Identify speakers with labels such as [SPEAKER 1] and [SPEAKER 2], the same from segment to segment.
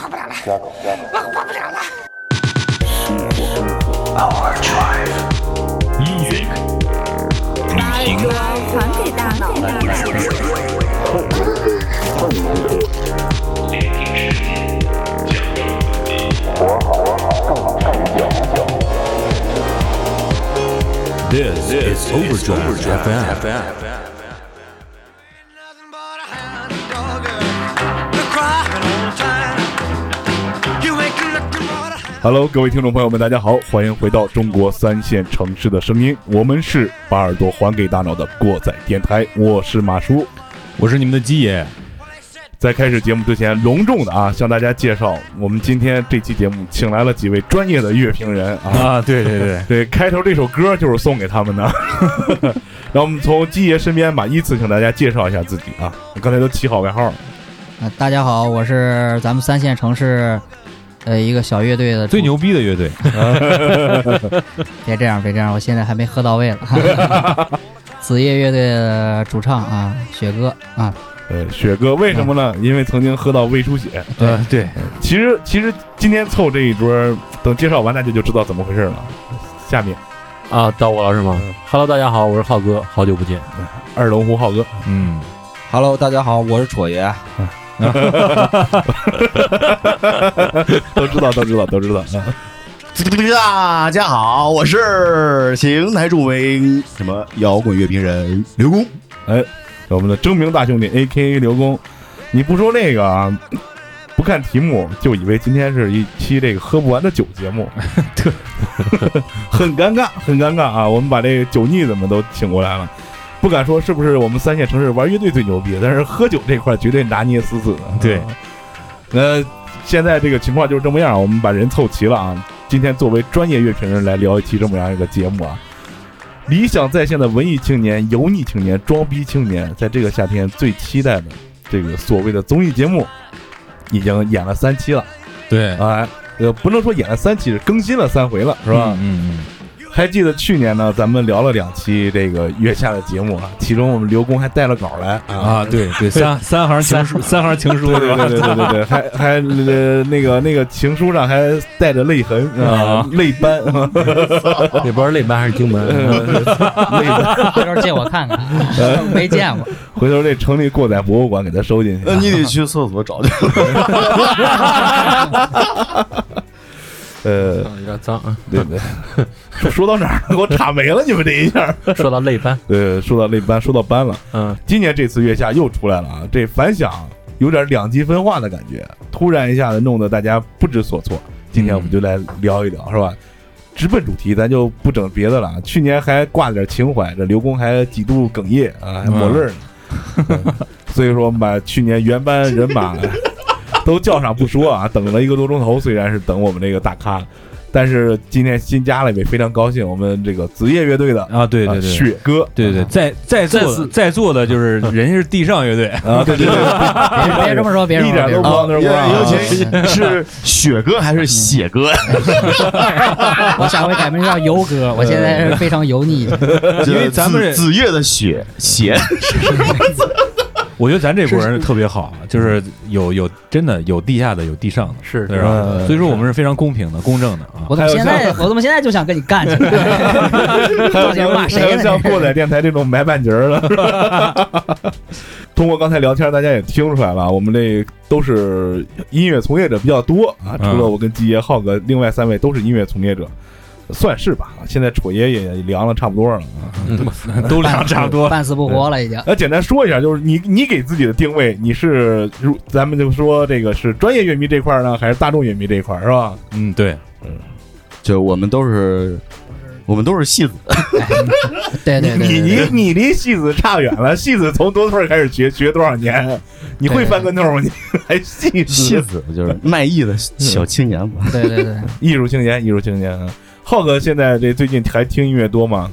[SPEAKER 1] 加狗，加狗。
[SPEAKER 2] 我活不了了。
[SPEAKER 3] 把耳朵还给大脑。
[SPEAKER 4] This is Overdrive FM.
[SPEAKER 5] Nothing but a hound dog. You're crying all the time. You ain't looking but a hound
[SPEAKER 1] Hello，各位听众朋友们，大家好，欢迎回到中国三线城市的声音，我们是把耳朵还给大脑的过载电台，我是马叔。
[SPEAKER 6] 我是你们的鸡爷，
[SPEAKER 1] 在开始节目之前，隆重的啊，向大家介绍，我们今天这期节目请来了几位专业的乐评人啊。
[SPEAKER 6] 啊，对对对，
[SPEAKER 1] 对，开头这首歌就是送给他们 的。让我们从基爷身边吧，依次请大家介绍一下自己啊。我刚才都起好外号了，
[SPEAKER 7] 啊，大家好，我是咱们三线城市，呃，一个小乐队的主
[SPEAKER 6] 最，牛逼的乐队，
[SPEAKER 7] 别这样，别这样，我现在还没喝到位了。子夜乐队的主唱啊，雪哥啊，
[SPEAKER 1] 呃，雪哥为什么呢？因为曾经喝到胃出血。
[SPEAKER 7] 对
[SPEAKER 6] 嗯呃，对，
[SPEAKER 1] 其实其实今天凑这一桌，等介绍完大家就知道怎么回事了。下面
[SPEAKER 8] 啊，到我了是吗
[SPEAKER 1] 嗯
[SPEAKER 8] ？Hello，大家好，我是浩哥，好久不见。
[SPEAKER 1] 二龙湖浩哥，
[SPEAKER 6] 嗯，
[SPEAKER 9] Hello，大家好，我是楚爷。
[SPEAKER 1] 都知道都知道都知道。嗯
[SPEAKER 10] 大家好，我是邢台著名什么摇滚乐评人刘工。
[SPEAKER 1] 我们的征名大兄弟 A K A 刘工，你不说那个啊，不看题目就以为今天是一期这个喝不完的酒节目，对， 很尴尬，很尴尬啊！我们把这个酒腻子们都请过来了，不敢说是不是我们三线城市玩乐队最牛逼，但是喝酒这块绝对拿捏死死的。
[SPEAKER 6] 对
[SPEAKER 1] 啊，那现在这个情况就是这么样，我们把人凑齐了啊。今天作为专业乐评人来聊一期这么样一个节目啊，理想在线的文艺青年、油腻青年、装逼青年，在这个夏天最期待的这个所谓的综艺节目，已经演了三期了，
[SPEAKER 6] 对，
[SPEAKER 1] 哎，呃，不能说演了三期，是更新了三回了，是吧？
[SPEAKER 6] 嗯嗯
[SPEAKER 1] 还记得去年呢，咱们聊了两期这个月下的节目啊，其中我们刘工还带了稿来
[SPEAKER 6] 嗯，啊，对对，三三行情书，三行情书
[SPEAKER 1] 对
[SPEAKER 6] 是
[SPEAKER 1] 对
[SPEAKER 6] 吧？
[SPEAKER 1] 对对对对，还还呃那个那个情书上还带着泪痕啊，泪斑，
[SPEAKER 8] 也不知道内班还是荆门，
[SPEAKER 7] 回头借我看看，没见过。
[SPEAKER 1] 回头这城里过载博物馆给他收进去
[SPEAKER 10] 那。你得去厕所找去。
[SPEAKER 1] 呃，
[SPEAKER 8] 有点脏啊。
[SPEAKER 1] 对对， 说说到哪儿了？给我岔没了，你们这一下。
[SPEAKER 8] 说到内班，
[SPEAKER 1] 呃，说到那班，说到班了。
[SPEAKER 8] 嗯，
[SPEAKER 1] 今年这次月下又出来了啊，这反响有点两极分化的感觉，突然一下子弄得大家不知所措。今天我们就来聊一聊，是吧？直奔主题，咱就不整别的了啊。去年还挂了点情怀，这刘工还几度哽咽啊，还抹泪儿呢。 嗯所以说，我们把去年原班人马都叫上不说啊，等了一个多钟头，虽然是等我们这个大咖，但是今天新加了一位，非常高兴，我们这个子夜乐队的
[SPEAKER 6] 啊，对对
[SPEAKER 1] 啊
[SPEAKER 6] 对。
[SPEAKER 1] 雪哥，
[SPEAKER 6] 对对，在在
[SPEAKER 8] 再
[SPEAKER 6] 座
[SPEAKER 8] 次
[SPEAKER 6] 的在座的就是人家是地上乐队，
[SPEAKER 1] 啊，对对对，
[SPEAKER 7] 别别这么说，别这
[SPEAKER 1] 一
[SPEAKER 7] 么说，
[SPEAKER 1] 点
[SPEAKER 7] 别
[SPEAKER 1] 都
[SPEAKER 7] 这
[SPEAKER 1] 不
[SPEAKER 7] 么
[SPEAKER 1] 往
[SPEAKER 7] 说。
[SPEAKER 1] 那儿
[SPEAKER 10] 啊
[SPEAKER 1] 过
[SPEAKER 10] 尤
[SPEAKER 1] 啊
[SPEAKER 10] 其！ 是雪哥还是血哥？
[SPEAKER 7] 我下回改名叫油哥，我现在是非常油腻，
[SPEAKER 10] 嗯
[SPEAKER 6] 因为咱们
[SPEAKER 10] 紫紫月的雪血，
[SPEAKER 6] 我觉得咱这波人特别好，就是有有真的有地下的，有地上的，
[SPEAKER 8] 是
[SPEAKER 6] 对吧
[SPEAKER 1] 嗯？
[SPEAKER 6] 所以说我们是非常公平的、公正的啊。
[SPEAKER 7] 我怎么现在我怎么现在就想跟你干起来？
[SPEAKER 1] 还有
[SPEAKER 7] 到底要
[SPEAKER 1] 像
[SPEAKER 7] 骂
[SPEAKER 1] 还
[SPEAKER 7] 谁
[SPEAKER 1] 有像
[SPEAKER 7] 呢？
[SPEAKER 1] 过载电台这种埋半截儿的，是吧通过刚才聊天，大家也听出来了，我们这都是音乐从业者比较多啊。除
[SPEAKER 6] 嗯
[SPEAKER 1] 了我跟季爷、浩哥，另外三位都是音乐从业者，算是吧。现在楚爷也凉了差不多了啊。
[SPEAKER 6] 都量差不多，
[SPEAKER 7] 半死不活了已经。
[SPEAKER 1] 那简单说一下，就是你你给自己的定位，你是如咱们就说这个是专业乐迷这块儿呢，还是大众乐迷这块儿，是吧？
[SPEAKER 6] 嗯，对，
[SPEAKER 10] 就我们都是，我们都是戏子。
[SPEAKER 7] 对对
[SPEAKER 1] 你
[SPEAKER 7] 对对
[SPEAKER 1] 你
[SPEAKER 7] 对，
[SPEAKER 1] 离你离戏子差远了，戏子从多特开始学学多少年？你会翻跟头吗？你还戏
[SPEAKER 10] 戏
[SPEAKER 1] 子？
[SPEAKER 10] 子就是卖艺的小青年吧。
[SPEAKER 7] 对对对，
[SPEAKER 1] 艺术青年，艺术青年啊！浩哥现在这最近还听音乐多吗？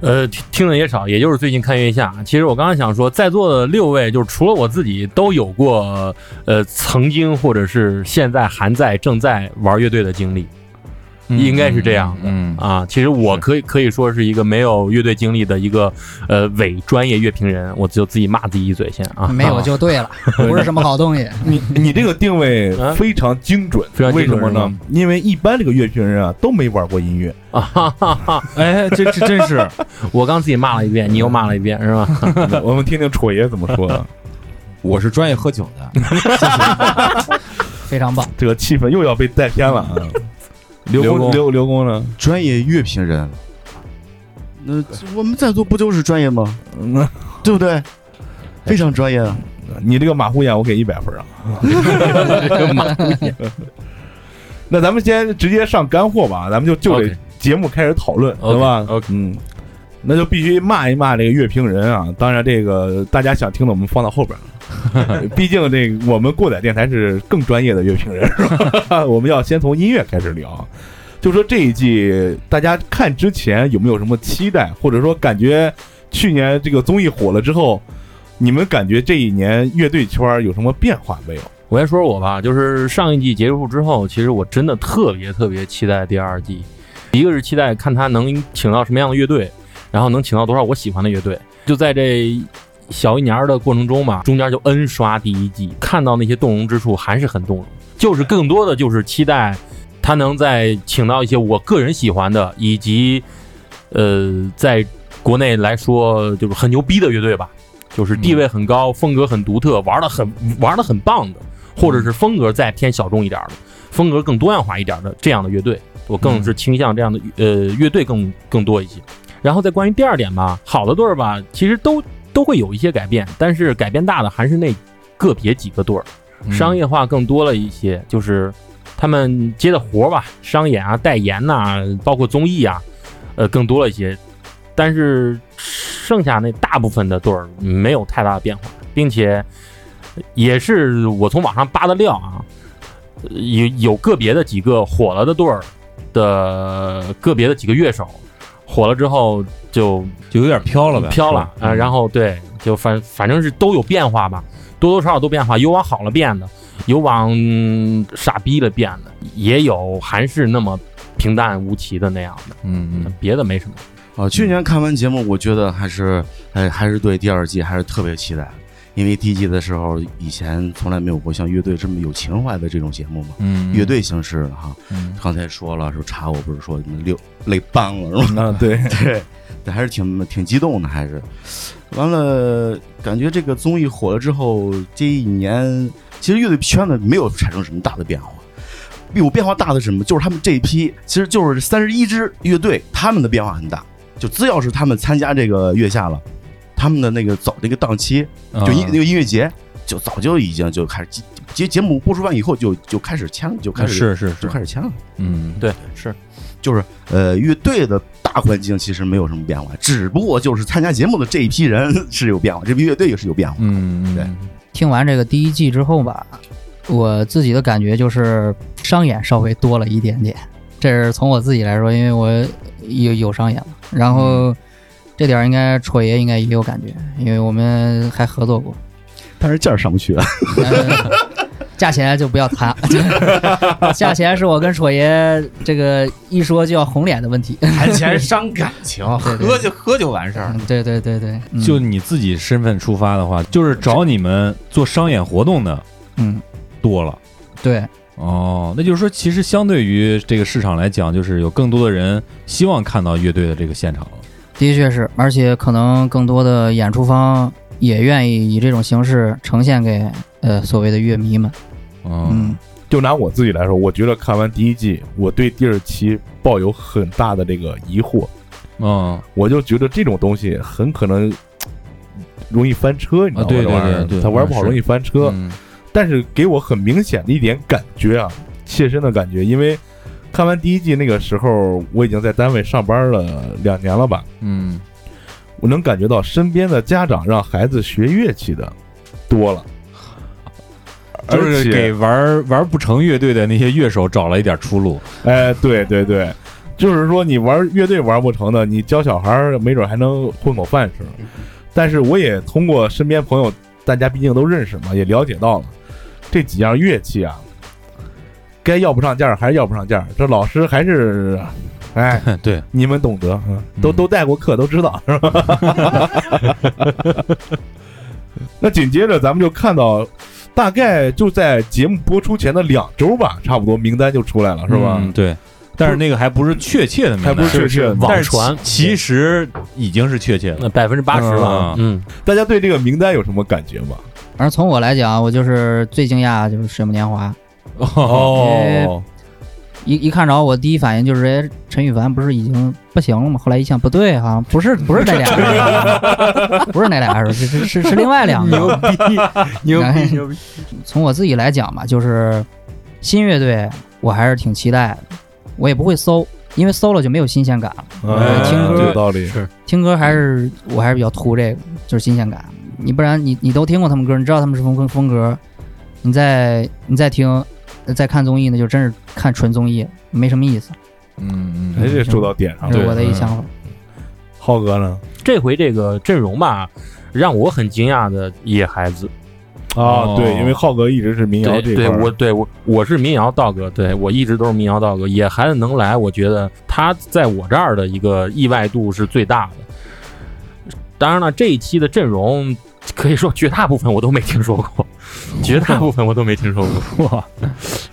[SPEAKER 8] 呃，听听的也少，也就是最近看月下。其实我刚刚想说，在座的六位，就是除了我自己，都有过呃曾经或者是现在还在正在玩乐队的经历。应该是这样的。
[SPEAKER 6] 嗯，
[SPEAKER 8] 啊，其实我可以可以说是一个没有乐队经历的一个呃伪专业乐评人，我就自己骂自己一嘴先啊，
[SPEAKER 7] 没有就对了，不是什么好东西。
[SPEAKER 1] 你你这个定位
[SPEAKER 8] 啊
[SPEAKER 1] 非常精准，
[SPEAKER 8] 非常精
[SPEAKER 1] 为什
[SPEAKER 8] 准
[SPEAKER 1] 么呢
[SPEAKER 8] 是？
[SPEAKER 1] 因为一般这个乐评人啊都没玩过音乐，
[SPEAKER 8] 啊哈哈哈，
[SPEAKER 6] 哎，这这真是，
[SPEAKER 8] 我刚自己骂了一遍，你又骂了一遍 是吧？
[SPEAKER 1] 我们听听楚爷怎么说啊的。
[SPEAKER 9] 我是专业喝酒的，
[SPEAKER 7] 非常棒，
[SPEAKER 1] 这个气氛又要被带偏了啊！
[SPEAKER 6] 刘
[SPEAKER 1] 刘
[SPEAKER 6] 工
[SPEAKER 1] 公刘刘工呢？
[SPEAKER 10] 专业乐评人。那我们在座不就是专业吗？
[SPEAKER 1] 嗯，
[SPEAKER 10] 对不对？非常专业啊！
[SPEAKER 1] 你这个马虎眼，我给一百分啊！啊 那咱们先直接上干货吧，咱们就就这
[SPEAKER 8] OK
[SPEAKER 1] 节目开始讨论，
[SPEAKER 8] OK，
[SPEAKER 1] 对吧
[SPEAKER 8] OK
[SPEAKER 1] 嗯，那就必须骂一骂这个乐评人啊！当然，这个大家想听的，我们放到后边儿。 毕竟这个我们过载电台是更专业的乐评人，是吧？ 我们要先从音乐开始聊。啊就说这一季大家看之前有没有什么期待，或者说感觉去年这个综艺火了之后，你们感觉这一年乐队圈儿有什么变化没有？
[SPEAKER 8] 我先说说我吧，就是上一季结束之后，其实我真的特别特别期待第二季，一个是期待看他能请到什么样的乐队，然后能请到多少我喜欢的乐队。就在这小一年儿的过程中嘛，中间就 N 刷第一季，看到那些动容之处还是很动容，就是更多的就是期待他能再请到一些我个人喜欢的，以及呃，在国内来说就是很牛逼的乐队吧。就是地位很高、风格很独特、玩的很玩的很棒的，或者是风格再偏小众一点儿的，风格更多样化一点儿的这样的乐队，我更是倾向这样的、呃乐队更更多一些。然后再关于第二点吧，好的队儿吧，其实都都会有一些改变，但是改变大的还是那个别几个队儿，商业化更多了一些，就是他们接的活儿吧，商演啊、代言呐、包括综艺啊，呃，更多了一些。但是剩下那大部分的队儿没有太大的变化，并且也是我从网上扒的料啊，有有个别的几个火了的队儿的个别的几个乐手火了之后就
[SPEAKER 6] 就有点飘了呗，
[SPEAKER 8] 飘了
[SPEAKER 6] 是吧嗯
[SPEAKER 8] 啊、然后对，就反反正是都有变化吧，多多少少都变化，有往好了变的，有往、嗯傻逼了变的，也有还是那么平淡无奇的那样的，
[SPEAKER 6] 嗯嗯，
[SPEAKER 8] 别的没什么。
[SPEAKER 10] 啊，去年看完节目，我觉得还是，哎，还是对第二季还是特别期待，因为第一季的时候，以前从来没有过像乐队这么有情怀的这种节目嘛，
[SPEAKER 6] 嗯，
[SPEAKER 10] 乐队形式的哈。
[SPEAKER 6] 嗯，
[SPEAKER 10] 刚才说了，说查我不是说你们六累崩了是吗？
[SPEAKER 1] 啊，对，
[SPEAKER 10] 对，对，还是挺挺激动的，还是。完了，感觉这个综艺火了之后，这一年其实乐队圈子没有产生什么大的变化。有变化大的是什么？就是他们这一批，其实就是三十一支乐队，他们的变化很大。就只要是他们参加这个月下了，他们的那个走那个档期，
[SPEAKER 6] 嗯
[SPEAKER 10] 就音、那个音乐节，就早就已经就开始节节目播出完以后就就开始签了，就开始、
[SPEAKER 6] 是是，
[SPEAKER 10] 就是开始签了。
[SPEAKER 6] 嗯，
[SPEAKER 8] 对，是
[SPEAKER 10] 就是呃，乐队的大环境其实没有什么变化，只不过就是参加节目的这一批人 是有变化，这批乐队也是有变化。
[SPEAKER 6] 嗯，嗯
[SPEAKER 10] 对，
[SPEAKER 7] 听完这个第一季之后吧，我自己的感觉就是商演稍微多了一点点，这是从我自己来说，因为我有有商演了，然
[SPEAKER 9] 嗯
[SPEAKER 7] 后这点儿应该戳爷应该也有感觉，因为我们还 合作过，
[SPEAKER 10] 但是价上不去啊，
[SPEAKER 7] 呃价钱就不 要谈，价钱是我跟戳爷这个一说就要红脸的问题。
[SPEAKER 9] 谈钱伤感情，
[SPEAKER 7] 对对
[SPEAKER 9] 喝就喝就完事儿
[SPEAKER 7] 嗯， 对对对对，嗯
[SPEAKER 6] 就你自己身份出发的话，就是找你们做商演活动的
[SPEAKER 7] 嗯
[SPEAKER 6] 多了。
[SPEAKER 7] 对，
[SPEAKER 6] 哦，那就是说，其实相对于这个市场来讲，就是有更多的人希望看到乐队的这个现场了。
[SPEAKER 7] 的确是，而且可能更多的演出方也愿意以这种形式呈现给呃所谓的乐迷们。
[SPEAKER 6] 嗯
[SPEAKER 7] 嗯，
[SPEAKER 1] 就拿我自己来说，我觉得看完第一季，我对第二期抱有很大的这个疑惑，
[SPEAKER 6] 嗯，
[SPEAKER 1] 我就觉得这种东西很可能容易翻车，你知道吗？
[SPEAKER 6] 啊对
[SPEAKER 1] 这玩意
[SPEAKER 6] 对对
[SPEAKER 1] 儿
[SPEAKER 6] 对
[SPEAKER 1] 它玩不好
[SPEAKER 6] 是
[SPEAKER 1] 容易翻车。
[SPEAKER 6] 嗯
[SPEAKER 1] 但是给我很明显的一点感觉啊，切身的感觉，因为看完第一季那个时候，我已经在单位上班了两年了吧，
[SPEAKER 6] 嗯
[SPEAKER 1] 我能感觉到身边的家长让孩子学乐器的多了，
[SPEAKER 6] 就
[SPEAKER 1] 而
[SPEAKER 6] 是
[SPEAKER 1] 且
[SPEAKER 6] 给玩玩不成乐队的那些乐手找了一点出路。
[SPEAKER 1] 哎，对对对，就是说你玩乐队玩不成的，你教小孩儿没准还能混口饭吃。
[SPEAKER 6] 嗯
[SPEAKER 1] 但是我也通过身边朋友，大家毕竟都认识嘛，也了解到了这几样乐器啊，该要不上价儿还是要不上价儿，这老师还是， 哎，
[SPEAKER 6] 对，
[SPEAKER 1] 你们懂得，嗯都
[SPEAKER 6] 嗯
[SPEAKER 1] 都带过课，都知道，是吧？ 那紧接着咱们就看到，大概就在节目播出前的两周吧，差不多名单就出来了，是吧？
[SPEAKER 6] 嗯对，但是那个还不是确切的名
[SPEAKER 1] 还
[SPEAKER 6] 单，
[SPEAKER 1] 不是确切的名单
[SPEAKER 6] 但
[SPEAKER 8] 网
[SPEAKER 6] 是
[SPEAKER 8] 传
[SPEAKER 6] 其实已经是确切
[SPEAKER 8] 那
[SPEAKER 6] 的。
[SPEAKER 8] 百分之八十吧，嗯，
[SPEAKER 1] 大家对这个名单有什么感觉吗？
[SPEAKER 7] 反正从我来讲，我就是最惊讶的就是《水木年华》，
[SPEAKER 6] 哦，
[SPEAKER 7] 一一看着我第一反应就是，哎，陈羽凡不是已经不行了吗？后来一想不对哈、不是不是那俩人，不是那俩人，是是是是另外两个。
[SPEAKER 9] 牛
[SPEAKER 7] 然后
[SPEAKER 9] 逼牛逼！
[SPEAKER 7] 从我自己来讲吧，就是新乐队，我还是挺期待的。我也不会搜，因为搜了就没有新鲜感了。
[SPEAKER 1] 哎
[SPEAKER 7] 听歌
[SPEAKER 1] 有道理，
[SPEAKER 7] 听歌还是我还是比较图这个，就是新鲜感。你不然你你都听过他们歌，你知道他们是风风格，你再你再听，再看综艺呢，就真是看纯综艺，没什么意思。
[SPEAKER 6] 嗯
[SPEAKER 1] 哎，这说到点上
[SPEAKER 7] 这是
[SPEAKER 1] 了。
[SPEAKER 7] 我的一想法。
[SPEAKER 1] 浩哥呢？
[SPEAKER 8] 这回这个阵容吧，让我很惊讶的野孩子，
[SPEAKER 1] 啊，
[SPEAKER 6] 哦
[SPEAKER 1] 对，因为浩哥一直是民谣
[SPEAKER 8] 对
[SPEAKER 1] 这一块
[SPEAKER 8] 对，
[SPEAKER 1] 儿，
[SPEAKER 8] 我对我我是民谣道哥，对我一直都是民谣道哥。野孩子能来，我觉得他在我这儿的一个意外度是最大的。当然了，这一期的阵容可以说绝大部分我都没听说 过，绝大部分我都没听说过。
[SPEAKER 6] 哇，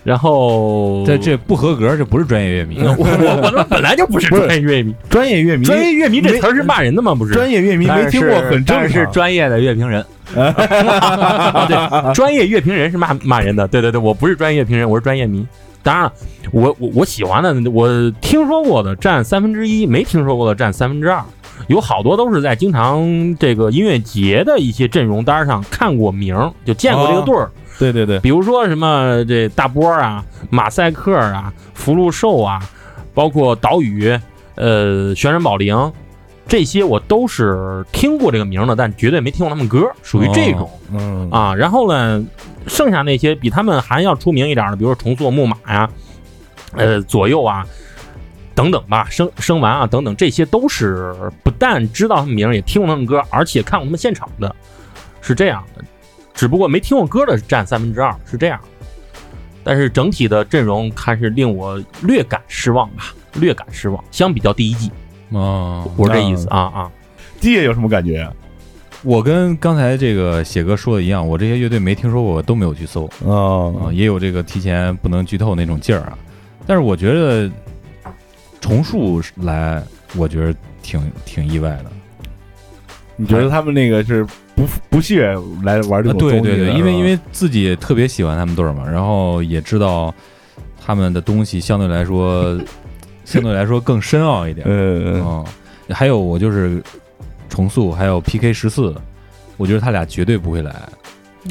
[SPEAKER 8] 然后
[SPEAKER 6] 这这不合格，这不是专业乐迷。
[SPEAKER 8] 我我我本来就不是
[SPEAKER 1] 不是
[SPEAKER 8] 专业乐迷，
[SPEAKER 1] 嗯专业乐迷，
[SPEAKER 8] 专业乐迷这词儿是骂人的吗？不是，
[SPEAKER 1] 专业乐迷没听过很正
[SPEAKER 9] 但是
[SPEAKER 1] 常。
[SPEAKER 9] 专业的乐评人，
[SPEAKER 8] 啊，对，专业乐评人是骂骂人的。对对对，我不是专业评人，我是专业迷。当然了，我我我喜欢的，我听说过的占三分之一，没听说过的占三分之二。有好多都是在经常这个音乐节的一些阵容单上看过名儿，就见过这个队儿。
[SPEAKER 1] 对对对，
[SPEAKER 8] 比如说什么这大波儿啊、马赛克啊、福禄寿啊，包括岛屿、呃旋转宝铃，这些我都是听过这个名儿的，但绝对没听过他们歌儿，属于这种。
[SPEAKER 1] 嗯
[SPEAKER 8] 啊，然后呢，剩下那些比他们还要出名一点儿的，比如说重塑木马呀、呃左右啊等等吧，生生完啊等等，这些都是不但知道他们名儿，也听过他们歌，而且看过他们现场的，是这样的。只不过没听过歌的占三分之二，是这样。但是整体的阵容还是令我略感失望吧，略感失望。相比较第一季，
[SPEAKER 6] 哦，
[SPEAKER 8] 我是这意思啊啊。
[SPEAKER 1] 季爷有什么感觉？啊
[SPEAKER 6] 我跟刚才这个写哥说的一样，我这些乐队没听说过，我都没有去搜啊、
[SPEAKER 1] 哦，
[SPEAKER 6] 也有这个提前不能剧透那种劲儿啊。但是我觉得重塑来，我觉得挺挺意外的。
[SPEAKER 1] 你觉得他们那个是不不屑来玩这
[SPEAKER 6] 啊，
[SPEAKER 1] 种
[SPEAKER 6] 对
[SPEAKER 1] 综艺
[SPEAKER 6] 对
[SPEAKER 1] 的是
[SPEAKER 6] 对，因为
[SPEAKER 1] 吧
[SPEAKER 6] 因为自己特别喜欢他们队儿嘛，然后也知道他们的东西相对 来说相对来说更深奥一点。
[SPEAKER 1] 呃，
[SPEAKER 6] 嗯，还有我就是重塑，还有 PK 十四，我觉得他俩绝对不会来，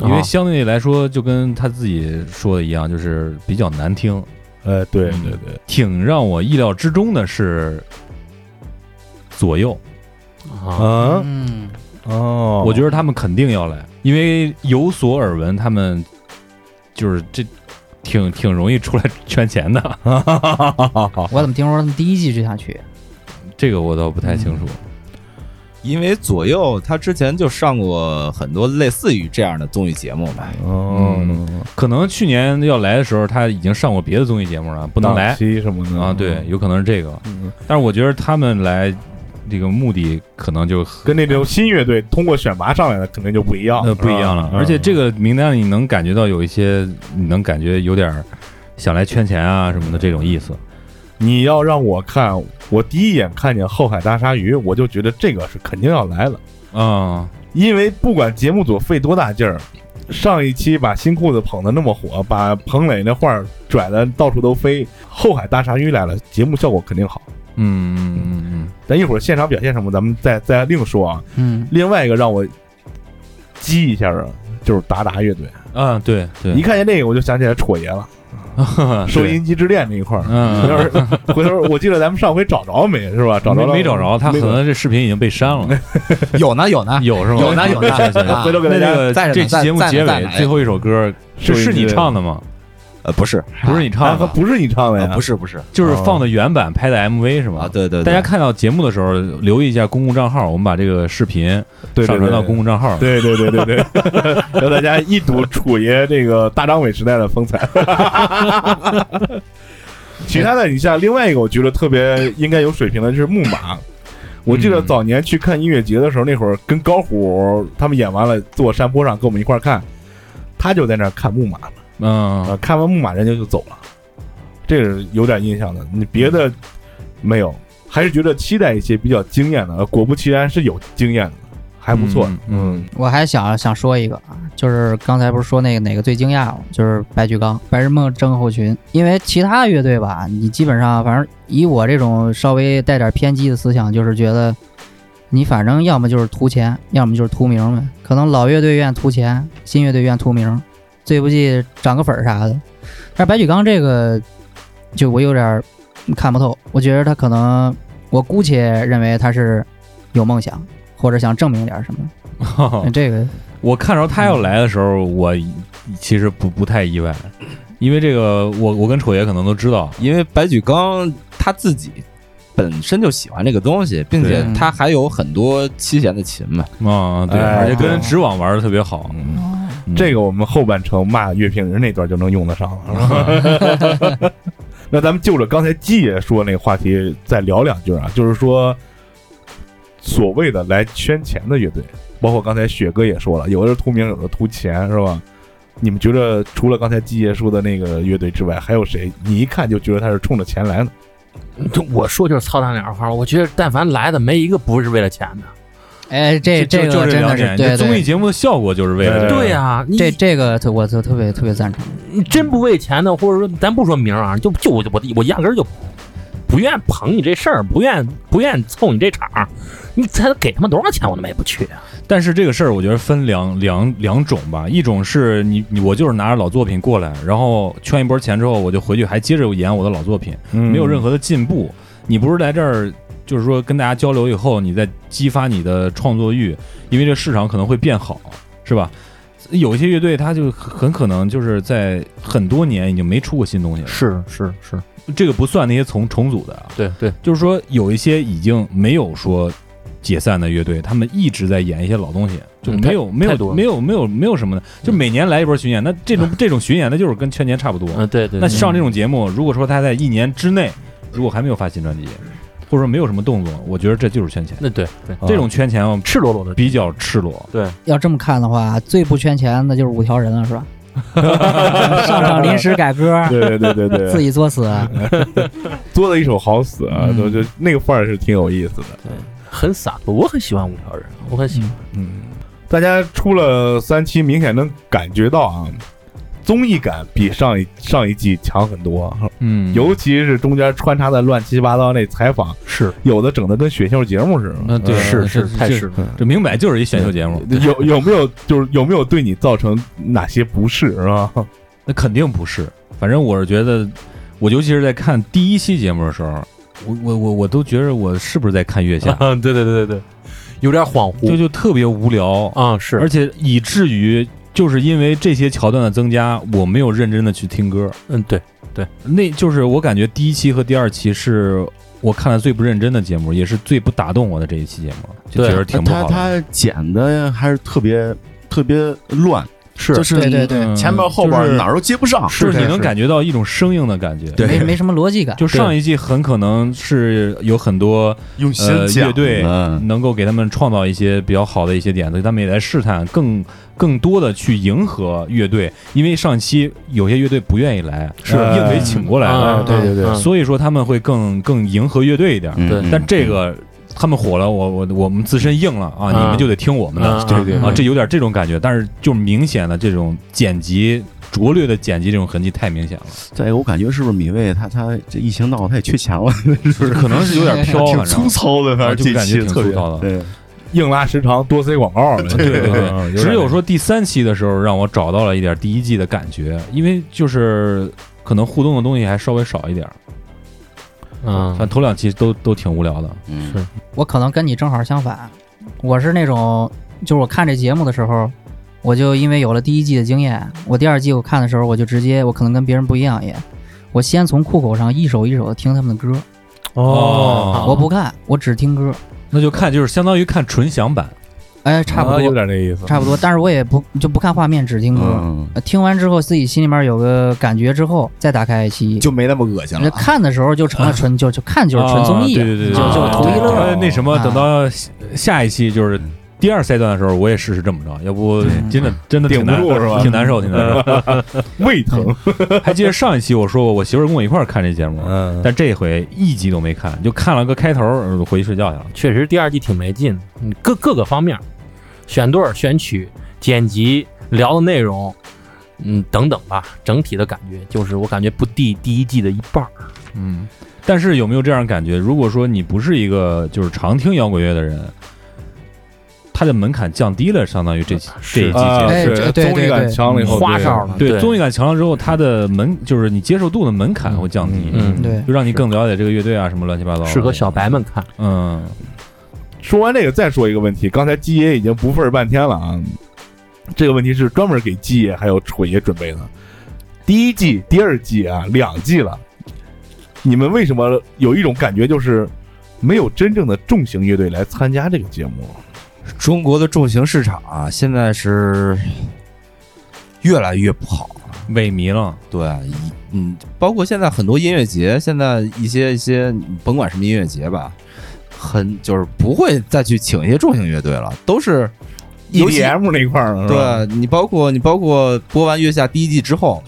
[SPEAKER 6] 因为
[SPEAKER 8] 啊
[SPEAKER 6] 相对来说就跟他自己说的一样，就是比较难听。嗯
[SPEAKER 1] 呃，对对对，
[SPEAKER 6] 挺让我意料之中的是左右，
[SPEAKER 8] 啊
[SPEAKER 1] 啊
[SPEAKER 7] 嗯，
[SPEAKER 1] 哦，
[SPEAKER 6] 我觉得他们肯定要来，因为有所耳闻，他们就是这挺挺容易出来圈钱的，
[SPEAKER 7] 我怎么听说他们第一季就想去？
[SPEAKER 6] 这个我倒不太清楚。
[SPEAKER 9] 因为左右他之前就上过很多类似于这样的综艺节目嘛，
[SPEAKER 1] 哦，
[SPEAKER 6] 嗯可能去年要来的时候，他已经上过别的综艺节目了，不
[SPEAKER 1] 不
[SPEAKER 6] 能来
[SPEAKER 1] 什么的
[SPEAKER 6] 啊。对，，有可能是这个
[SPEAKER 1] 嗯，
[SPEAKER 6] 但是我觉得他们来这个目的可能就很
[SPEAKER 1] 跟那种新乐队通过选拔上来的肯定就不一样，嗯
[SPEAKER 6] 呃不一样了，而且这
[SPEAKER 1] 个
[SPEAKER 6] 个名单里能感觉到有一些，你能感觉有点儿想来圈钱啊什么的这种意思。
[SPEAKER 1] 你要让我看，我第一眼看见后海大鲨鱼，我就觉得这个是肯定要来的。
[SPEAKER 6] 啊，
[SPEAKER 1] 因为不管节目组费多大劲儿，上一期把新裤子捧得那么火，把彭磊那画儿拽得到处都飞，后海大鲨鱼来了，节目效果肯定好。
[SPEAKER 6] 嗯嗯嗯嗯，
[SPEAKER 1] 咱一会儿现场表现什么，咱们再再另说啊。
[SPEAKER 7] 嗯，
[SPEAKER 1] 另外一个让我激一下啊，就是达达乐队，
[SPEAKER 6] 啊，对对，
[SPEAKER 1] 一看见那个我就想起来戳爷 了，
[SPEAKER 6] 看
[SPEAKER 1] 收，音机之恋那一块儿。
[SPEAKER 6] 嗯
[SPEAKER 1] 要是 回头，我记得咱们上回找着没是吧？找着了
[SPEAKER 6] 没没找着，他
[SPEAKER 1] 没
[SPEAKER 6] 可能这视频已经被删了，
[SPEAKER 9] 有呢有呢，
[SPEAKER 7] 嗯
[SPEAKER 6] 有是吗？
[SPEAKER 9] 有呢有 呢
[SPEAKER 6] 行行行
[SPEAKER 9] 啊
[SPEAKER 1] 回头给大
[SPEAKER 6] 那
[SPEAKER 1] 家
[SPEAKER 6] 这个
[SPEAKER 9] 在呢
[SPEAKER 6] 这期
[SPEAKER 9] 在
[SPEAKER 6] 节目
[SPEAKER 9] 在呢
[SPEAKER 6] 结
[SPEAKER 9] 在
[SPEAKER 6] 尾
[SPEAKER 9] 呢
[SPEAKER 6] 最后一首歌
[SPEAKER 1] 收
[SPEAKER 6] 是
[SPEAKER 1] 音
[SPEAKER 6] 是
[SPEAKER 1] 机
[SPEAKER 6] 你唱的吗？
[SPEAKER 9] 呃，不是，
[SPEAKER 6] 不是你唱
[SPEAKER 1] 啊
[SPEAKER 6] 的，
[SPEAKER 1] 不是你唱的呀？
[SPEAKER 9] 啊，不是，不是
[SPEAKER 6] 就是放的原版拍的 MV 是
[SPEAKER 9] 啊，
[SPEAKER 6] 吗？
[SPEAKER 9] 对对，
[SPEAKER 6] 大家
[SPEAKER 9] 对
[SPEAKER 6] 看到节目的时候，留意一下公共账号，我们把这个视频
[SPEAKER 1] 对，对
[SPEAKER 6] 上传到公。共账号。
[SPEAKER 1] 对对对对对对，让大家一睹楚爷这个大张伟时代的风采。 其他的，你像另外一个，我觉得特别应该有水平的就是木马。我记得
[SPEAKER 6] 嗯
[SPEAKER 1] 早年去看音乐节的时候，那会儿跟高虎他们演完了，坐山坡上跟我们一块儿看，他就在那儿看木马
[SPEAKER 6] 嗯，
[SPEAKER 1] 啊，看完木马人家就走了，这是有点印象的。你别的没有，还是觉得期待一些比较惊艳的。呃果不其然是有惊艳的，还不错。
[SPEAKER 6] 嗯
[SPEAKER 7] 我还想想说一个啊，就是刚才不是说那个哪个最惊讶吗？就是白举纲《白日梦》症候群，因为其他乐队吧，你基本上反正以我这种稍微带点偏激的思想，就是觉得你反正要么就是图钱，要么就是图名呗。可能老乐队愿图钱，新乐队愿图名，最不济涨个粉儿啥的。但是白举纲这个，就我有点儿看不透，我觉得他可能，我姑且认为他是有梦想，或者想证明点儿什么。
[SPEAKER 6] 嗯，
[SPEAKER 7] 这个
[SPEAKER 6] 我看着他要来的时候，我其实不不太意外，因为这个我我跟楚爷可能都知道，
[SPEAKER 9] 因为白举纲他自己本身就喜欢这个东西，并且
[SPEAKER 7] 对
[SPEAKER 9] 他还有很多七弦的琴嘛，
[SPEAKER 6] 啊，对，
[SPEAKER 1] 哎
[SPEAKER 6] 而且跟直网玩的特别好，嗯
[SPEAKER 1] 这个我们后半程骂乐评人那段就能用得上了。那咱们就着刚才季爷说那个话题再聊两句啊，就是说所谓的来圈钱的乐队，包括刚才雪哥也说了，有的是图名，有的图钱，是吧？你们觉得除了刚才季爷说的那个乐队之外，还有谁你一看就觉得他是冲着钱来的？
[SPEAKER 8] 就我说就是操蛋点儿话，我觉得但凡来的没一个不是为了钱的。
[SPEAKER 7] 哎，这
[SPEAKER 6] 就
[SPEAKER 7] 个
[SPEAKER 6] 就这
[SPEAKER 7] 真
[SPEAKER 6] 两
[SPEAKER 7] 的是
[SPEAKER 6] 点，
[SPEAKER 7] 对
[SPEAKER 6] 这综艺
[SPEAKER 7] 对，
[SPEAKER 6] 节目的效果就是为了
[SPEAKER 1] 对
[SPEAKER 8] 对呀、啊你
[SPEAKER 7] 这这个特我特特别特别赞成。
[SPEAKER 8] 你真不为钱的，或者说咱不说名儿啊，就就我我我压根儿就不愿捧你这事儿，不愿不愿凑你这场儿，你才给他们多少钱我他妈也不去啊！
[SPEAKER 6] 但是这个事儿，我觉得分两两两种吧，一种是你你我就是拿着老作品过来，然后圈一波钱之后，我就回去还接着演我的老作品，
[SPEAKER 1] 嗯
[SPEAKER 8] 嗯
[SPEAKER 6] 没有任何的进步。你不是来这儿，就是说跟大家交流以后，你再激发你的创作欲，因为这市场可能会变好，是吧？有一些乐队，他就很可能就是在很多年已经没出过新东西了，
[SPEAKER 8] 是是是，
[SPEAKER 6] 这个不算那些重重组的啊，
[SPEAKER 8] 对对，
[SPEAKER 6] 就是说有一些已经没有说解散的乐队，他们一直在演一些老东西，就
[SPEAKER 8] 嗯
[SPEAKER 6] 没有、没
[SPEAKER 8] 太
[SPEAKER 6] 有
[SPEAKER 8] 多了
[SPEAKER 6] 没有没有没有什么的，就每年来一波巡演，那 这种、这种巡演那就是跟全年差不多。
[SPEAKER 8] 嗯对对，
[SPEAKER 6] 那上这种节目，如果说他在一年之内如果还没有发新专辑，或者说没有什么动作，我觉得这就是圈钱。
[SPEAKER 8] 那对对，
[SPEAKER 6] 这种圈钱
[SPEAKER 8] 啊赤裸裸的
[SPEAKER 6] 比较赤裸，
[SPEAKER 7] 要这么看的话，最不圈钱的就是五条人了，是吧？ 上场临时改歌，
[SPEAKER 1] 对对对对 对，
[SPEAKER 7] 自己作死，
[SPEAKER 1] 作的一手好死啊，
[SPEAKER 7] 嗯
[SPEAKER 1] 就就那个范儿是挺有意思的。
[SPEAKER 8] 很散落，我很喜欢五条人，我很喜欢。
[SPEAKER 1] 大家出了三期，明显能感觉到啊，综艺感比上一上一季强很多，
[SPEAKER 6] 嗯
[SPEAKER 1] 尤其是中间穿插的乱七八糟那采访，
[SPEAKER 8] 是，
[SPEAKER 1] 有的整的跟选秀节目似的。
[SPEAKER 6] 那对
[SPEAKER 8] 是
[SPEAKER 6] 这
[SPEAKER 8] 是太
[SPEAKER 6] 这
[SPEAKER 8] 是了，
[SPEAKER 6] 这明摆就是一选秀节目，
[SPEAKER 1] 有有没有就是有没有对你造成哪些不适是吧？
[SPEAKER 6] 那肯定不是。反正我是觉得，我尤其是在看第一期节目的时候，我我我我都觉得我是不是在看月下
[SPEAKER 8] 嗯， 对对对对对，有点恍
[SPEAKER 6] 就
[SPEAKER 8] 惚
[SPEAKER 6] 就特别无聊，
[SPEAKER 8] 啊，是
[SPEAKER 6] 而且以至于就是因为这些桥段的增加，我没有认真的去听歌。
[SPEAKER 8] 嗯对，
[SPEAKER 6] 那就是我感觉第一期和第二期是我看的最不认真的节目，也是最不打动我的这一期节目，就觉得 挺不
[SPEAKER 10] 他
[SPEAKER 6] 好的。
[SPEAKER 10] 他剪的还是特别特别乱，
[SPEAKER 6] 是
[SPEAKER 10] 就是
[SPEAKER 7] 对对
[SPEAKER 6] 对
[SPEAKER 10] 前面后
[SPEAKER 6] 就是
[SPEAKER 10] 边哪儿都接不上，
[SPEAKER 6] 就是你能
[SPEAKER 1] 是
[SPEAKER 6] 感觉到一种生硬的感觉。
[SPEAKER 10] 对
[SPEAKER 7] 没没什么逻辑感。
[SPEAKER 6] 就上一季很可能是有很多
[SPEAKER 10] 用心
[SPEAKER 6] 呃
[SPEAKER 10] 讲
[SPEAKER 6] 乐队
[SPEAKER 10] 的
[SPEAKER 6] 能够给他们创造一些比较好的一些点子，他们也在试探更更多的去迎合乐队，因为上期有些乐队不愿意来，是
[SPEAKER 1] 呃
[SPEAKER 6] 硬给请过来
[SPEAKER 8] 啊，
[SPEAKER 6] 的，
[SPEAKER 1] 对对对
[SPEAKER 8] 嗯
[SPEAKER 6] 所以说他们会更更迎合乐队一点。
[SPEAKER 10] 嗯
[SPEAKER 8] 对
[SPEAKER 6] 但这个他们火了，我我我们自身硬了啊，
[SPEAKER 8] 啊
[SPEAKER 6] 你们就得听我们的
[SPEAKER 1] 嗯
[SPEAKER 8] 啊对对
[SPEAKER 6] 啊，
[SPEAKER 8] 对
[SPEAKER 6] 这有点这种感觉，但是就明显的这种剪辑拙劣的剪辑这种痕迹太明 显了，
[SPEAKER 10] 再一个，我感觉是不是米未他他这疫情闹，他也缺钱了，是不是？
[SPEAKER 6] 可能是有点 飘，
[SPEAKER 10] 挺
[SPEAKER 6] 反正
[SPEAKER 10] 粗糙的，
[SPEAKER 6] 啊
[SPEAKER 10] 反
[SPEAKER 6] 就
[SPEAKER 10] 正这
[SPEAKER 6] 感觉
[SPEAKER 10] 期
[SPEAKER 6] 挺
[SPEAKER 10] 特别
[SPEAKER 6] 粗糙的啊
[SPEAKER 10] 对，
[SPEAKER 1] 硬拉时长，多塞广 告呗。
[SPEAKER 6] 对对对
[SPEAKER 1] 嗯
[SPEAKER 6] 只有
[SPEAKER 1] 点
[SPEAKER 6] 说第三期的时候，让我找到了一点第一季的感觉，因为就是可能互动的东西还稍微少一点儿。
[SPEAKER 8] 嗯
[SPEAKER 6] 反正头两期都都挺无聊的。
[SPEAKER 10] 嗯
[SPEAKER 7] 我可能跟你正好相反，我是那种就是我看这节目的时候，我就因为有了第一季的经验，我第二季我看的时候，我就直接我可能跟别人不一样也，我先从酷狗上一首一首的听他们的歌，
[SPEAKER 1] 啊
[SPEAKER 6] 哦
[SPEAKER 7] 我不看，我只听歌，
[SPEAKER 6] 那就看就是相当于看纯享版，
[SPEAKER 7] 哎，差不
[SPEAKER 1] 啊有
[SPEAKER 7] 多
[SPEAKER 1] 点那意思。
[SPEAKER 7] 差不多，但是我也不就不看画面，只听歌。
[SPEAKER 10] 嗯，
[SPEAKER 7] 呃听完之后，自己心里面有个感觉之后，再打开爱奇艺，
[SPEAKER 9] 就没那么恶心
[SPEAKER 7] 那
[SPEAKER 9] 了。
[SPEAKER 7] 看的时候就成了纯就就看就是纯综艺，
[SPEAKER 6] 啊对对对，嗯
[SPEAKER 7] 就就图一乐。
[SPEAKER 6] 哎那什么，
[SPEAKER 7] 啊
[SPEAKER 6] 等到下下一期就是第二赛段的时候，我也试试这么着，要不真的真的挺
[SPEAKER 1] 顶不
[SPEAKER 6] 难
[SPEAKER 1] 住是吧
[SPEAKER 6] 挺难受，挺难受。
[SPEAKER 1] 胃疼，
[SPEAKER 6] 还记得上一期我说过，我媳妇儿跟我一块儿看这节目，
[SPEAKER 1] 嗯，
[SPEAKER 6] 但这回一集都没看，就看了个开头，呃回去睡觉去了。
[SPEAKER 8] 确实第二季挺没劲，嗯各各个方面，选对儿、选曲、剪辑、聊的内容，嗯，等等吧，整体的感觉就是我感觉不第第一季的一半儿。
[SPEAKER 6] 嗯，但是有没有这样感觉？如果说你不是一个就是常听摇滚乐的人，他的门槛降低了，相当于这期这一季节
[SPEAKER 1] 啊
[SPEAKER 6] 目。
[SPEAKER 7] 哎
[SPEAKER 1] 是
[SPEAKER 7] 这对
[SPEAKER 1] 综
[SPEAKER 7] 嗯
[SPEAKER 1] 艺
[SPEAKER 7] 对
[SPEAKER 1] 感
[SPEAKER 7] 对
[SPEAKER 1] 强了以后，
[SPEAKER 8] 花
[SPEAKER 1] 对
[SPEAKER 8] 哨了，
[SPEAKER 6] 对，综艺感强了之后，它的门就是你接受度的门槛会降低，
[SPEAKER 8] 嗯，
[SPEAKER 7] 对
[SPEAKER 6] 就让你更了解这个乐队啊，什么乱七八糟的。
[SPEAKER 8] 适合小白们看。
[SPEAKER 6] 嗯，
[SPEAKER 1] 说完这个，再说一个问题。刚才鸡爷已经不忿儿半天了啊，这个问题是专门给鸡爷还有楚爷准备的。第一季、第二季啊，两季了，你们为什么有一种感觉就是没有真正的重型乐队来参加这个节目？
[SPEAKER 9] 中国的重型市场啊，现在是越来越不好。
[SPEAKER 6] 萎靡了。
[SPEAKER 9] 对，一嗯，包括现在很多音乐节，现在一些一些，甭管什么音乐节吧，很就是不会再去请一些重型乐队了，都是尤其
[SPEAKER 1] EDM E 那一块儿了，是吧？
[SPEAKER 9] 对你包括你包括播完《月下》第一季之后，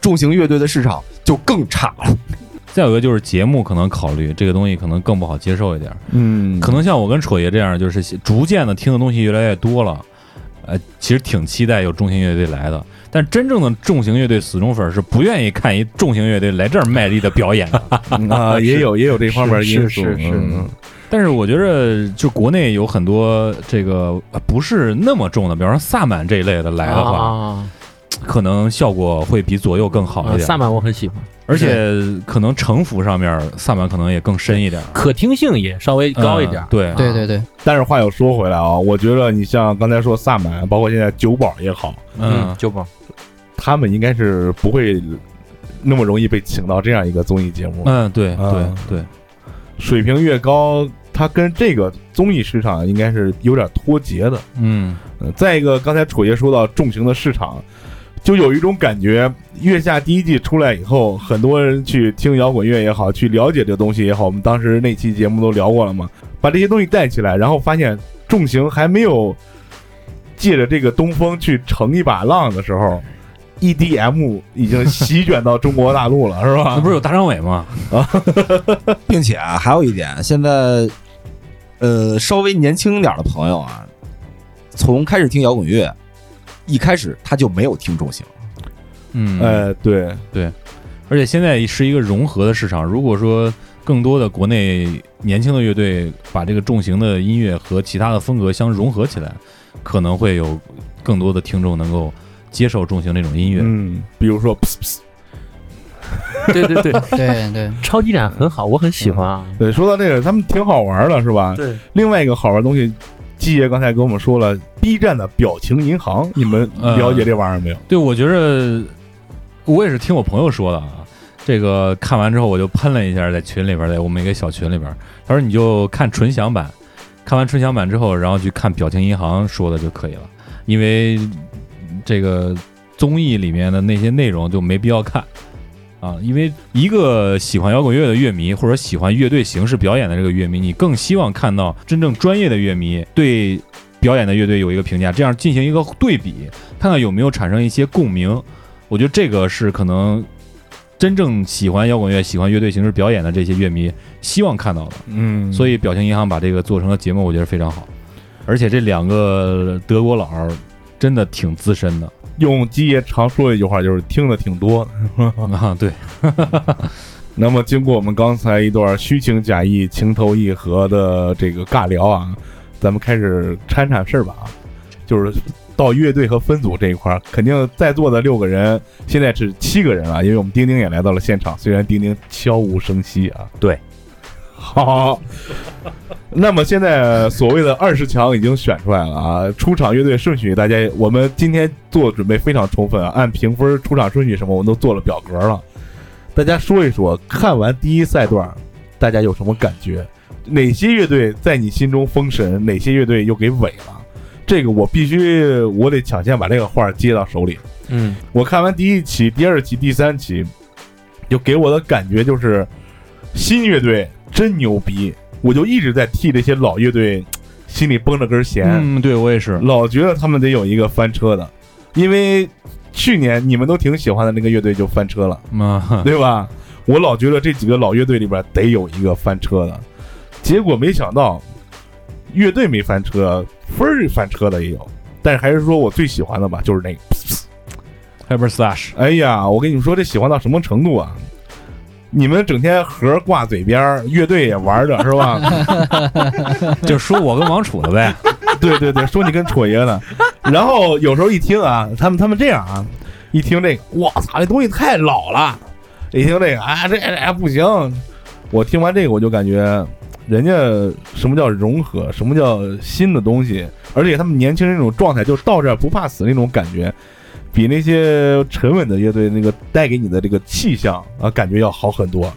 [SPEAKER 9] 重型乐队的市场就更差了。
[SPEAKER 6] 再有一个就是节目可能考虑这个东西可能更不好接受一点儿，
[SPEAKER 1] 嗯，
[SPEAKER 6] 可能像我跟楚爷这样，就是逐渐的听的东西越来越多了，呃，其实挺期待有重型乐队来的。但真正的重型乐队死忠粉儿是不愿意看一重型乐队来这儿卖力的表 演的。
[SPEAKER 1] 能啊，也有也有这方面的因素，
[SPEAKER 8] 是是是
[SPEAKER 1] 嗯
[SPEAKER 6] 但是我觉着，就国内有很多这个呃不是那么重的，比方说萨满这一类的来的话，
[SPEAKER 8] 啊，
[SPEAKER 6] 可能效果会比左右更好一
[SPEAKER 8] 啊
[SPEAKER 6] 点。
[SPEAKER 8] 萨满我很喜欢，
[SPEAKER 6] 而且可能城府上面萨满可能也更深一点儿，
[SPEAKER 8] 可听性也稍微高一点儿
[SPEAKER 6] 嗯。对，
[SPEAKER 7] 对对对，
[SPEAKER 1] 但是话又说回来啊，我觉得你像刚才说萨满，包括现在九宝也好，
[SPEAKER 6] 嗯，
[SPEAKER 8] 九宝，
[SPEAKER 1] 他们应该是不会那么容易被请到这样一个综艺节目。
[SPEAKER 6] 嗯，对对
[SPEAKER 1] 嗯
[SPEAKER 6] 对，
[SPEAKER 1] 水平越高，它跟这个综艺市场应该是有点脱节的。
[SPEAKER 6] 嗯，
[SPEAKER 1] 嗯，再一个，刚才楚爷说到重型的市场，就有一种感觉，月下第一季出来以后，很多人去听摇滚乐也好，去了解这个东西也好，我们当时那期节目都聊过了嘛，把这些东西带起来，然后发现重型还没有借着这个东风去乘一把浪的时候。EDM 已经席卷到中国大陆了，是吧？
[SPEAKER 6] 那不是有大张伟吗？
[SPEAKER 9] 并且啊，还有一点，现在呃稍微年轻点儿的朋友啊，从开始听摇滚乐，一开始他就没有听重型。
[SPEAKER 6] 嗯，
[SPEAKER 1] 呃，对，
[SPEAKER 6] 而且现在是一个融合的市场，如果说更多的国内年轻的乐队把这个重型的音乐和其他的风格相融合起来，可能会有更多的听众能够接受重型这种音乐。
[SPEAKER 1] 嗯，比如说，噗噗
[SPEAKER 8] 对 对对，
[SPEAKER 7] 对对，
[SPEAKER 8] 超级展很好，我很喜欢啊。
[SPEAKER 1] 对，呃说到这个，他们挺好玩的，是吧？
[SPEAKER 8] 对，
[SPEAKER 1] 另外一个好玩的东西，季爷刚才跟我们说了，B 站的表情银行，你们了解这玩意儿没有？
[SPEAKER 6] 对，我觉着我也是听我朋友说的啊。这个看完之后，我就喷了一下，在群里边，在我们一个小群里边，他说你就看纯享版，看完纯享版之后，然后去看表情银行说的就可以了，因为这个综艺里面的那些内容就没必要看啊，因为一个喜欢摇滚乐的乐迷，或者喜欢乐队形式表演的这个乐迷，你更希望看到真正专业的乐迷对表演的乐队有一个评价，这样进行一个对比，看看有没有产生一些共鸣。我觉得这个是可能真正喜欢摇滚乐、喜欢乐队形式表演的这些乐迷希望看到的。
[SPEAKER 1] 嗯
[SPEAKER 6] 所
[SPEAKER 1] 以
[SPEAKER 6] 以，表情银行把这个做成了节目，我觉得非常好。而且这两个德国佬儿真的挺资深 的
[SPEAKER 1] 用季爷常说的一句话就是听的挺多的。
[SPEAKER 6] 啊，对，
[SPEAKER 1] 那么，经过我们刚才一段虚情假意、情投意合的这个尬聊啊，咱们开始掺掺事儿吧啊，就是。到乐队和分组这一块儿，肯定在座的六个人，现在是七个人了，因为我们丁丁也来到了现场，虽然丁丁悄无声息啊，
[SPEAKER 6] 对，
[SPEAKER 1] 好，那么现在所谓的二十强已经选出来了啊，出场乐队顺序大家也我们今天做准备非常充分啊，按评分出场顺序什么我们都做了表格了，大家说一说，看完第一赛段大家有什么感觉？哪些乐队在你心中封神？哪些乐队又给萎了？这个我必须，我得抢先把这个话接到手里。
[SPEAKER 8] 嗯，
[SPEAKER 1] 我看完第一期、第二期、第三期，就给我的感觉就是新乐队真牛逼，我就一直在替这些老乐队嘖心里绷着根弦，
[SPEAKER 6] 嗯，对我也是，
[SPEAKER 1] 老觉得他们得有一个翻车的，因为去年你们都挺喜欢的那个乐队就翻车了，
[SPEAKER 6] 嗯，
[SPEAKER 1] 对吧？我老觉得这几个老乐队里边得有一个翻车的，结果没想到乐队没翻车，分儿翻车的也有，但是还是说我最喜欢的吧，就是那个。
[SPEAKER 6] Hyper Slash，
[SPEAKER 1] 哎呀，我跟你们说，这喜欢到什么程度啊？你们整天盒挂嘴边儿，乐队也玩着是吧？
[SPEAKER 6] 就说我跟王楚的呗，
[SPEAKER 1] 对对对，说你跟戳爷呢。然后有时候一听啊，他们他们这样啊，一听这个，我操，这东西太老了。一听这个，啊，这这不行。我听完这个，我就感觉人家什么叫融合，什么叫新的东西，而且他们年轻人那种状态，就是到这儿不怕死那种感觉，比那些沉稳的乐队那个带给你的这个气象啊，感觉要好很多。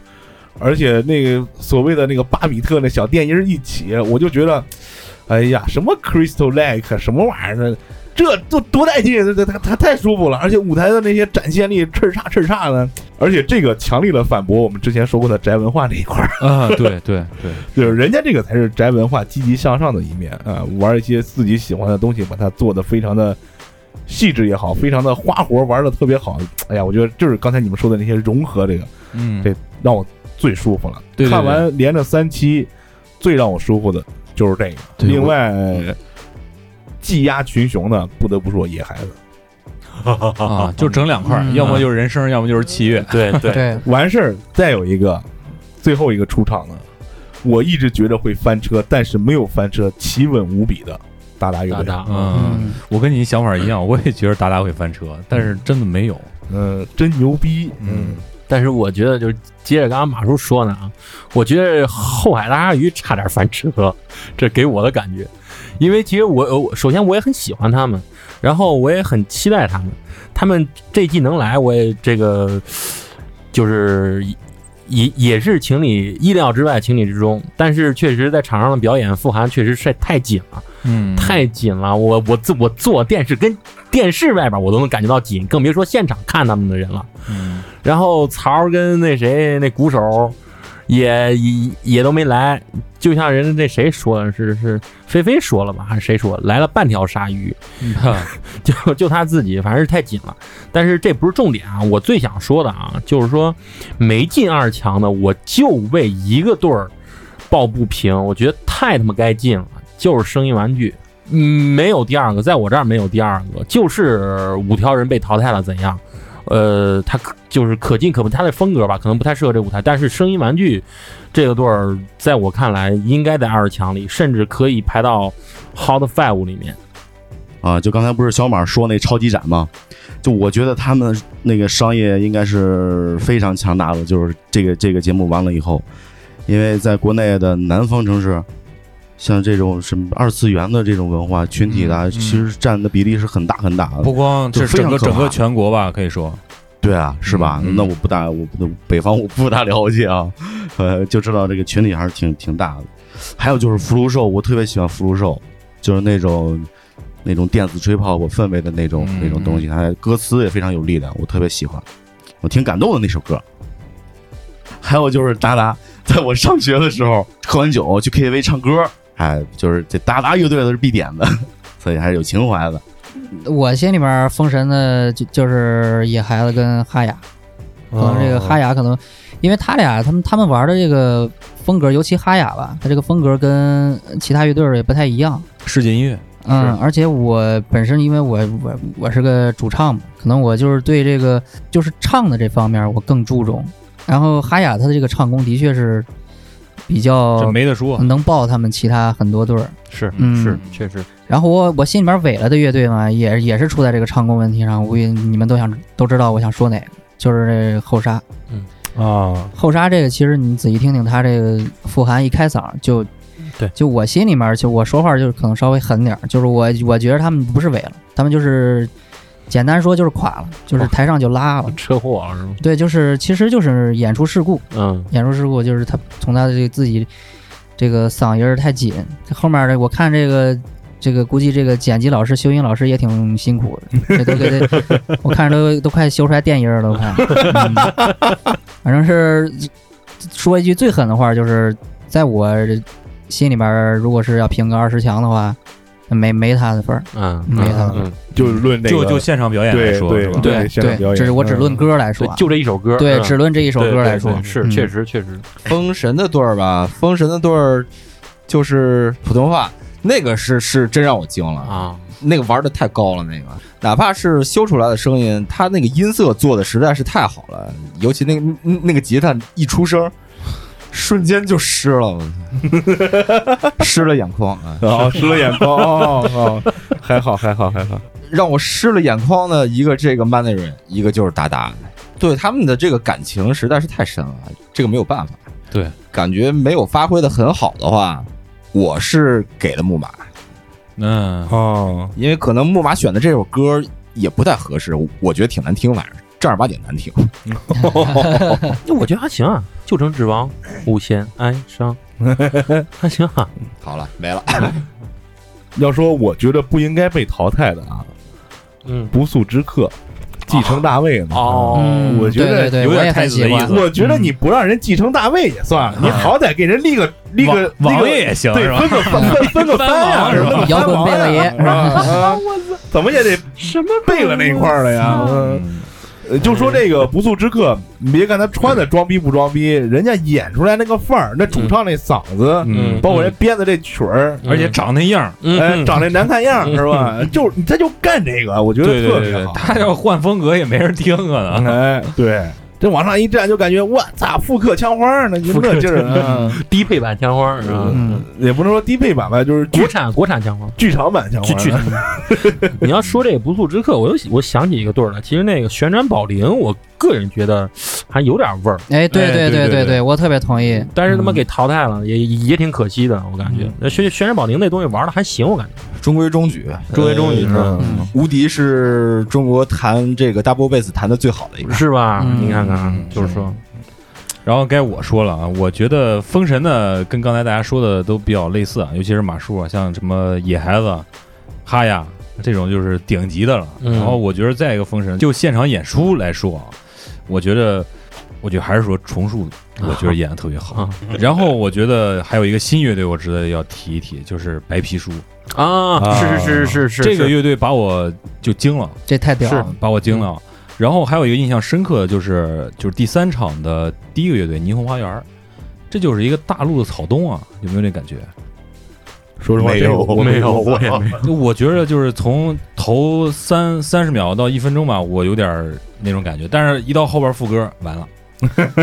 [SPEAKER 1] 而且那个所谓的那个巴比特那小电音儿一起，我就觉得，哎呀，什么 Crystal Lake 啊什么玩意儿的，这多多带劲，这这它它太舒服了，而且舞台的那些展现力叱咤叱咤的，而且这个强力的反驳我们之前说过的宅文化这一块儿，
[SPEAKER 6] 啊，对对对，
[SPEAKER 1] 就是人家这个才是宅文化积极向上的一面啊、玩一些自己喜欢的东西，把它做的非常的细致也好，非常的花活玩的特别好，哎呀，我觉得就是刚才你们说的那些融合这个。
[SPEAKER 6] 嗯，
[SPEAKER 1] 这让我最舒服了。
[SPEAKER 6] 对对对
[SPEAKER 1] 看完连着三期，最让我舒服的就是这个。
[SPEAKER 9] 对
[SPEAKER 1] 另外，技压群雄的，不得不说野孩子。
[SPEAKER 6] 啊，就整两块儿，
[SPEAKER 7] 嗯
[SPEAKER 6] 要么就是人声，要么就是器乐，
[SPEAKER 8] 对 对，
[SPEAKER 7] 对，
[SPEAKER 1] 完事儿，再有一个，最后一个出场的，我一直觉得会翻车，但是没有翻车，奇稳无比的达达乐
[SPEAKER 8] 大
[SPEAKER 1] 队。
[SPEAKER 8] 大，
[SPEAKER 6] 嗯，
[SPEAKER 7] 嗯，
[SPEAKER 6] 我跟你想法一样，我也觉得达达会翻车，但是真的没有，
[SPEAKER 1] 嗯、真牛逼。
[SPEAKER 6] 嗯，
[SPEAKER 8] 但是我觉得就是接着刚刚马叔说呢啊，我觉得后海大鲨鱼差点翻车，这给我的感觉，因为其实我我首先我也很喜欢他们，然后我也很期待他们，他们这季能来，我也这个就是也也是情理意料之外，情理之中，但是确实在场上的表演富含确实是太紧了。
[SPEAKER 6] 嗯，
[SPEAKER 8] 太紧了，我我自我坐电视跟电视外边我都能感觉到紧，更别说现场看他们的人了。
[SPEAKER 6] 嗯
[SPEAKER 8] 然后曹儿跟那谁那鼓手也也也都没来，就像人家那谁说的是是菲菲说了吧，还是谁说来了半条鲨鱼，
[SPEAKER 6] 嗯
[SPEAKER 8] 就就他自己，反正是太紧了。但是这不是重点啊，我最想说的啊，就是说没进二强的，我就为一个队儿抱不平，我觉得太他妈该进了，就是声音玩具。嗯，没有第二个，在我这儿没有第二个，就是五条人被淘汰了，怎样？呃，他可就是可进可不，他的风格吧，可能不太适合这舞台。但是声音玩具这个队儿，在我看来，应该在二十强里，甚至可以排到 Hot Five 里面。
[SPEAKER 10] 啊，就刚才不是小马说那超级展吗？就我觉得他们那个商业应该是非常强大的，就是这个这个节目完了以后，因为在国内的南方城市，像这种什么二次元的这种文化群体的啊，
[SPEAKER 6] 嗯嗯
[SPEAKER 10] 其实占的比例是很大很大的
[SPEAKER 6] 不。光这
[SPEAKER 10] 就是非
[SPEAKER 6] 整
[SPEAKER 10] 常
[SPEAKER 6] 个
[SPEAKER 10] 可怕
[SPEAKER 6] 整个全国吧，可以说，
[SPEAKER 10] 对啊，是吧？
[SPEAKER 6] 嗯嗯
[SPEAKER 10] 那我不大，我不北方 我不大了解啊，呃，就知道这个群体还是挺挺大的。还有就是福禄寿，我特别喜欢福禄寿，就是那种那种电子吹泡泡氛围的那种、
[SPEAKER 6] 嗯
[SPEAKER 10] 那种东西，它歌词也非常有力量，我特别喜欢，我挺感动的那首歌。还有就是达达，在我上学的时候喝完酒去 KTV 唱歌，哎，就是这达达乐队的是必点的， 所以还是有情怀的。
[SPEAKER 7] 嗯我心里面封神的就就是野孩子跟哈雅，可能这个哈雅可能，因为他俩他们他们玩的这个风格，尤其哈雅吧，他这个风格跟其他乐队儿也不太一样。
[SPEAKER 6] 世界音乐，
[SPEAKER 7] 嗯，而且我本身因为我我我是个主唱嘛，可能我就是对这个就是唱的这方面我更注重。然后哈雅他的这个唱功的确是比
[SPEAKER 6] 这
[SPEAKER 7] 较
[SPEAKER 6] 没得说，
[SPEAKER 7] 能爆他们其他很多队儿。
[SPEAKER 8] 是
[SPEAKER 7] 嗯
[SPEAKER 8] 是，确实，
[SPEAKER 7] 然后我我心里面萎了的乐队嘛，也也是出在这个唱功问题上。我也你们都想都知道我想说哪个，就是这后沙。
[SPEAKER 8] 嗯，
[SPEAKER 6] 啊，
[SPEAKER 7] 后沙这个其实你仔细听听，他这个富含一开嗓就，
[SPEAKER 8] 对，
[SPEAKER 7] 就我心里面就我说话就是可能稍微狠点儿，就是我我觉得他们不是萎了，他们就是简单说就是垮了，就是台上就拉了，
[SPEAKER 8] 车祸啊了是吗？
[SPEAKER 7] 对，就是其实就是演出事故，
[SPEAKER 8] 嗯，
[SPEAKER 7] 演出事故就是他从他的这个自己这个嗓音儿太紧，后面的我看这个。这个估计这个剪辑老师、修音老师也挺辛苦的，这都给他，我看着都都快修出来电音儿了，都快。嗯反正是说一句最狠的话，就是在我心里边儿，如果是要评个二十强的话，没没他的份儿。
[SPEAKER 8] 嗯，
[SPEAKER 7] 没他
[SPEAKER 8] 嗯，
[SPEAKER 1] 就是论这
[SPEAKER 6] 就
[SPEAKER 1] 个，
[SPEAKER 6] 就现场表演来
[SPEAKER 1] 对
[SPEAKER 6] 说，是
[SPEAKER 1] 对
[SPEAKER 6] 吧
[SPEAKER 1] 对现场表演，
[SPEAKER 7] 只是我只论
[SPEAKER 1] 嗯
[SPEAKER 7] 歌来
[SPEAKER 8] 对
[SPEAKER 7] 说，，
[SPEAKER 8] 就这一首歌，
[SPEAKER 7] 对
[SPEAKER 8] 嗯
[SPEAKER 7] 只论这一首
[SPEAKER 8] 对
[SPEAKER 7] 歌来
[SPEAKER 8] 对
[SPEAKER 7] 说
[SPEAKER 8] 对是
[SPEAKER 7] 嗯
[SPEAKER 8] 确实确实，
[SPEAKER 9] 封神的对儿吧，封神的对儿就是普通话，那个是是真让我惊了！
[SPEAKER 8] 啊，
[SPEAKER 9] 那个玩的太高了，那个哪怕是修出来的声音，他那个音色做的实在是太好了，尤其那个那那个吉他一出声，瞬间就湿了，我操湿了眼眶啊！
[SPEAKER 1] 哦，湿了眼眶哦，哦还好还好还好，
[SPEAKER 9] 让我湿了眼眶的一个这个曼内瑞，一个就是达达，对他们的这个感情实在是太深了，这个没有办法。
[SPEAKER 8] 对，
[SPEAKER 9] 感觉没有发挥的很好的话，我是给了木马，
[SPEAKER 6] 嗯，
[SPEAKER 1] 哦，
[SPEAKER 9] 因为可能木马选的这首歌也不太合适，我我觉得挺难听，反正正儿八经难听。
[SPEAKER 8] 那我觉得还行啊，《旧城之王》无限哀伤， 还行啊，
[SPEAKER 9] 好了，没了。
[SPEAKER 1] 要说我觉得不应该被淘汰的啊，
[SPEAKER 8] 嗯，
[SPEAKER 1] 不速之客，继承大卫嘛，
[SPEAKER 8] 哦，
[SPEAKER 7] 嗯
[SPEAKER 1] 我觉得
[SPEAKER 7] 对对对
[SPEAKER 6] 有
[SPEAKER 7] 我也
[SPEAKER 6] 点太
[SPEAKER 7] 很
[SPEAKER 6] 子
[SPEAKER 7] 喜
[SPEAKER 6] 的意
[SPEAKER 7] 欢
[SPEAKER 6] 思。嗯
[SPEAKER 1] 我觉
[SPEAKER 7] 嗯
[SPEAKER 1] 得你不让人继承大卫也算了，你好歹给人立个立个
[SPEAKER 6] 王
[SPEAKER 1] 立
[SPEAKER 6] 王
[SPEAKER 1] 个
[SPEAKER 6] 爷也行
[SPEAKER 1] 对
[SPEAKER 6] 是吧？
[SPEAKER 1] 分个 分分分个班呀，
[SPEAKER 6] 分王是吧
[SPEAKER 1] 吧？
[SPEAKER 7] 摇滚贝勒爷
[SPEAKER 1] 是吧？啊怎么也得什么贝勒那一块儿了呀？嗯呃就说这个不速之客，你别看他穿的装逼不装逼，人家演出来那个范儿，那主唱那嗓子，
[SPEAKER 6] 嗯，
[SPEAKER 1] 包括人编的这曲儿，
[SPEAKER 6] 而且长那样儿，
[SPEAKER 8] 嗯
[SPEAKER 1] 哎，长得难看样儿是吧？就他就干这个，我觉得
[SPEAKER 6] 嗯对对
[SPEAKER 1] 特
[SPEAKER 6] 对
[SPEAKER 1] 别
[SPEAKER 6] 对
[SPEAKER 1] 好，。
[SPEAKER 6] 他要换风格也没人听啊 可能。
[SPEAKER 1] 哎，对，这往上一站就感觉我操，复刻枪花儿呢，就那劲儿
[SPEAKER 7] 嗯
[SPEAKER 1] 啊！
[SPEAKER 8] 低配版枪花是吧？
[SPEAKER 1] 嗯， 也不能说低配版吧，就是剧
[SPEAKER 8] 国产国产枪花，
[SPEAKER 1] 剧场版枪花
[SPEAKER 8] 剧
[SPEAKER 1] 儿。
[SPEAKER 8] 剧。你要说这个不速之客，我又我想起一个对儿来，其实那个旋转宝林，我个人觉得还有点味儿，
[SPEAKER 7] 哎，对
[SPEAKER 6] 哎
[SPEAKER 7] 对
[SPEAKER 6] 对对对
[SPEAKER 7] 对，我特别同意。嗯
[SPEAKER 8] 但是他妈给淘汰了，也也挺可惜的，我感觉。那旋旋转宝林那东西玩的还行，我感觉。
[SPEAKER 9] 中规中矩，
[SPEAKER 8] 中规中矩是吧？
[SPEAKER 7] 嗯，
[SPEAKER 9] 无敌是中国弹这个 double bass 弹的最好的一个。
[SPEAKER 8] 是吧？
[SPEAKER 7] 嗯
[SPEAKER 8] 你看看啊，就是说，
[SPEAKER 6] 然后该我说了啊，我觉得《封神》呢，跟刚才大家说的都比较类似啊，尤其是马术啊，像什么野孩子、哈呀这种就是顶级的了。
[SPEAKER 8] 嗯
[SPEAKER 6] 然后我觉得再一个《封神》就现场演出来说啊，我觉得，我觉得还是说重塑，我觉得演的特别好。
[SPEAKER 8] 啊
[SPEAKER 6] 然后我觉得还有一个新乐队，我值得要提一提，就是白皮书。
[SPEAKER 8] 啊，是是是是是，
[SPEAKER 6] 这个乐队把我就惊了，
[SPEAKER 7] 这太屌了。
[SPEAKER 6] 把我惊了。然后还有一个印象深刻的就是，就是第三场的第一个乐队《霓虹花园》，这就是一个大陆的草东啊，有没有这感觉？
[SPEAKER 1] 说实话，
[SPEAKER 10] 没
[SPEAKER 1] 这个
[SPEAKER 10] 有
[SPEAKER 1] 我
[SPEAKER 8] 没有，我也没有。
[SPEAKER 6] 就我觉得就是从头三三十秒到一分钟吧，我有点儿那种感觉，但是一到后边副歌完了，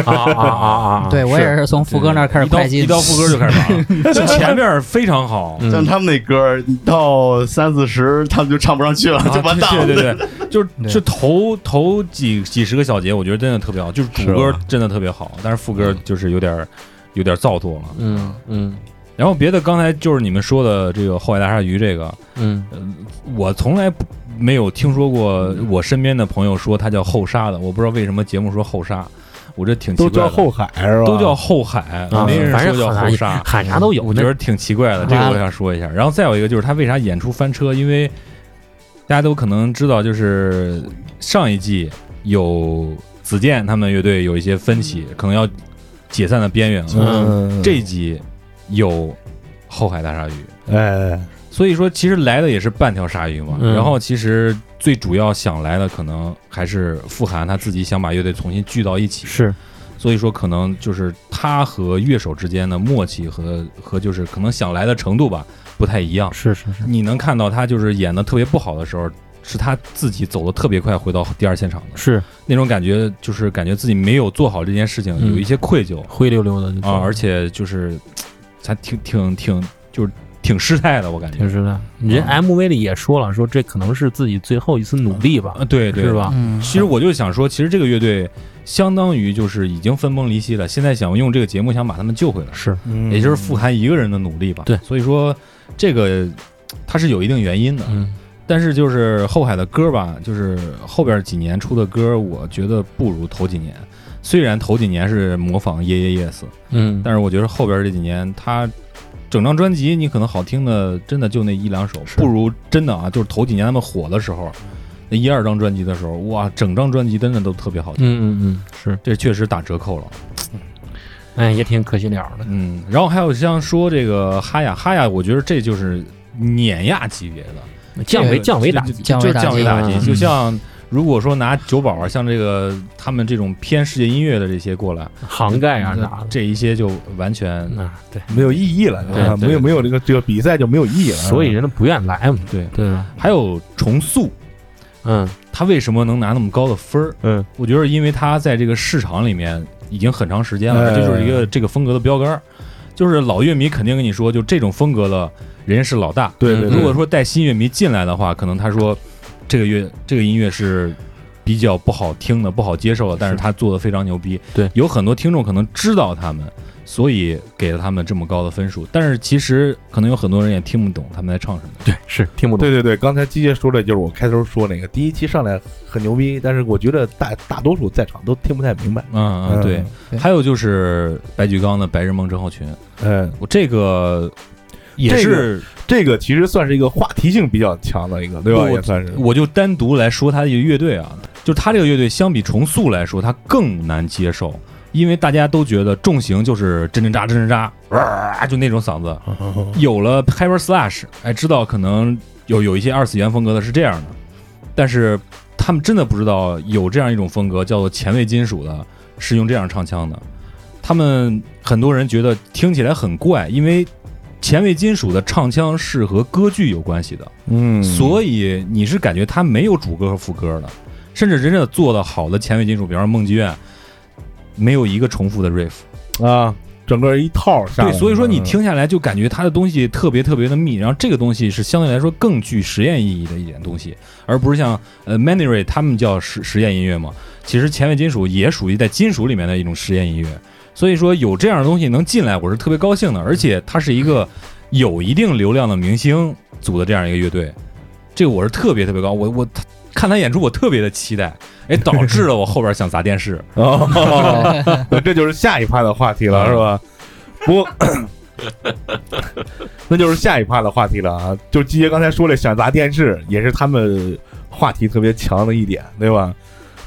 [SPEAKER 8] 啊啊啊啊！
[SPEAKER 7] 对我也是从福哥那儿开始
[SPEAKER 6] 一到
[SPEAKER 7] 快进
[SPEAKER 6] 一，到副歌就开始完了，就前面非 常好。
[SPEAKER 8] 嗯
[SPEAKER 10] 像他们那歌儿到三四十，他们就唱不上去了，就完蛋了。
[SPEAKER 6] 啊对对对对，就是就头头几几十个小节，我觉得真的特别好，就是主歌真的特别好，但是副歌就是有点儿有点儿造作了。
[SPEAKER 8] 嗯嗯
[SPEAKER 6] 然后别的，刚才就是你们说的这个后海大鲨鱼，这个
[SPEAKER 8] 嗯
[SPEAKER 6] 我从来不没有听说过，我身边的朋友说它叫后沙的，我不知道为什么节目说后沙，我这挺奇
[SPEAKER 1] 都
[SPEAKER 6] 怪的
[SPEAKER 1] 叫后海是吧？
[SPEAKER 6] 都叫后海，
[SPEAKER 8] 啊
[SPEAKER 6] 没，人
[SPEAKER 8] 反
[SPEAKER 6] 说
[SPEAKER 8] 正
[SPEAKER 6] 叫后
[SPEAKER 8] 喊
[SPEAKER 6] 沙，
[SPEAKER 8] 喊啥都有。
[SPEAKER 6] 我觉得挺奇怪的，这个我想说一下。然后再有一个就是他为啥演出翻车，因为大家都可能知道，就是上一季有子健他们乐队有一些分歧，可能要解散的边缘了。
[SPEAKER 1] 嗯，
[SPEAKER 6] 这一集有后海大鲨鱼，
[SPEAKER 1] 哎，
[SPEAKER 6] 所以说其实来的也是半条鲨鱼嘛。
[SPEAKER 8] 嗯
[SPEAKER 6] 然后其实最主要想来的可能还是傅涵他自己想把乐队重新聚到一起，
[SPEAKER 8] 是
[SPEAKER 6] 所以说可能就是他和乐手之间的默契和和就是可能想来的程度吧不太一样。
[SPEAKER 8] 是是是，
[SPEAKER 6] 你能看到他就是演的特别不好的时候，是他自己走的特别快回到第二现场的
[SPEAKER 8] 是
[SPEAKER 6] 那种感觉，就是感觉自己没有做好这件事情，
[SPEAKER 8] 嗯
[SPEAKER 6] 有一些愧疚
[SPEAKER 8] 灰溜溜的
[SPEAKER 6] 啊，而且就是还挺挺挺就是挺失态的，我感觉
[SPEAKER 8] 挺。实在。人 MV 里也说了，说这可能是自己最后一次努力吧
[SPEAKER 6] 啊，，对对，
[SPEAKER 8] 是？吧？
[SPEAKER 7] 嗯，
[SPEAKER 6] 其实我就想说，其实这个乐队相当于就是已经分崩离析了，现在想用这个节目想把他们救回来，
[SPEAKER 8] 是，
[SPEAKER 6] 也就是富含一个人的努力吧。
[SPEAKER 8] 对
[SPEAKER 6] 所以说这个它是有一定原因的。
[SPEAKER 8] 嗯，
[SPEAKER 6] 但是就是后海的歌吧，就是后边几年出的歌，我觉得不如头几年。虽然头几年是模仿耶耶 yes，
[SPEAKER 8] 嗯，
[SPEAKER 6] 但是我觉得后边这几年他整张专辑，你可能好听的真的就那一两首，不如真的啊，就是头几年他们火的时候，那一二张专辑的时候，哇，整张专辑真的都特别好听，
[SPEAKER 8] 嗯嗯嗯，是，
[SPEAKER 6] 这确实打折扣了。
[SPEAKER 8] 哎，也挺可惜了的。
[SPEAKER 6] 嗯，然后还有像说这个哈雅，哈雅，我觉得这就是碾压级别的。
[SPEAKER 8] 降维
[SPEAKER 6] 这个
[SPEAKER 8] 降维打击，
[SPEAKER 6] 就
[SPEAKER 7] 降维
[SPEAKER 6] 就
[SPEAKER 7] 打
[SPEAKER 6] 是降维
[SPEAKER 7] 击
[SPEAKER 6] 打
[SPEAKER 8] 嗯
[SPEAKER 6] 击。就像如果说拿九宝啊，像这个他们这种偏世界音乐的这些过来，
[SPEAKER 8] 涵盖啊
[SPEAKER 6] 那
[SPEAKER 8] 啥的，
[SPEAKER 6] 这一些就完全
[SPEAKER 8] 啊对，
[SPEAKER 1] 没有意义了，
[SPEAKER 8] 对
[SPEAKER 1] 吧
[SPEAKER 6] 对
[SPEAKER 1] 没有没有这个这个比赛就没有意义了。
[SPEAKER 8] 所以人都不愿来嘛，
[SPEAKER 6] 对。
[SPEAKER 8] 对吧？
[SPEAKER 6] 还有重塑，
[SPEAKER 8] 嗯
[SPEAKER 6] 他为什么能拿那么高的分儿？
[SPEAKER 8] 嗯，
[SPEAKER 6] 我觉得因为他在这个市场里面已经很长时间了，
[SPEAKER 1] 哎
[SPEAKER 6] 这就是一个这个风格的标杆儿。就是老乐迷肯定跟你说，就这种风格了，人家是老大。
[SPEAKER 1] 对对
[SPEAKER 6] 如
[SPEAKER 1] 对
[SPEAKER 6] 果说带新乐迷进来的话，可能他说这个乐这个音乐是比较不好听的、不好接受的，但是他做的非常牛逼。
[SPEAKER 8] 对
[SPEAKER 6] 有很多听众可能知道他们，所以给了他们这么高的分数。但是其实可能有很多人也听不懂他们在唱什么。
[SPEAKER 8] 对，是听不懂，
[SPEAKER 1] 对对对，刚才机械说的就是我开头说那个，第一期上来很牛逼，但是我觉得大大多数在场都听不太明白。
[SPEAKER 6] 嗯嗯，
[SPEAKER 1] 嗯
[SPEAKER 6] 对。
[SPEAKER 7] 对，
[SPEAKER 6] 还有就是白举纲的《白日梦症候群》，
[SPEAKER 1] 嗯，
[SPEAKER 6] 我这个也是，
[SPEAKER 1] 这个其实算是一个话题性比较强的一个，对吧？
[SPEAKER 6] 对我
[SPEAKER 1] 也算是。
[SPEAKER 6] 我就单独来说他这个乐队啊，就是他这个乐队相比重塑来说，他更难接受，因为大家都觉得重型就是真真扎真真扎，哇就那种嗓子。有了 Hyper Slash，哎，知道可能有有一些二次元风格的是这样的，但是他们真的不知道有这样一种风格叫做前卫金属的，是用这样唱腔的。他们很多人觉得听起来很怪，因为前卫金属的唱腔是和歌剧有关系的。
[SPEAKER 1] 嗯，
[SPEAKER 6] 所以你是感觉他没有主歌和副歌的，甚至真正做的好的前卫金属，比方说梦剧院，没有一个重复的 riff。
[SPEAKER 1] 啊，整个一套下来
[SPEAKER 6] 对，所以说你
[SPEAKER 1] 嗯
[SPEAKER 6] 听下来就感觉它的东西特别特别的密，然后这个东西是相对来说更具实验意义的一点东西，而不是像呃 Manery 他们叫实实验音乐嘛。其实前卫金属也属于在金属里面的一种实验音乐，所以说有这样的东西能进来，我是特别高兴的。而且它是一个有一定流量的明星组的这样一个乐队，这个我是特别特别高，我我他看他演出我特别的期待，哎，导致了我后边想砸电视。。
[SPEAKER 1] 哦，那这就是下一趴的话题了，是吧？不过，那就是下一趴的话题了啊！就季爷刚才说了，想砸电视也是他们话题特别强的一点，对吧？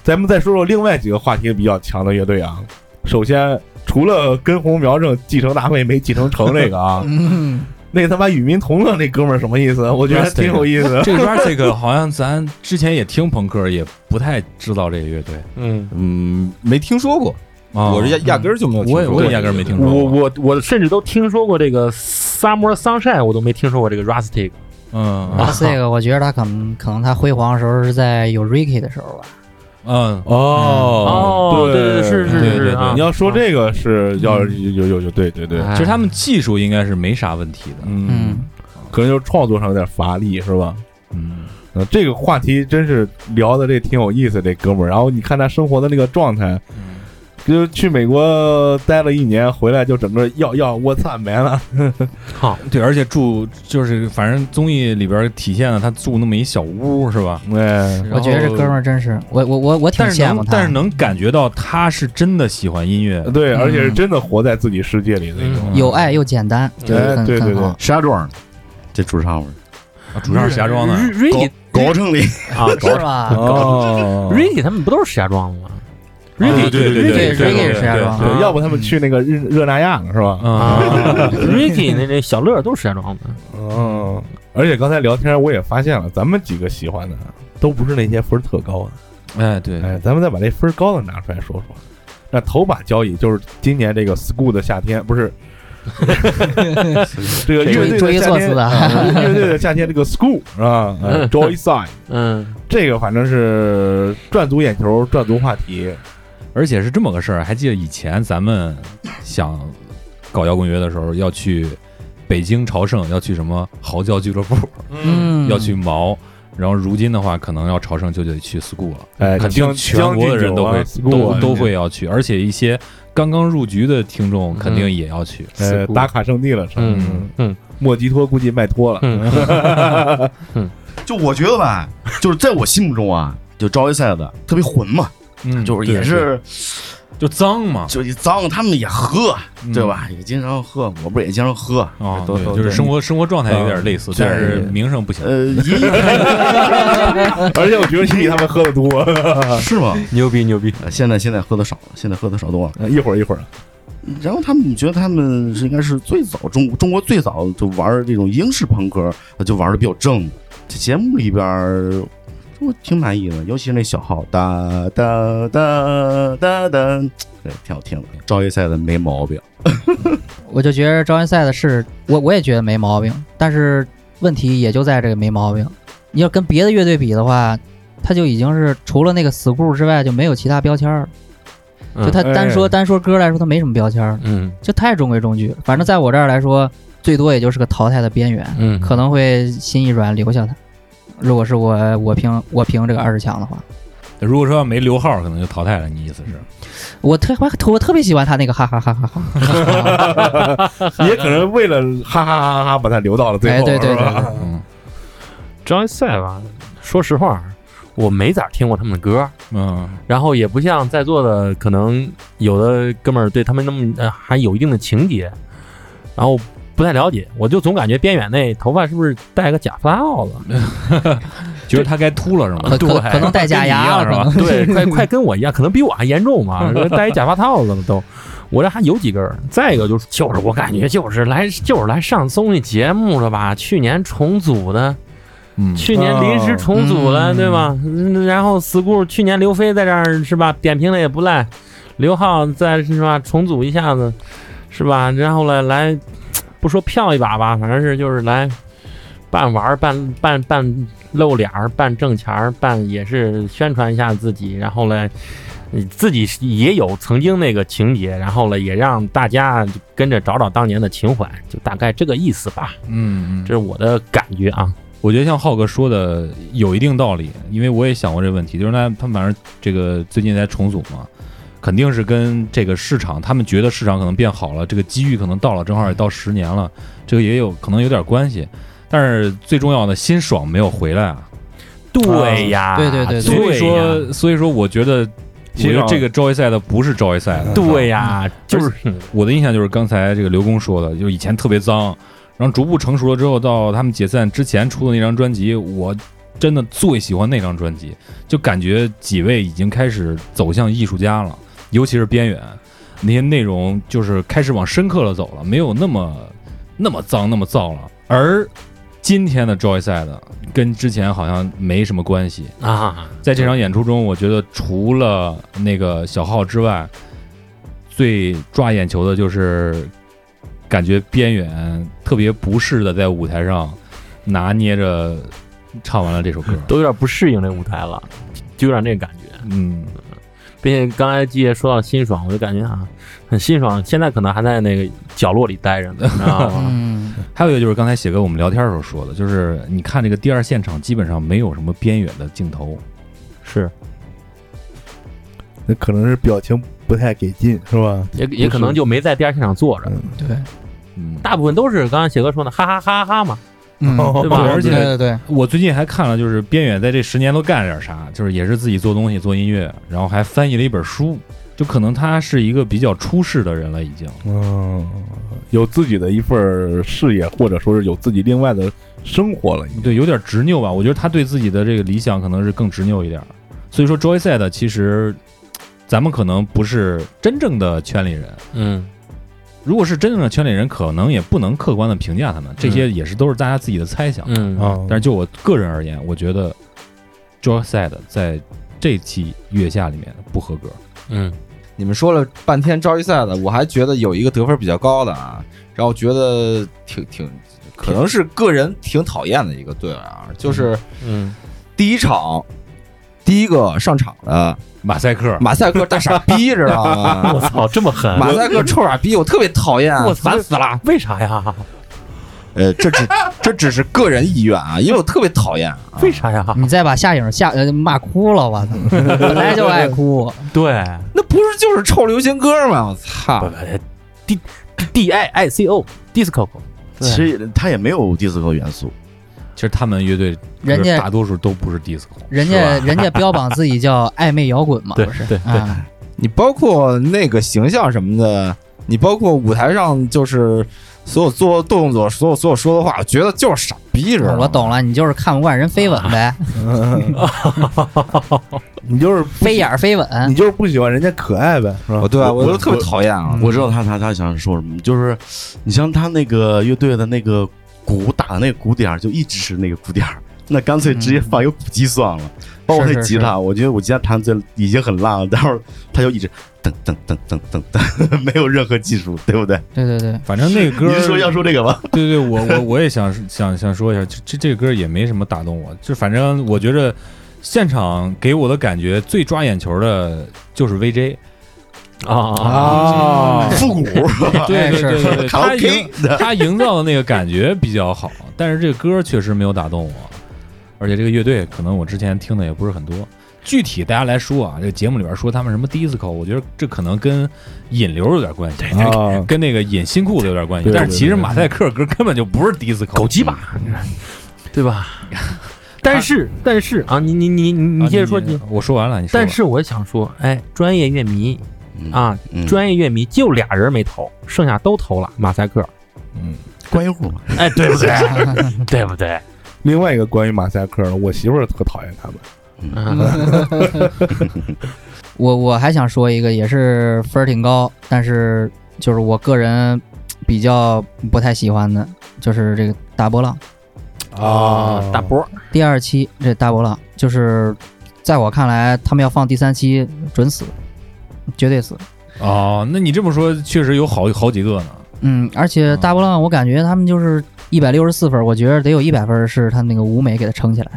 [SPEAKER 1] 咱们再说说另外几个话题比较强的乐队啊。首先，除了根红苗正继承大会没继承成这个啊
[SPEAKER 7] 嗯，
[SPEAKER 1] 那个他妈与民同乐那哥们儿什么意思？我觉得挺有意思
[SPEAKER 8] 啊
[SPEAKER 6] 这个 Drastic 好像咱之前也听朋克，也不太知道这个乐队。
[SPEAKER 8] 嗯，
[SPEAKER 9] 嗯，没听说过，
[SPEAKER 6] 啊
[SPEAKER 9] 我是压压根儿就没有听
[SPEAKER 6] 我
[SPEAKER 9] 说
[SPEAKER 6] 也
[SPEAKER 9] 过，
[SPEAKER 6] 我也压根儿没听说
[SPEAKER 8] 我
[SPEAKER 6] 过。
[SPEAKER 8] 我我甚至都听说过这个 Summer Sunshine，我都没听说过这个 Rustic，
[SPEAKER 6] 嗯
[SPEAKER 7] 啊，这个我觉得他可能可能他辉煌的时候是在有 Ricky 的时候吧，
[SPEAKER 6] 嗯
[SPEAKER 8] 哦对对对是是
[SPEAKER 6] 对
[SPEAKER 8] 是
[SPEAKER 6] 对
[SPEAKER 8] 是啊
[SPEAKER 1] 你要说这个是要有有有对对对，
[SPEAKER 8] 哎
[SPEAKER 6] 其实他们技术应该是没啥问题的。
[SPEAKER 1] 嗯
[SPEAKER 7] 嗯，
[SPEAKER 1] 可能就是创作上有点乏力，是吧？
[SPEAKER 6] 嗯，
[SPEAKER 1] 呃，这个话题真是聊的这挺有意思，这哥们儿。然后你看他生活的那个状态，就去美国待了一年，回来就整个要要我操没了。
[SPEAKER 6] 嗯对，而且住就是反正综艺里边体现了他住那么一小屋是吧？
[SPEAKER 1] 哎，
[SPEAKER 7] 嗯我觉得这哥们
[SPEAKER 6] 儿，
[SPEAKER 7] 儿真是，我我我我挺
[SPEAKER 6] 但是
[SPEAKER 7] 羡慕
[SPEAKER 6] 能
[SPEAKER 7] 他，
[SPEAKER 6] 但是能感觉到他是真的喜欢音乐。
[SPEAKER 1] 对，而且是真的活在自己世界里的一种。
[SPEAKER 7] 有爱又简单，就是很
[SPEAKER 1] 哎对对
[SPEAKER 7] 很
[SPEAKER 1] 对
[SPEAKER 7] 好。
[SPEAKER 10] 石家庄的这主唱们
[SPEAKER 7] 呃
[SPEAKER 6] 啊主要是石家庄的，
[SPEAKER 8] Ricky
[SPEAKER 10] 高城里
[SPEAKER 8] 啊
[SPEAKER 7] 是吧？
[SPEAKER 1] 哦
[SPEAKER 8] ，Ricky 他们不都是石家庄的吗？
[SPEAKER 6] 对对对
[SPEAKER 7] 对
[SPEAKER 6] 对
[SPEAKER 7] ，Ricky 是石家庄
[SPEAKER 6] 对
[SPEAKER 7] 的，
[SPEAKER 1] 对，要不他们去那个热热那亚呢，是吧？
[SPEAKER 6] 啊，
[SPEAKER 8] ，Ricky 那那小乐都是石家庄的，
[SPEAKER 1] 嗯，而且刚才聊天我也发现了，咱们几个喜欢的都不是那些分儿特高的。
[SPEAKER 6] 哎对，
[SPEAKER 1] 哎，咱们再把这分儿高的拿出来说说。那头把交椅就是今年这个 school 的夏天，不 是这个乐队
[SPEAKER 7] 注意
[SPEAKER 1] 的夏
[SPEAKER 7] 作词
[SPEAKER 1] 天，
[SPEAKER 7] 的
[SPEAKER 1] 啊 乐队的夏天这个 school 啊、呃、，Joy Side
[SPEAKER 8] 嗯，
[SPEAKER 1] 这个反正是赚足眼球，赚足话题。
[SPEAKER 6] 而且是这么个事儿，还记得以前咱们想搞摇滚乐的时候，要去北京朝圣要去什么嚎叫俱乐部，
[SPEAKER 7] 嗯，
[SPEAKER 6] 要去毛。然后如今的话，可能要朝圣就得去 school 了，
[SPEAKER 1] 哎，
[SPEAKER 6] 肯定
[SPEAKER 1] 将
[SPEAKER 6] 全国的人都会、
[SPEAKER 1] 将进酒啊，school
[SPEAKER 6] 都
[SPEAKER 1] 啊
[SPEAKER 6] 都会要去，而且一些刚刚入局的听众肯定也要去。
[SPEAKER 1] 呃打卡圣地了，是吧
[SPEAKER 8] 嗯嗯
[SPEAKER 1] 莫吉托估计卖脱了，
[SPEAKER 8] 嗯，
[SPEAKER 10] 就我觉得吧，就是在我心目中啊，就招一赛的特别混嘛，
[SPEAKER 6] 嗯
[SPEAKER 10] 就是也
[SPEAKER 6] 对
[SPEAKER 10] 是
[SPEAKER 6] 对就脏嘛，
[SPEAKER 10] 就一脏，他们也喝，
[SPEAKER 6] 嗯
[SPEAKER 10] 对？吧？也经常喝，我不是也经常喝。
[SPEAKER 6] 啊，
[SPEAKER 10] 都
[SPEAKER 6] 对，
[SPEAKER 10] 都
[SPEAKER 6] 就是
[SPEAKER 10] 对
[SPEAKER 6] 生活生活状态有点类似，
[SPEAKER 10] 对
[SPEAKER 6] 但是名声不行。
[SPEAKER 10] 呃，也
[SPEAKER 1] 而且我觉得你比他们喝的多。
[SPEAKER 10] 是吗？
[SPEAKER 8] 牛逼牛逼，
[SPEAKER 10] 呃现在现在喝的少了，现在喝的少多了。
[SPEAKER 1] 哎一会儿一会儿，
[SPEAKER 10] 然后他们，你觉得他们是应该是最早中中国最早就玩这种英式朋克，呃就玩的比较正的。这节目里边儿我挺满意的，尤其是那小号哒哒哒哒哒，对，挺好听的。赵一赛的没毛病，
[SPEAKER 7] 我就觉得招安赛的是我我也觉得没毛病，但是问题也就在这个没毛病。你要跟别的乐队比的话，他就已经是除了那个 school 之外就没有其他标签儿，就他
[SPEAKER 1] 嗯
[SPEAKER 7] 单说、
[SPEAKER 1] 哎
[SPEAKER 7] 单说歌来说，他没什么标签儿，
[SPEAKER 8] 嗯
[SPEAKER 7] 就太中规中矩。反正在我这儿来说，最多也就是个淘汰的边缘，
[SPEAKER 8] 嗯，
[SPEAKER 7] 可能会心一软留下他。如果是我我评我评这个二十强的话，
[SPEAKER 6] 如果说要没留号，可能就淘汰了。你意思是？
[SPEAKER 7] 我特我特别喜欢他那个哈哈哈哈哈。
[SPEAKER 1] 也可能为了哈哈哈哈把他留到了最
[SPEAKER 7] 哎，
[SPEAKER 1] 后，
[SPEAKER 7] 对对
[SPEAKER 1] 是吧
[SPEAKER 7] 对，对
[SPEAKER 6] 嗯
[SPEAKER 8] 张一赛吧，啊说实话，我没咋听过他们的歌，
[SPEAKER 6] 嗯
[SPEAKER 8] 然后也不像在座的可能有的哥们儿对他们那么、呃、还有一定的情节，然后不太了解，我就总感觉边远那头发是不是戴个假发帽了？
[SPEAKER 6] 觉得他该秃了是吗？
[SPEAKER 7] 可可可能戴假牙了，
[SPEAKER 6] 跟你
[SPEAKER 7] 可
[SPEAKER 6] 一 样
[SPEAKER 7] 能
[SPEAKER 6] 是吧？
[SPEAKER 8] 对，快快跟我一样，可能比我还严重嘛，戴一假发套子了都。我这还有几根儿，再一个就是就是我感觉就是来就是来上综艺节目的吧，去年重组的，
[SPEAKER 6] 嗯，
[SPEAKER 8] 去年临时重组了，
[SPEAKER 7] 嗯
[SPEAKER 8] 对吧？嗯然后 school 去年刘飞在这儿是吧，点评的也不赖，刘浩在是吧重组一下子，是吧？然后来来，不说票一把吧，反正是就是来半玩儿半半半露脸儿，半挣钱儿，半也是宣传一下自己，然后嘞。你自己也有曾经那个情节，然后呢，也让大家跟着找找当年的情怀，就大概这个意思吧。
[SPEAKER 6] 嗯嗯
[SPEAKER 8] 这，是我的感觉啊。
[SPEAKER 6] 我觉得像浩哥说的有一定道理，因为我也想过这问题，就是那他们反正这个最近在重组嘛，肯定是跟这个市场，他们觉得市场可能变好了，这个机遇可能到了，正好也到十年了，这个也有可能有点关系。但是最重要的，辛爽没有回来啊，
[SPEAKER 8] 啊对呀，
[SPEAKER 7] 对对对对
[SPEAKER 6] 所以说，所以说，我觉得，我觉
[SPEAKER 1] 辛
[SPEAKER 6] 得
[SPEAKER 1] 爽
[SPEAKER 6] 这个招一赛的不是招一赛的，
[SPEAKER 8] 对呀，就是
[SPEAKER 6] 我的印象就是刚才这个刘工说的，就是以前特别脏，然后逐步成熟了之后，到他们解散之前出的那张专辑，我真的最喜欢那张专辑，就感觉几位已经开始走向艺术家了，尤其是边缘那些内容，就是开始往深刻了走了，没有那么那么脏那么燥了。而今天的 Joy Side 跟之前好像没什么关系，
[SPEAKER 8] 啊，
[SPEAKER 6] 在这场演出中，我觉得除了那个小号之外，最抓眼球的就是感觉边缘特别不适的在舞台上拿捏着唱完了这首歌。
[SPEAKER 8] 都有点不适应这舞台了，就有点那个感觉。
[SPEAKER 6] 嗯，
[SPEAKER 8] 并且刚才季爷说到辛爽，我就感觉啊，很辛爽。现在可能还在那个角落里待着呢， 你知道吗？
[SPEAKER 7] 嗯，
[SPEAKER 6] 还有一个就是刚才写哥我们聊天的时候说的，就是你看这个第二现场基本上没有什么边缘的镜头，
[SPEAKER 8] 是，
[SPEAKER 1] 那可能是表情不太给劲，是吧？
[SPEAKER 8] 也也可能就没在第二现场坐着，
[SPEAKER 7] 对，
[SPEAKER 6] 嗯，
[SPEAKER 8] 大部分都是刚才写哥说的，哈哈哈哈嘛，
[SPEAKER 7] 嗯，
[SPEAKER 1] 哦
[SPEAKER 8] 对吧？
[SPEAKER 6] 而且
[SPEAKER 7] 对对对，
[SPEAKER 6] 我最近还看了，就是边远在这十年都干了点啥，就是也是自己做东西、做音乐，然后还翻译了一本书，就可能他是一个比较出世的人了，已经。
[SPEAKER 1] 嗯， 有自己的一份儿事业，或者说是有自己另外的生活了，已经。
[SPEAKER 6] 对，有点执拗吧。我觉得他对自己的这个理想可能是更执拗一点儿。所以说，Joy Side 其实咱们可能不是真正的圈里人，
[SPEAKER 8] 嗯，
[SPEAKER 6] 如果是真正的圈里人，可能也不能客观的评价他们，这
[SPEAKER 7] 嗯
[SPEAKER 6] 些也是都是大家自己的猜想。
[SPEAKER 8] 嗯
[SPEAKER 1] 啊，
[SPEAKER 6] 但是就我个人而言，我觉得 Joy Side 在这期月下里面不合格。
[SPEAKER 8] 嗯
[SPEAKER 9] 你们说了半天招一赛的，我还觉得有一个得分比较高的啊，然后觉得挺挺，可能是个人挺讨厌的一个队啊，就是
[SPEAKER 8] 嗯
[SPEAKER 9] 第一场。第一个上场的
[SPEAKER 6] 马赛克，
[SPEAKER 9] 马赛克大傻逼，知道吗？
[SPEAKER 8] 我操，这么狠，
[SPEAKER 9] 马赛克臭傻逼，我特别讨厌。啊
[SPEAKER 8] 我烦死了，为啥呀？
[SPEAKER 9] 呃，这只这只是个人意愿啊，因为我特别讨厌啊。
[SPEAKER 8] 为啥呀？
[SPEAKER 7] 你再把夏颖吓呃骂哭了，我操！本来就爱哭，
[SPEAKER 8] 对，
[SPEAKER 9] 那不是就是臭流行歌吗？我操
[SPEAKER 8] 不！不，D D I I C O disco，
[SPEAKER 10] 其实他也没有 disco 元素，
[SPEAKER 6] 其实他们乐队
[SPEAKER 7] 人家
[SPEAKER 6] 大多数都不是 disco，
[SPEAKER 7] 人
[SPEAKER 6] 是吧
[SPEAKER 7] 家人家标榜自己叫暧昧摇滚嘛，
[SPEAKER 8] 对
[SPEAKER 7] 不是？
[SPEAKER 8] 对
[SPEAKER 7] 啊，
[SPEAKER 9] 你包括那个形象什么的，你包括舞台上就是所有做动作，所有所有说的话，我觉得就是傻啊逼似的。
[SPEAKER 7] 我懂了，你就是看不惯人飞吻呗，
[SPEAKER 1] 你 就是
[SPEAKER 7] 飞眼儿飞吻，
[SPEAKER 1] 你就是不喜欢人家可爱呗，是吧？
[SPEAKER 9] 我对啊，我
[SPEAKER 10] 我
[SPEAKER 9] 就特别讨厌啊！
[SPEAKER 10] 我知道他他他想说什么，就是你像他那个乐队的那个鼓打的那个鼓点儿，就一直是那个鼓点儿， 那干脆直接放一个鼓机算了。包括那
[SPEAKER 7] 是是
[SPEAKER 10] 吉他，我觉得我吉他弹的已经很烂了，然后他就一直噔噔噔噔噔噔， 没有任何技术，对不对？
[SPEAKER 7] 对对对，
[SPEAKER 6] 反正那个歌
[SPEAKER 10] 你是说要说这个吗？
[SPEAKER 6] 对对，我我我也想想想说一下，这这这个歌也没什么打动我，就反正我觉着现场给我的感觉最抓眼球的就是 VJ，
[SPEAKER 8] 啊，
[SPEAKER 1] 啊，哎
[SPEAKER 10] 复古，
[SPEAKER 6] 对对对对对，
[SPEAKER 10] 卡拉
[SPEAKER 6] 他
[SPEAKER 10] OK
[SPEAKER 6] 营
[SPEAKER 10] 的，
[SPEAKER 6] 他营造的那个感觉比较好，但是这个歌确实没有打动我，而且这个乐队可能我之前听的也不是很多。具体大家来说啊，这节目里边说他们什么 disco，我觉得这可能跟引流有点关系，
[SPEAKER 1] 啊
[SPEAKER 6] 跟那个引新裤子有点关系。
[SPEAKER 1] 对对
[SPEAKER 6] 但是其实
[SPEAKER 1] 对对
[SPEAKER 6] 马赛克歌根本就不是 disco，
[SPEAKER 8] 狗鸡
[SPEAKER 10] 嗯
[SPEAKER 8] 巴，对吧？但是但是啊，你你你你
[SPEAKER 6] 啊
[SPEAKER 8] 你接着说你。
[SPEAKER 6] 我说完了，你说吧。
[SPEAKER 8] 但是我想说，哎，专业乐迷啊，
[SPEAKER 10] 嗯
[SPEAKER 8] 专业乐迷就俩人没投，剩下都投了马赛 克，
[SPEAKER 6] 嗯
[SPEAKER 10] 关一户嘛，
[SPEAKER 8] 哎，对不对？ 对不对？
[SPEAKER 1] 另外一个关于马赛克，我媳妇儿特讨厌他们。
[SPEAKER 10] 嗯
[SPEAKER 8] 嗯
[SPEAKER 7] 我我还想说一个，也是分儿挺高，但是就是我个人比较不太喜欢的，就是这个大波浪
[SPEAKER 8] 啊，大波，
[SPEAKER 7] 第二期这大波浪，就是在我看来，他们要放第三期准死，绝对死。
[SPEAKER 6] 哦，那你这么说，确实有好好几个呢。
[SPEAKER 7] 嗯，而且大波浪，我感觉他们就是一百六十四分，我觉得得有一百分是他那个舞美给他撑起来。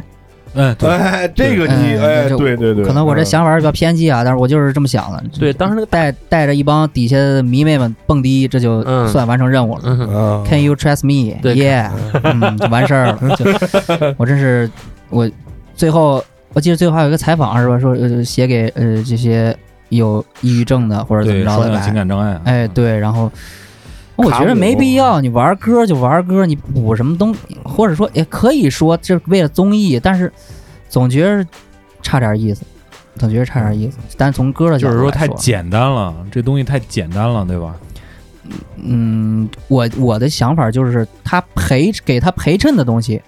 [SPEAKER 6] 嗯， 对，
[SPEAKER 1] 哎， 这个你
[SPEAKER 7] 嗯
[SPEAKER 1] 哎，
[SPEAKER 7] 这
[SPEAKER 1] 对对对，
[SPEAKER 7] 可能我这想法比较偏激
[SPEAKER 6] 嗯
[SPEAKER 7] 啊，但是我就是这么想的。
[SPEAKER 8] 对，当时那个
[SPEAKER 7] 带带着一帮底下的迷妹们蹦迪，这就
[SPEAKER 8] 嗯
[SPEAKER 7] 算完成任务了。
[SPEAKER 8] 嗯哼，
[SPEAKER 1] 嗯，
[SPEAKER 7] Can you trust me?
[SPEAKER 8] 对
[SPEAKER 7] Yeah，嗯，就完事儿 了。就我真是我最后我记得最后还有一个采访是吧？说呃写给呃这些有抑郁症的或者怎么
[SPEAKER 6] 对，
[SPEAKER 7] 着
[SPEAKER 6] 双
[SPEAKER 7] 的
[SPEAKER 6] 向情
[SPEAKER 7] 吧。
[SPEAKER 6] 感障碍啊。
[SPEAKER 7] 哎，对，然后我觉得没必要，你玩歌就玩歌，你补什么东，或者说也可以说这是为了综艺，但是总觉得差点意思，总觉得差点意思。但从歌的角
[SPEAKER 6] 就
[SPEAKER 7] 度
[SPEAKER 6] 是说
[SPEAKER 7] 来
[SPEAKER 6] 太简单了，这东西太简单了，对吧？
[SPEAKER 7] 嗯，我我的想法就是他陪给他陪衬的东西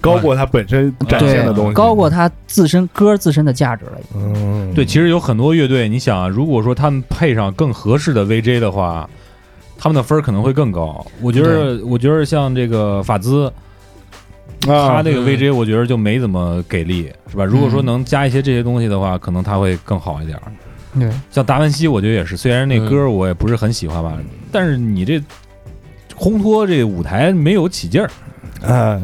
[SPEAKER 1] 高过他本身展
[SPEAKER 7] 对，
[SPEAKER 1] 现的东西，
[SPEAKER 7] 高过他自身歌自身的价值了。
[SPEAKER 1] 嗯，
[SPEAKER 6] 对，其实有很多乐队，你想啊，如果说他们配上更合适的 VJ 的话，他们的分儿可能会更高。我觉得，我觉得像这个法兹，他
[SPEAKER 1] 啊，
[SPEAKER 6] 那个
[SPEAKER 8] 嗯
[SPEAKER 6] VJ，我觉得就没怎么给力，是吧？如果说
[SPEAKER 7] 嗯
[SPEAKER 6] 能加一些这些东西的话，可能他会更好一点儿。
[SPEAKER 7] 对，
[SPEAKER 6] 像达文西，我觉得也是，虽然那
[SPEAKER 8] 嗯
[SPEAKER 6] 歌我也不是很喜欢吧，但是你这烘托这舞台没有起劲儿，
[SPEAKER 1] 哎，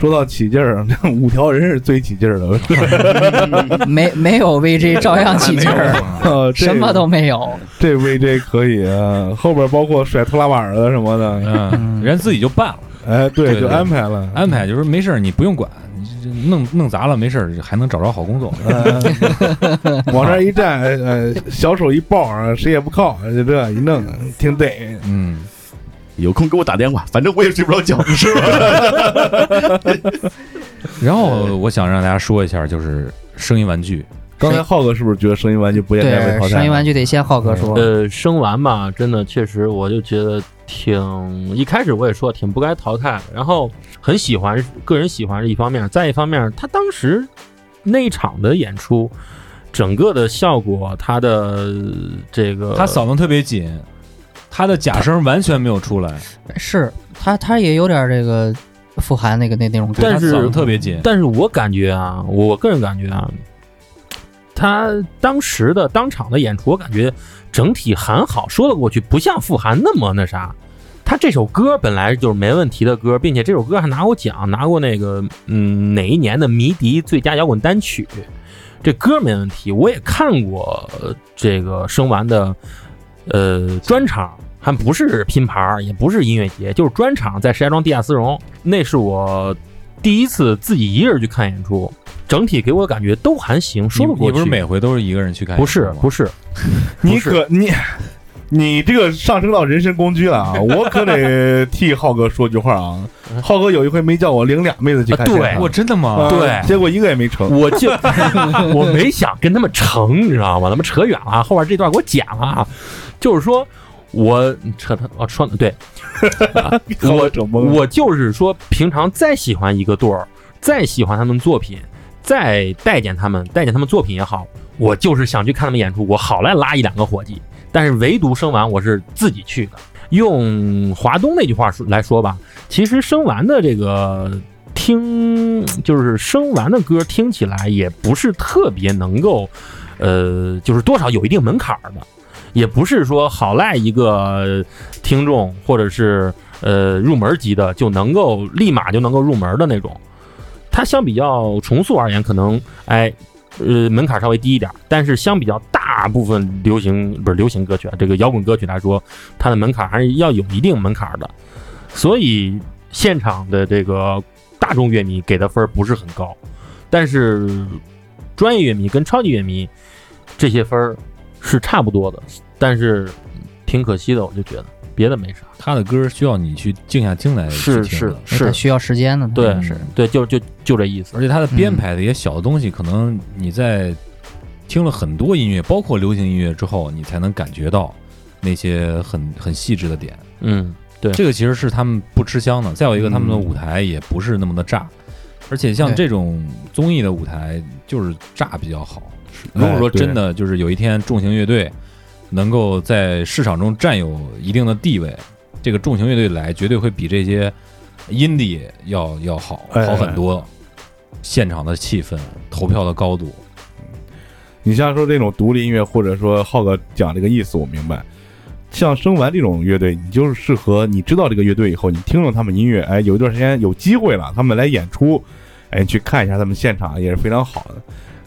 [SPEAKER 1] 说到起劲儿， 那五条人是最起劲儿的，
[SPEAKER 7] 没没有 VJ 照样起 劲儿，
[SPEAKER 1] 呃这
[SPEAKER 7] 什么都没有。
[SPEAKER 1] 这 VJ 可以，啊，后边包括甩拖拉板儿的什么的，
[SPEAKER 6] 嗯， 人家自己就办了，
[SPEAKER 1] 哎，
[SPEAKER 6] 对
[SPEAKER 1] 对，
[SPEAKER 6] 对
[SPEAKER 1] 就安排了，
[SPEAKER 6] 安排就是没事儿，你不用管，你这弄弄砸了没事儿，还能找着好工作。
[SPEAKER 1] 哎呃往那儿一站，哎哎，小手一抱啊，谁也不靠，就这一弄，挺得。
[SPEAKER 6] 嗯，
[SPEAKER 10] 有空给我打电话，反正我也睡不着觉，是吧？
[SPEAKER 6] 然后我想让大家说一下，就是声音玩具，
[SPEAKER 1] 刚才浩哥是不是觉得声音玩具不应该被
[SPEAKER 7] 对
[SPEAKER 1] 淘汰，？
[SPEAKER 7] 声音玩具得先浩哥说。
[SPEAKER 8] 呃，生完吧，真的确实，我就觉得挺一开始我也说挺不该淘汰的，然后很喜欢，个人喜欢是一方面，再一方面，他当时那一场的演出，整个的效果，他的这个
[SPEAKER 6] 他嗓子特别紧，他的假声完全没有出来，
[SPEAKER 7] 是他他也有点这个富含那个那那种感觉。
[SPEAKER 8] 但是
[SPEAKER 6] 他嗓子特别紧。
[SPEAKER 8] 但是我感觉啊，我个人感觉啊，他当时的当场的演出，我感觉整体还好，说得过去，不像傅函那么那啥。他这首歌本来就是没问题的歌，并且这首歌还拿过奖，拿过那个嗯哪一年的迷笛最佳摇滚单曲，这歌没问题。我也看过呃这个生完的呃专场，还不是拼盘儿，也不是音乐节，就是专场在石家庄地下丝绒，那是我第一次自己一个人去看演出，整体给我的感觉都还行，说
[SPEAKER 6] 你
[SPEAKER 8] 得过
[SPEAKER 6] 你
[SPEAKER 8] 去。
[SPEAKER 6] 不是每回都是一个人去看演
[SPEAKER 8] 不
[SPEAKER 6] 出
[SPEAKER 8] 是
[SPEAKER 6] 吗？
[SPEAKER 8] 不是，
[SPEAKER 1] 你
[SPEAKER 8] 不是
[SPEAKER 1] 可你你这个上升到人身攻击了啊！我可 得替浩哥说句话啊！浩哥有一回没叫我领俩妹子去看
[SPEAKER 8] 啊对
[SPEAKER 1] 现场，
[SPEAKER 6] 我真的
[SPEAKER 1] 啊
[SPEAKER 6] 吗？
[SPEAKER 8] 对
[SPEAKER 1] 结果一个也没成。
[SPEAKER 8] 我就 我没想跟他们成，你知道吗？咱们扯远了啊，后边这段给我剪了啊。就是说我扯他哦，说对，啊
[SPEAKER 1] 浩哥
[SPEAKER 8] 我
[SPEAKER 1] 整懵了，
[SPEAKER 8] 我就是说，平常再喜欢一个队儿，再喜欢他们作品，再待见他们，待见他们作品也好，我就是想去看他们演出，我好赖拉一两个伙计。但是唯独生完，我是自己去的。用华东那句话说来说吧，其实生完的这个听，就是生完的歌听起来也不是特别能够，呃，就是多少有一定门槛儿的，也不是说好赖一个听众或者是呃入门级的就能够立马就能够入门的那种。它相比较重塑而言，可能哎呃门槛稍微低一点，但是相比较大部分流行不是流行歌曲啊，这个摇滚歌曲来说，它的门槛还是要有一定门槛的。所以现场的这个大众乐迷给的分儿不是很高，但是专业乐迷跟超级乐迷这些分儿是差不多的，但是挺可惜的，我就觉得别的没啥。
[SPEAKER 6] 他的歌需要你去静下心来去
[SPEAKER 8] 是
[SPEAKER 6] 听
[SPEAKER 8] 是
[SPEAKER 6] 的嗯
[SPEAKER 9] 啊
[SPEAKER 7] 它需要时间的，
[SPEAKER 8] 对
[SPEAKER 7] 是。
[SPEAKER 8] 对，就就就这意思
[SPEAKER 6] 而。且它的编排的一些小的东西，可能你在听了很多音乐，包括流行音乐之后，你才能感觉到那些很很细致的点。
[SPEAKER 8] 嗯，对
[SPEAKER 6] 这个其实是他们不吃香的。再有一个，
[SPEAKER 1] 嗯
[SPEAKER 6] 他们的舞台也不是那么的炸，而且像
[SPEAKER 7] 对
[SPEAKER 6] 这种综艺的舞台就是炸比较好。如果说真的就是有一天重型乐队能够在市场中占有一定的地位，这个重型乐队来绝对会比这些 indie 要要好
[SPEAKER 1] 哎
[SPEAKER 6] 好很多。现场的气氛、投票的高度，
[SPEAKER 1] 你像说这种独立音乐，或者说浩哥讲这个意思，我明白。像生完这种乐队，你就是适合你知道这个乐队以后，你听了他们音乐，哎，有一段时间有机会了，他们来演出，哎，去看一下他们现场也是非常好的。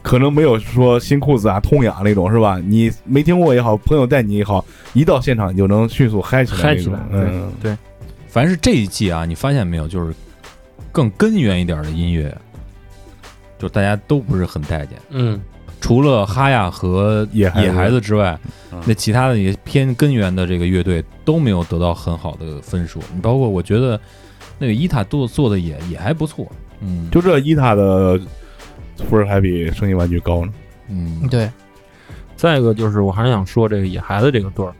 [SPEAKER 1] 可能没有说新裤子啊、痛痒那种是吧？你没听过也好，朋友带你也好，一到现场你就能迅速嗨起来
[SPEAKER 8] 嗨
[SPEAKER 1] 那
[SPEAKER 8] 起
[SPEAKER 1] 种
[SPEAKER 8] 来，
[SPEAKER 1] 嗯，
[SPEAKER 8] 对
[SPEAKER 6] 凡是这一季啊，你发现没有，就是更根源一点的音乐，就大家都不是很待见。
[SPEAKER 8] 嗯，
[SPEAKER 6] 除了哈亚和
[SPEAKER 1] 野孩子嗯
[SPEAKER 6] 野孩子之外，那其他的也偏根源的这个乐队都没有得到很好的分数。你包括我觉得那个伊塔做做的也也还不错，嗯，
[SPEAKER 1] 就这伊塔的分儿还比声音玩具高呢。
[SPEAKER 6] 嗯，
[SPEAKER 7] 对，
[SPEAKER 8] 再一个就是，我还是想说这个野孩子这个队儿，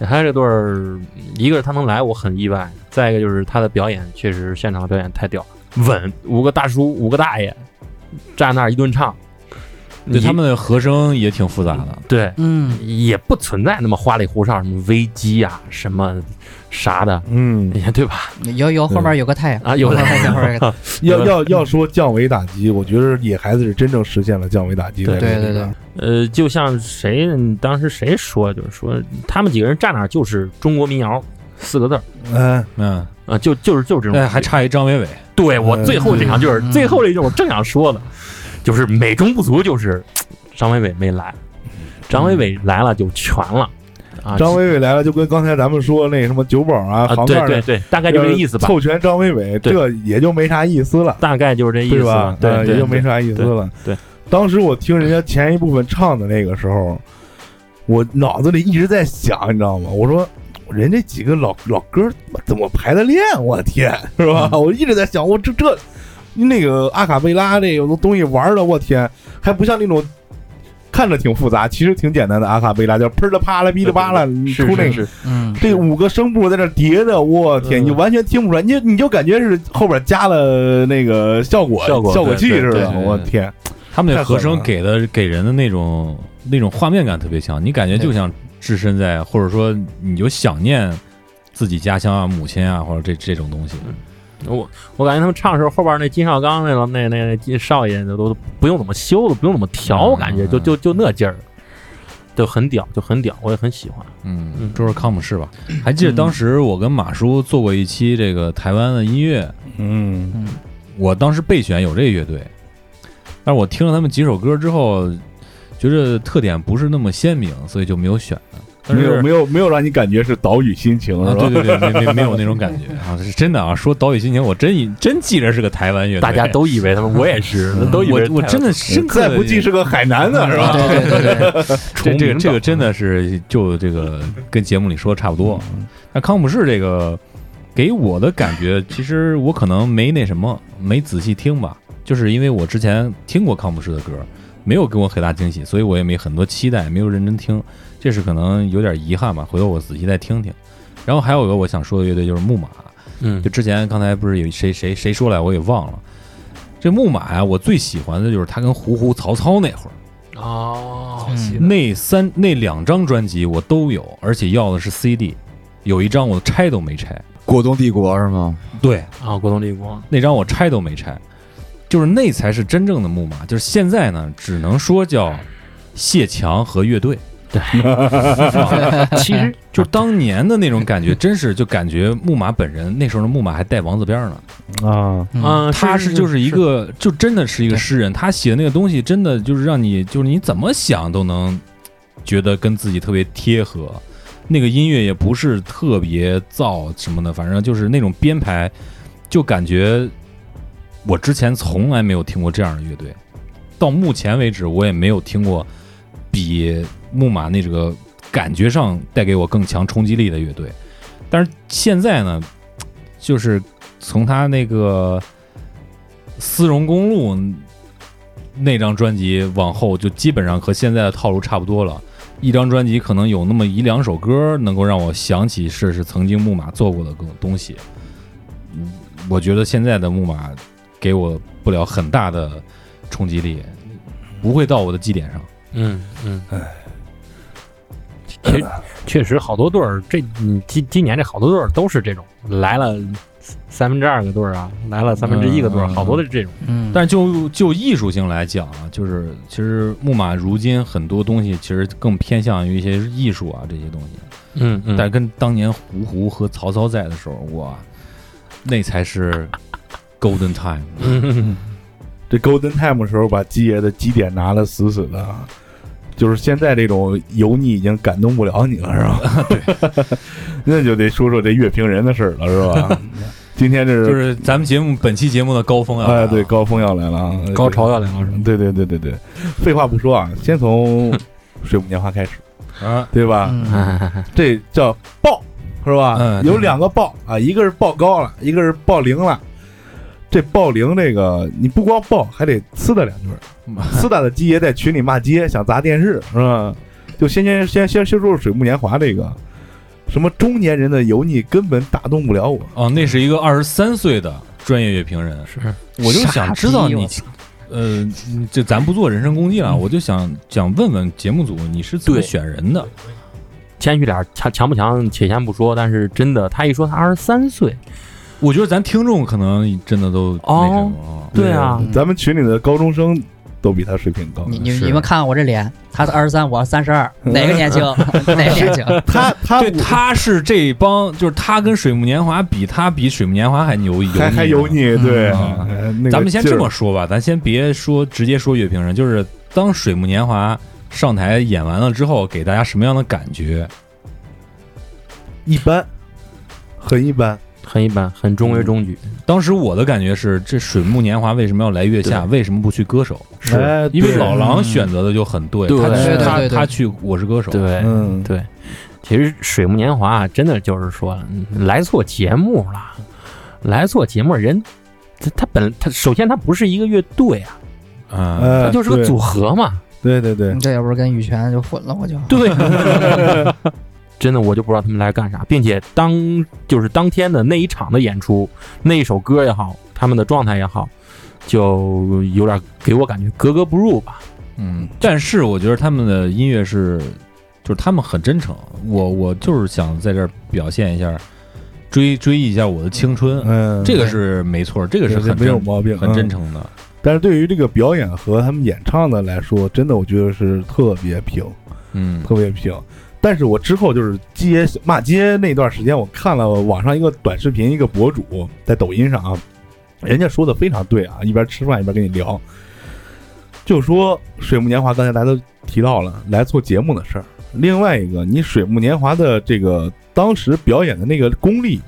[SPEAKER 8] 野孩子这队儿，一个是他能来，我很意外；再一个就是他的表演，确实现场的表演太屌了，稳，五个大叔，五个大爷站那儿一顿唱，
[SPEAKER 6] 对，
[SPEAKER 8] 你
[SPEAKER 6] 他们的和声也挺复杂的，
[SPEAKER 8] 对
[SPEAKER 7] 嗯，
[SPEAKER 8] 也不存在那么花里胡哨，什么危机啊，什么啥的，
[SPEAKER 1] 嗯，
[SPEAKER 8] 对吧？
[SPEAKER 7] 有有后面有个太阳
[SPEAKER 8] 啊有
[SPEAKER 7] 后
[SPEAKER 8] 个太
[SPEAKER 7] 面
[SPEAKER 8] 阳
[SPEAKER 7] 后 面有个太阳，
[SPEAKER 1] 要要要说降维打击，我觉得野孩子是真正实现了降维打击在
[SPEAKER 7] 对
[SPEAKER 1] 这
[SPEAKER 7] 对
[SPEAKER 1] 里边
[SPEAKER 7] 对，
[SPEAKER 8] 呃，就像谁当时谁说，就是说他们几个人站那儿就是中国民谣四个字儿
[SPEAKER 1] 嗯，
[SPEAKER 6] 嗯，
[SPEAKER 8] 啊、就就是就是这种
[SPEAKER 6] 哎，
[SPEAKER 8] 感觉，
[SPEAKER 6] 还差一张伟伟，
[SPEAKER 8] 对我最后这场就是、
[SPEAKER 7] 嗯
[SPEAKER 8] 最后这句，我正想说的，就是美中不足就是张伟伟没来，张伟伟来了就全了啊，
[SPEAKER 1] 张伟伟来了，就跟刚才咱们说那什么酒保啊、
[SPEAKER 8] 啊，
[SPEAKER 1] 杭
[SPEAKER 8] 对
[SPEAKER 1] 盖
[SPEAKER 8] 对
[SPEAKER 1] 的，
[SPEAKER 8] 对，大概就这意思吧，
[SPEAKER 1] 凑全张伟伟，
[SPEAKER 8] 对
[SPEAKER 1] 这也就没啥意思了，
[SPEAKER 8] 大概就是这意
[SPEAKER 1] 对
[SPEAKER 8] 思
[SPEAKER 1] 吧？
[SPEAKER 8] 对
[SPEAKER 1] 呃
[SPEAKER 8] 对
[SPEAKER 1] 也就没
[SPEAKER 8] 对
[SPEAKER 1] 啥意思了。
[SPEAKER 8] 对对
[SPEAKER 1] 当时我听人家前一部分唱的那个时候，我脑子里一直在想，你知道吗？我说。人这几个老老哥怎么排的练？我天，是吧？
[SPEAKER 8] 嗯
[SPEAKER 1] 我一直在想，我这这那个阿卡贝拉这有的东西玩的，我天，还不像那种看着挺复杂，其实挺简单的阿卡贝拉，叫噼里啪啦、噼里啪啦，
[SPEAKER 8] 对
[SPEAKER 1] 你
[SPEAKER 8] 是
[SPEAKER 1] 出那个
[SPEAKER 8] 是是，
[SPEAKER 7] 嗯，
[SPEAKER 1] 这五个声部在这叠着，我天，
[SPEAKER 8] 嗯
[SPEAKER 1] 你完全听不出来，你你就感觉是后边加了那个效果
[SPEAKER 8] 效果
[SPEAKER 1] 果器
[SPEAKER 8] 对
[SPEAKER 1] 似
[SPEAKER 8] 对
[SPEAKER 1] 的，
[SPEAKER 6] 对对
[SPEAKER 1] 我天，
[SPEAKER 6] 他们的和
[SPEAKER 1] 太狠
[SPEAKER 6] 声
[SPEAKER 1] 了
[SPEAKER 6] 给的给人的那种那种画面感特别强，你感觉就像置身在，或者说你就想念自己家乡啊、母亲啊，或者这这种东西，
[SPEAKER 8] 我我感觉他们唱的时候，后边那金少刚那老那那那金少爷都都不用怎么修了，不用怎么调，
[SPEAKER 6] 嗯
[SPEAKER 8] 我感觉就就就那劲儿，就很屌，就很屌，我也很喜欢。
[SPEAKER 6] 嗯
[SPEAKER 8] 嗯，
[SPEAKER 6] 说说康姆士吧。还记得当时我跟马叔做过一期这个台湾的音乐，
[SPEAKER 1] 嗯，
[SPEAKER 6] 我当时备选有这乐队，但是我听了他们几首歌之后，觉得特点不是那么鲜明，所以就没有选。但
[SPEAKER 1] 没有
[SPEAKER 6] 是
[SPEAKER 1] 没有没有让你感觉是岛屿心情
[SPEAKER 6] 啊，
[SPEAKER 1] 是吧
[SPEAKER 6] 对？对对，没没没有那种感 觉啊，是真的啊。说岛屿心情，我真以真记着是个台湾乐队，
[SPEAKER 8] 大家都以为他们，我也是，
[SPEAKER 1] 嗯
[SPEAKER 8] 都以
[SPEAKER 6] 我
[SPEAKER 8] 为
[SPEAKER 6] 我真的嗯深刻
[SPEAKER 1] 再
[SPEAKER 6] 地
[SPEAKER 1] 不济是个海南的是吧？
[SPEAKER 7] 对对对对，
[SPEAKER 6] 这这个这个真的是就这个跟节目里说的差不多。那康普士这个给我的感觉，其实我可能没那什么，没仔细听吧，就是因为我之前听过康普士的歌，没有给我很大惊喜，所以我也没很多期待，没有认真听，这是可能有点遗憾吧。回头我仔细再听听。然后还有一个我想说的乐队就是木马，
[SPEAKER 8] 嗯
[SPEAKER 6] 就之前刚才不是有谁谁谁说来，我给忘了。这木马呀、我最喜欢的就是他跟胡胡、曹操那会儿。
[SPEAKER 8] 哦
[SPEAKER 6] 那三那两张专辑我都有，而且要的是 CD，有一张我拆都没拆。
[SPEAKER 9] 果冻帝国是吗？
[SPEAKER 6] 对，
[SPEAKER 8] 啊，国栋立 国，
[SPEAKER 6] 那张我拆都没拆，就是那才是真正的木马。就是现在呢，只能说叫谢强和乐队。 对，其实就是当年的那种感觉，真是就感觉木马本人那时候的木马还带王字边呢。
[SPEAKER 1] 啊，
[SPEAKER 7] 嗯
[SPEAKER 8] 嗯，
[SPEAKER 6] 他是就是一个，就真的是一个
[SPEAKER 7] 对
[SPEAKER 6] 诗人，他写的那个东西真的就是让你，就是你怎么想都能觉得跟自己特别贴合。那个音乐也不是特别燥什么的，反正就是那种编排，就感觉我之前从来没有听过这样的乐队，到目前为止我也没有听过比木马那这个感觉上带给我更强冲击力的乐队。但是现在呢，就是从他那个《丝绒公路》那张专辑往后，就基本上和现在的套路差不多了。一张专辑可能有那么一两首歌能够让我想起是是曾经木马做过的个东西。嗯我觉得现在的木马给我不了很大的冲击力，不会到我的基点上。
[SPEAKER 8] 嗯嗯，确确实好多队儿，这嗯今今年这好多队儿都是这种，来了三分之二个队儿啊，来了三分之一个队儿，
[SPEAKER 6] 嗯嗯
[SPEAKER 8] 好多的这种，
[SPEAKER 7] 嗯，
[SPEAKER 6] 但就就艺术性来讲啊，就是其实木马如今很多东西其实更偏向于一些艺术啊这些东西。
[SPEAKER 8] 嗯嗯
[SPEAKER 6] 但跟当年胡胡和曹操在的时候，哇，那才是 golden time。
[SPEAKER 8] 嗯
[SPEAKER 1] 这 Golden Time 时候把基爷的基点拿的死死的啊，就是现在这种油腻已经感动不了你了，是吧？ 对，那就得说说这乐评人的事儿了，是吧？ 今天这
[SPEAKER 6] 就是是咱们节目本期节目的高峰啊！
[SPEAKER 1] 哎，对，高峰要来了啊，
[SPEAKER 8] 高潮要来了是吧？
[SPEAKER 1] 对对对对对，废话不 说啊，先从《水母年华》开始，
[SPEAKER 6] 啊，
[SPEAKER 1] 对吧？
[SPEAKER 8] 哎
[SPEAKER 7] 嗯
[SPEAKER 1] 这叫爆，是吧？
[SPEAKER 6] 嗯
[SPEAKER 1] 有两个爆啊，一个是爆高了，一个是爆零了。这爆零这个，你不光爆，还得呲的两 句儿。呲打的鸡爷在群里骂街，想砸电视，是吧？就先先先先先说说水木年华这个，什么中年人的油腻根本打动不了我。
[SPEAKER 6] 哦，那是一个二十三岁的专业乐评人，
[SPEAKER 8] 是，
[SPEAKER 6] 我嗯就想知道你
[SPEAKER 7] 傻逼，
[SPEAKER 6] 呃，就咱不做人身攻击了，我就想想问问节目组，你是怎么
[SPEAKER 8] 对
[SPEAKER 6] 选人的？
[SPEAKER 8] 谦虚点儿，强强不强，且先不说，但是真的，他一说他二十三岁，
[SPEAKER 6] 我觉得咱听众可能真的都那什么，哦
[SPEAKER 8] 对啊，
[SPEAKER 7] 嗯
[SPEAKER 1] 咱们群里的高中生都比他水平高。
[SPEAKER 7] 你你
[SPEAKER 6] 是
[SPEAKER 7] 你们看看我这脸，他是二十三，我三十二，哪个年轻？哪个年轻？
[SPEAKER 1] 他他
[SPEAKER 6] 对，他是这帮，就是他跟水木年华比，他比水木年华还牛，
[SPEAKER 1] 还还油
[SPEAKER 6] 呢
[SPEAKER 1] 腻，对。
[SPEAKER 6] 嗯
[SPEAKER 1] 哎那个
[SPEAKER 6] 咱们先
[SPEAKER 1] 劲儿
[SPEAKER 6] 这么说吧，咱先别说直接说乐评人，就是当水木年华上台演完了之后，给大家什么样的感觉？
[SPEAKER 1] 一般，很一般。
[SPEAKER 8] 很一般，很中规中矩，
[SPEAKER 6] 当时我的感觉是，这水木年华为什么要来月下？为什么不去歌手？
[SPEAKER 1] 哎
[SPEAKER 6] 因为
[SPEAKER 1] 对
[SPEAKER 6] 老狼选择的就很对，
[SPEAKER 8] 对
[SPEAKER 6] 他去
[SPEAKER 7] 对
[SPEAKER 6] 他
[SPEAKER 7] 对对
[SPEAKER 6] 他去我是歌手，
[SPEAKER 8] 对，
[SPEAKER 1] 嗯，
[SPEAKER 8] 对，其实《水木年华》啊，真的就是说嗯来错节目了，来错节目人，他他本他首先他不是一个乐队啊，
[SPEAKER 6] 嗯，
[SPEAKER 7] 呃
[SPEAKER 1] 哎
[SPEAKER 8] 他就是个组合嘛。
[SPEAKER 1] 对对对
[SPEAKER 7] 你嗯这要不是跟羽泉就混了，我就
[SPEAKER 8] 对， 真的我就不知道他们来干啥，并且当就是当天的那一场的演出，那一首歌也好，他们的状态也好，就有点给我感觉格格不入吧。
[SPEAKER 6] 嗯，但是我觉得他们的音乐是，就是他们很真诚。我我就是想在这儿表现一下，追追忆一下我的青春，
[SPEAKER 1] 嗯，
[SPEAKER 6] 这个是没错，这个是
[SPEAKER 1] 这
[SPEAKER 6] 很
[SPEAKER 1] 没有
[SPEAKER 6] 真
[SPEAKER 1] 毛病，
[SPEAKER 6] 很真
[SPEAKER 1] 嗯。
[SPEAKER 6] 诚的。
[SPEAKER 1] 但是对于这个表演和他们演唱的来说，真的我觉得是特别平，
[SPEAKER 6] 嗯，
[SPEAKER 1] 特别平。但是我之后就是街骂街那段时间，我看了网上一个短视频，一个博主在抖音上啊，人家说的非常对啊，一边吃饭一边跟你聊，就说《水木年华》刚才大家都提到了来做节目的事儿，另外一个，你水木年华的这个当时表演的那个功力，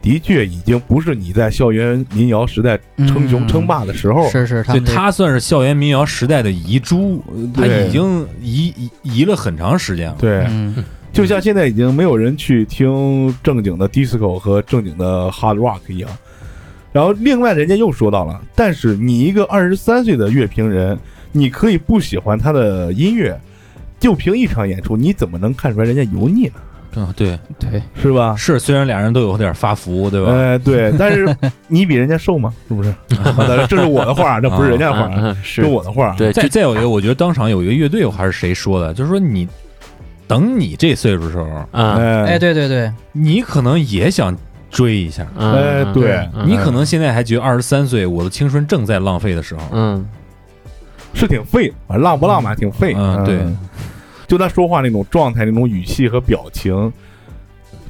[SPEAKER 1] 的确已经不是你在校园民谣时代称雄
[SPEAKER 7] 嗯
[SPEAKER 1] 称霸的时候。
[SPEAKER 7] 是是，他
[SPEAKER 6] 对
[SPEAKER 7] 们这
[SPEAKER 6] 他算是校园民谣时代的遗珠，呃他
[SPEAKER 1] 对
[SPEAKER 6] 已经移移移了很长时间了。
[SPEAKER 1] 对，
[SPEAKER 7] 嗯
[SPEAKER 1] 就像现在已经没有人去听正经的 disco 和正经的 hard rock 一样。然后，另外人家又说到了，但是你一个二十三岁的乐评人，你可以不喜欢他的音乐，就凭一场演出，你怎么能看出来人家油腻呢？
[SPEAKER 6] 嗯，对，
[SPEAKER 7] 对
[SPEAKER 1] 是吧？
[SPEAKER 6] 是虽然俩人都有点发福，对吧？
[SPEAKER 1] 哎，对，但是你比人家瘦吗？是不是？啊当然这是我的话，这不是人家的话，
[SPEAKER 8] 嗯，
[SPEAKER 1] 这
[SPEAKER 8] 是
[SPEAKER 1] 是我的话。
[SPEAKER 8] 对，
[SPEAKER 6] 再
[SPEAKER 8] 这
[SPEAKER 6] 再有一个，我觉得当场有一个乐队还是谁说的，就是说你等你这岁数的时候，
[SPEAKER 8] 嗯
[SPEAKER 7] 哎
[SPEAKER 1] 哎，
[SPEAKER 7] 对对对，
[SPEAKER 6] 你可能也想追一下，
[SPEAKER 8] 嗯，
[SPEAKER 1] 哎
[SPEAKER 8] 嗯
[SPEAKER 1] 对
[SPEAKER 8] 嗯
[SPEAKER 6] 你可能现在还觉得二十三岁我的青春正在浪费的时候，
[SPEAKER 8] 嗯
[SPEAKER 1] 是挺废，反正浪不浪吧，挺废。
[SPEAKER 6] 嗯对，
[SPEAKER 1] 就他说话那种状态、那种语气和表情，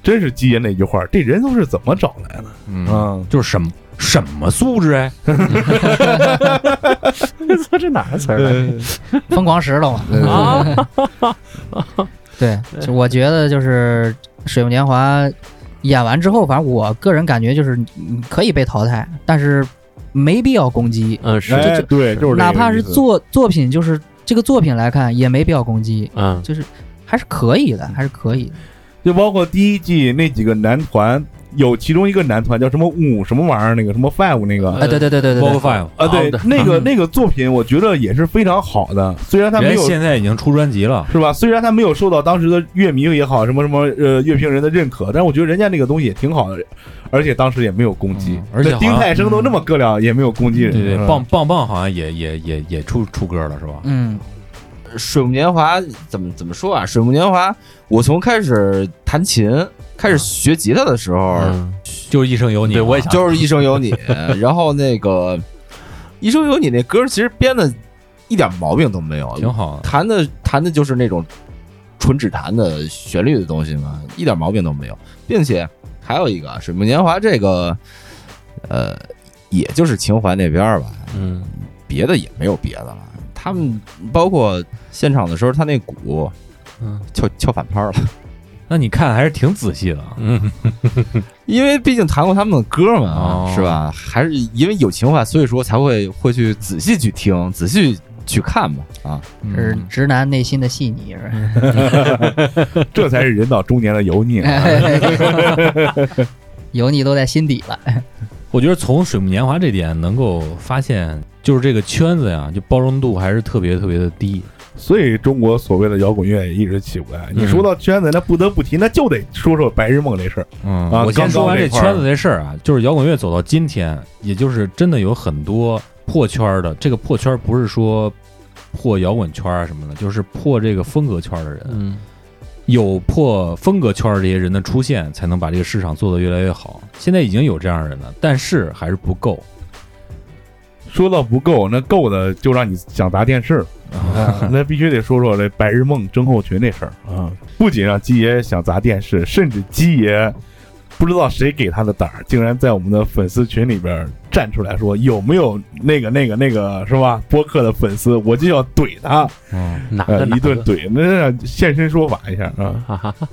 [SPEAKER 1] 真是基爷那句话，这人都是怎么找来的？
[SPEAKER 6] 嗯，
[SPEAKER 1] 嗯，
[SPEAKER 6] 就是什么什么素质哎，
[SPEAKER 8] 这这哪个词儿
[SPEAKER 1] 对，
[SPEAKER 7] 疯狂石头 嘛。
[SPEAKER 8] 啊？
[SPEAKER 7] 对，就我觉得就是《水木年华》演完之后，反正我个人感觉就是你可以被淘汰，但是没必要攻击，
[SPEAKER 8] 嗯是
[SPEAKER 1] 哎，对，就是这个
[SPEAKER 7] 哪怕是
[SPEAKER 1] 意思
[SPEAKER 7] 作作品，就是这个作品来看也没必要攻击，
[SPEAKER 8] 嗯
[SPEAKER 7] 就是还是可以的，还是可以的。
[SPEAKER 1] 就包括第一季那几个男团，有其中一个男团叫什么五什么玩意儿，那个什么 five 那
[SPEAKER 8] 嗯
[SPEAKER 1] 个。
[SPEAKER 7] 哎，对对对对对
[SPEAKER 6] 包括
[SPEAKER 7] 对，
[SPEAKER 6] Five，
[SPEAKER 1] 啊，对
[SPEAKER 8] 好的，
[SPEAKER 1] 那个那个作品，我觉得也是非常好的。虽然他没
[SPEAKER 6] 人
[SPEAKER 1] 有
[SPEAKER 6] 家现在已经出专辑了，
[SPEAKER 1] 是吧？虽然他没有受到当时的乐迷也好，什么什么呃乐评人的认可，但是我觉得人家那个东西也挺好的，而且当时也没有攻击，
[SPEAKER 6] 嗯而且
[SPEAKER 1] 这
[SPEAKER 6] 好像嗯
[SPEAKER 1] 丁太升都那么哥俩，也没有攻击
[SPEAKER 6] 对
[SPEAKER 1] 人，
[SPEAKER 6] 对，
[SPEAKER 1] 嗯
[SPEAKER 6] 棒棒棒好像也也也也出出歌了是吧？
[SPEAKER 7] 嗯，
[SPEAKER 9] 呃水木年华怎么怎么说啊？水木年华，我从开始弹琴，开始学吉他的时候，
[SPEAKER 8] 嗯
[SPEAKER 6] 就是一生有你，
[SPEAKER 8] 对我也想
[SPEAKER 9] 就是《一生有 你》，然后那个《一生有你》那歌其实编的一点毛病都没有，
[SPEAKER 6] 挺好的。
[SPEAKER 9] 弹的弹的就是那种纯指弹的旋律的东西嘛，一点毛病都没有，并且还有一个《水木年华》这个，呃，也就是情怀那边儿吧，
[SPEAKER 8] 嗯
[SPEAKER 9] 别的也没有别的了。他们包括现场的时候，他那鼓
[SPEAKER 8] 嗯
[SPEAKER 9] 敲敲反拍了，
[SPEAKER 6] 那你看还是挺仔细的啊，
[SPEAKER 8] 嗯
[SPEAKER 9] 因为毕竟弹过他们的歌嘛，
[SPEAKER 6] 哦
[SPEAKER 9] 是吧？还是因为有情怀，所以说才会会去仔细去听，仔细去看嘛。啊，
[SPEAKER 7] 是
[SPEAKER 6] 嗯
[SPEAKER 7] 直男内心的细 腻，是吧？
[SPEAKER 1] 这才是人到中年的油腻、 啊。
[SPEAKER 7] 油腻都在心底了。
[SPEAKER 6] 我觉得从水木年华这点能够发现，就是这个圈子啊呀，就包容度还是特别特别的低。
[SPEAKER 1] 所以中国所谓的摇滚乐也一直起不来。你说到圈子，那不得不提，那就得说说白日梦这事儿。
[SPEAKER 6] 嗯
[SPEAKER 1] 啊
[SPEAKER 6] 我先
[SPEAKER 1] 刚
[SPEAKER 6] 说完
[SPEAKER 1] 刚
[SPEAKER 6] 这
[SPEAKER 1] 这块儿
[SPEAKER 6] 圈子这事儿啊，就是摇滚乐走到今天，也啊就是真的有很多破圈儿的。这个破圈儿不是说破摇滚圈儿啊什么的，就是破这个风格圈儿的人。
[SPEAKER 8] 嗯
[SPEAKER 6] 有破风格圈儿这些人的出现，才能把这个市场做得越来越好。现在已经有这样的人了，但是还是不够。
[SPEAKER 1] 说到不够，那够的就让你想砸电视了。啊那必须得说说这白日梦症候群这事儿啊！不仅让鸡爷想砸电视，甚至鸡爷不知道谁给他的胆儿，竟然在我们的粉丝群里边站出来说有没有那个那个那个是吧？播客的粉丝，我就要怼 他，
[SPEAKER 6] 嗯。
[SPEAKER 8] 哪
[SPEAKER 1] 呃
[SPEAKER 8] 个，哪
[SPEAKER 1] 一顿
[SPEAKER 8] 个
[SPEAKER 1] 怼，那现身说法一下啊！
[SPEAKER 8] 哈哈哈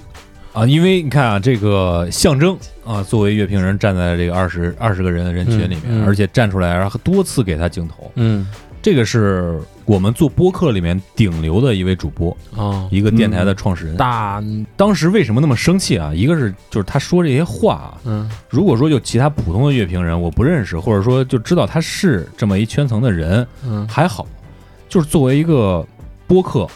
[SPEAKER 6] 啊，因为你看啊，这个象征啊，作为乐评人站在这个二十二十个人的人群里面，
[SPEAKER 8] 嗯嗯
[SPEAKER 6] 而且站出来，然后多次给他镜头，
[SPEAKER 8] 嗯
[SPEAKER 6] 这个是我们做播客里面顶流的一位主播，
[SPEAKER 8] 哦
[SPEAKER 6] 一个电台的创始人。
[SPEAKER 8] 大
[SPEAKER 6] 当时为什么那么生气啊？一个是就是他说这些话啊，
[SPEAKER 8] 嗯
[SPEAKER 6] 如果说有其他普通的乐评人我不认识，或者说就知道他是这么一圈层的人，
[SPEAKER 8] 嗯
[SPEAKER 6] 还好，就是作为一个播客，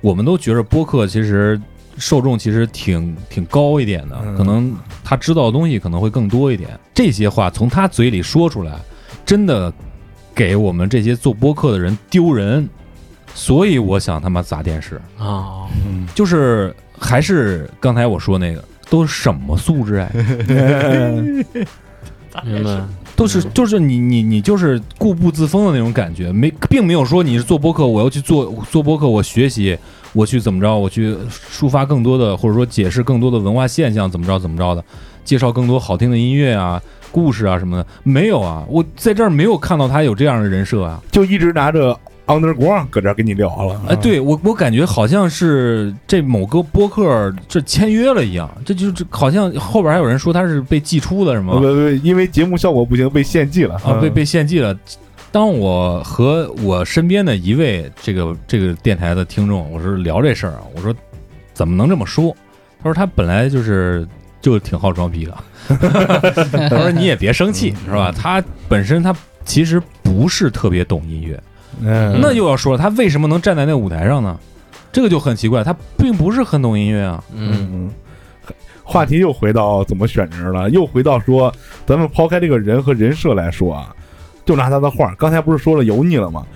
[SPEAKER 6] 我们都觉着播客其实受众其实挺挺高一点的，
[SPEAKER 1] 嗯
[SPEAKER 6] 可能他知道的东西可能会更多一点。这些话从他嘴里说出来，真的给我们这些做播客的人丢人，所以我想他妈砸电视，
[SPEAKER 8] 哦
[SPEAKER 6] 就是还是刚才我说那个。都什么素质哎？
[SPEAKER 8] 明白
[SPEAKER 6] 都是就是你你你就是固步自封的那种感觉，没并没有说你是做播客，我要去做做播客，我学习，我去怎么着，我去抒发更多的或者说解释更多的文化现象，怎么着怎么着的，介绍更多好听的音乐啊、故事啊什么的，没有啊，我在这儿没有看到他有这样的人设啊，
[SPEAKER 1] 就一直拿着 underground 搁这儿跟你聊了。啊
[SPEAKER 6] 哎，，对我我感觉好像是这某个播客这签约了一样，这就这好像后边还有人说他是被寄出的什
[SPEAKER 1] 不不，
[SPEAKER 6] 么
[SPEAKER 1] 不，呃因为节目效果不行被献祭了
[SPEAKER 6] 啊，被
[SPEAKER 1] 嗯
[SPEAKER 6] 被献祭了。当我和我身边的一位这个这个电台的听众，我是聊这事儿啊，我说怎么能这么说？他说他本来就是就挺好装逼的， 他说你也别生气是吧？他本身他其实不是特别懂音乐，
[SPEAKER 1] 嗯，
[SPEAKER 6] 那又要说了，他为什么能站在那个舞台上呢？这个就很奇怪，他并不是很懂音乐啊。
[SPEAKER 8] 嗯，
[SPEAKER 1] 嗯，话题又回到怎么选人了，又回到说，咱们抛开这个人和人设来说啊，就拿他的画儿，刚才不是说了油腻了吗？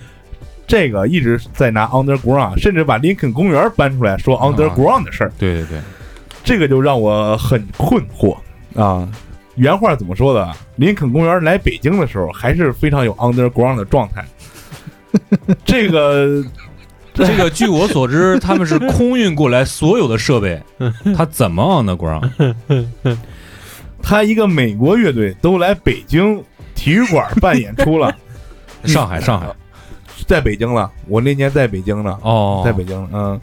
[SPEAKER 1] 这个一直在拿 underground，甚至把林肯公园搬出来说 underground 的事儿，
[SPEAKER 6] 对对对，
[SPEAKER 1] 这个就让我很困惑啊。原话怎么说的？林肯公园来北京的时候，还是非常有 underground 的状态。 这个
[SPEAKER 6] 这个据我所知，他们是空运过来所有的设 备，他怎么 on the ground？
[SPEAKER 1] 他一个美国乐队都来北京体育馆办演出了，
[SPEAKER 6] 上海，上海
[SPEAKER 1] 在北京了，我那年在北京呢，
[SPEAKER 6] 哦，
[SPEAKER 1] 在北京，嗯，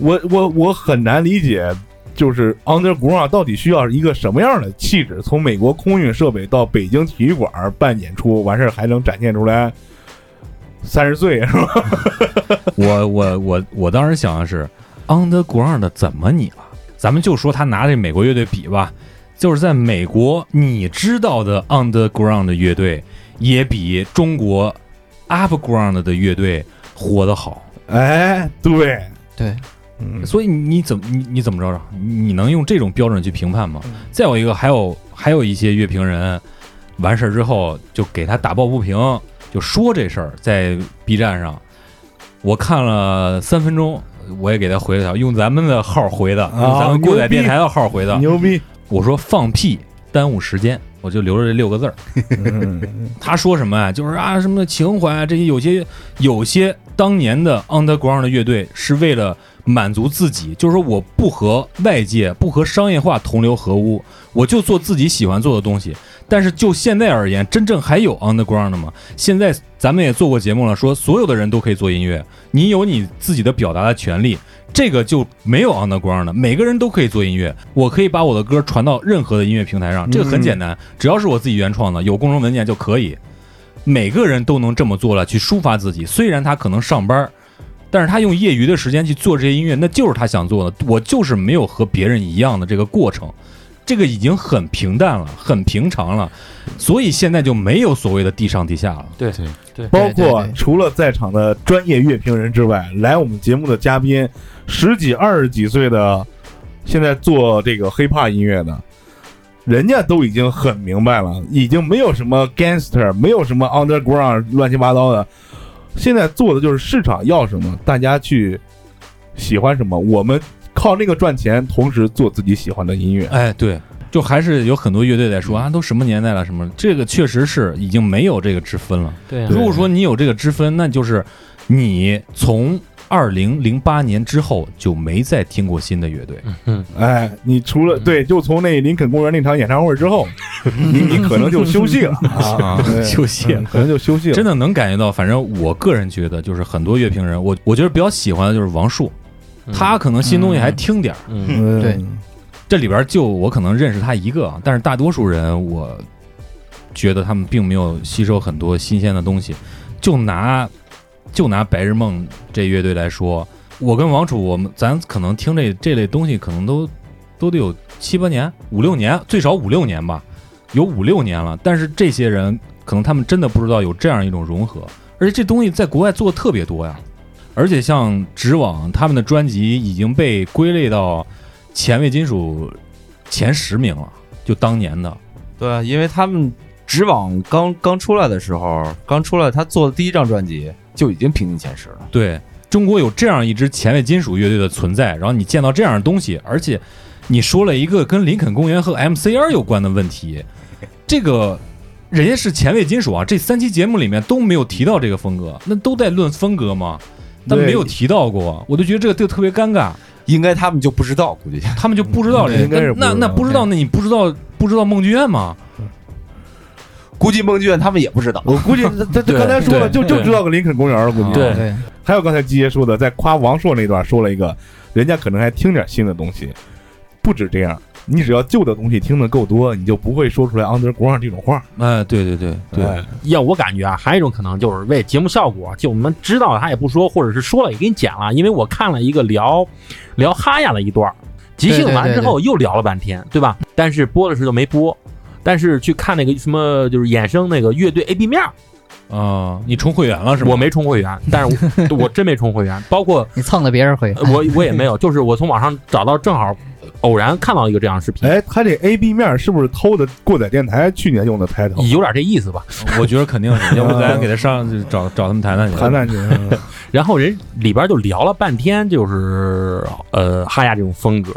[SPEAKER 1] 我我我很难理解，就是 underground 到底需要一个什么样的气质，从美国空运设备到北京体育馆办演出，完事儿还能展现出来三十岁 是吧？
[SPEAKER 6] 我我我我当时想的是 on the ground 的怎么你了？咱们就说他拿这美国乐队比吧，就是在美国你知道的 on the ground 的乐队，也比中国 up ground 的乐队活得好。
[SPEAKER 1] 哎，对，
[SPEAKER 7] 对，
[SPEAKER 1] 嗯，
[SPEAKER 6] 所以你怎么你你怎么着着？啊你能用这种标准去评判吗？再有一个，还有还有一些乐评人，完事儿之后就给他打抱不平，就说这事儿在 B 站上，我看了三分钟，我也给他回了条，用咱们的号回的，用咱们过载电台的号回的，
[SPEAKER 1] 牛逼，
[SPEAKER 6] 我说放屁，耽误时间，我就留着这六个字儿。
[SPEAKER 1] 嗯
[SPEAKER 6] 他说什么啊？就是啊，什么情怀啊，这些有些有些当年的 underground 的乐队是为了满足自己，就是说我不和外界、不和商业化同流合污，我就做自己喜欢做的东西。但是就现在而言，真正还有 underground 的吗？现在咱们也做过节目了，说所有的人都可以做音乐，你有你自己的表达的权利。这个就没有 underground 的，每个人都可以做音乐。我可以把我的歌传到任何的音乐平台上，这个很简单，只要是我自己原创的，有共同文件就可以。每个人都能这么做了，去抒发自己。虽然他可能上班，但是他用业余的时间去做这些音乐，那就是他想做的。我就是没有和别人一样的这个过程，这个已经很平淡了，很平常了，所以现在就没有所谓的地上地下了。
[SPEAKER 8] 对
[SPEAKER 6] 对
[SPEAKER 1] 包
[SPEAKER 7] 对
[SPEAKER 1] 括
[SPEAKER 7] 对
[SPEAKER 1] 除了在场的专业乐评人之外，来我们节目的嘉宾，十几、二十几岁的，现在做这个 hiphop 音乐的，人家都已经很明白了，已经没有什么 gangster，没有什么 underground 乱七八糟的，现在做的就是市场要什么，大家去喜欢什么，我们靠那个赚钱，同时做自己喜欢的音乐。
[SPEAKER 6] 哎，对，就还是有很多乐队在说啊，都什么年代了，什么这个确实是已经没有这个之分了。
[SPEAKER 8] 对啊
[SPEAKER 6] 如果说你有这个之分，那就是你从二零零八年之后就没再听过新的乐队。
[SPEAKER 1] 哎，你除了对，就从那林肯公园那场演唱会之后，你你可能就休息了 啊， 对
[SPEAKER 6] 休息
[SPEAKER 1] 嗯可能就休息了。
[SPEAKER 6] 真的能感觉到，反正我个人觉得，就是很多乐评人，我我觉得比较喜欢的就是王朔，他可能新东西还听点儿，
[SPEAKER 8] 嗯
[SPEAKER 1] 嗯，
[SPEAKER 7] 对
[SPEAKER 6] 这里边就我可能认识他一个，啊但是大多数人我觉得他们并没有吸收很多新鲜的东西。就拿就拿白日梦这乐队来说，我跟王楚，我们咱可能听这这类东西，可能都都得有七八年、五六年，最少五六年吧，有五六年了。但是这些人可能他们真的不知道有这样一种融合，而且这东西在国外做的特别多呀。而且像直网他们的专辑已经被归类到前卫金属前十名了，就当年的。
[SPEAKER 9] 对，因为他们直网刚刚出来的时候，刚出来他做的第一张专辑就已经平进前十了。
[SPEAKER 6] 对中国有这样一支前卫金属乐队的存在，然后你见到这样的东西，而且你说了一个跟林肯公园和 MCR 有关的问题，这个人家是前卫金属啊，这三期节目里面都没有提到这个风格，那都在论风格嘛，但
[SPEAKER 1] 对
[SPEAKER 6] 没有提到过，啊我就觉得这个就特别尴尬，
[SPEAKER 9] 应该他们就不知道，估计
[SPEAKER 6] 他们就不知道这
[SPEAKER 1] 应该是
[SPEAKER 6] 个，那那
[SPEAKER 1] 不
[SPEAKER 6] 不
[SPEAKER 1] 知
[SPEAKER 6] 知
[SPEAKER 1] 道
[SPEAKER 6] 道，那你不知道不知道梦剧院吗？
[SPEAKER 9] 估计梦卷他们也不知道。
[SPEAKER 1] 我估计他他他
[SPEAKER 8] 对
[SPEAKER 1] 刚才说了，就
[SPEAKER 8] 对
[SPEAKER 1] 就
[SPEAKER 8] 对
[SPEAKER 1] 知道个林肯公园了，估计。
[SPEAKER 8] 对
[SPEAKER 7] 对，
[SPEAKER 1] 还有刚才季爷说的，在夸王朔那段说了一个，人家可能还听点新的东西。不止这样，你只要旧的东西听得够多，你就不会说出来 underground 这种话。
[SPEAKER 6] 哎，对对对对，
[SPEAKER 1] 哎
[SPEAKER 8] 要我感觉啊，还有一种可能就是为节目效果，就我们知道他也不说，或者是说了也给你讲了。因为我看了一个聊聊哈雅的一段儿，即兴完之后又聊了半天，对吧？但是播的时候就没播，但是去看那个什么就是衍生那个乐队 A B 面儿，
[SPEAKER 6] 啊，你充会员了是吗？
[SPEAKER 8] 我没充会员，但是我 我真没充会员，包括
[SPEAKER 7] 你蹭了别人回，
[SPEAKER 8] 呃我我也没有，就是我从网上找到，正好偶然看到一个这样的视频，
[SPEAKER 1] 哎，他这 A B 面是不是偷的过载电台去年用的 title？
[SPEAKER 8] 有点这意思吧。
[SPEAKER 6] 我觉得肯 定
[SPEAKER 8] 嗯
[SPEAKER 6] 是，要不咱给他上去找找他们谈谈去。
[SPEAKER 1] 谈谈 去，
[SPEAKER 8] 然后人里边就聊了半天，就是呃哈亚这种风格，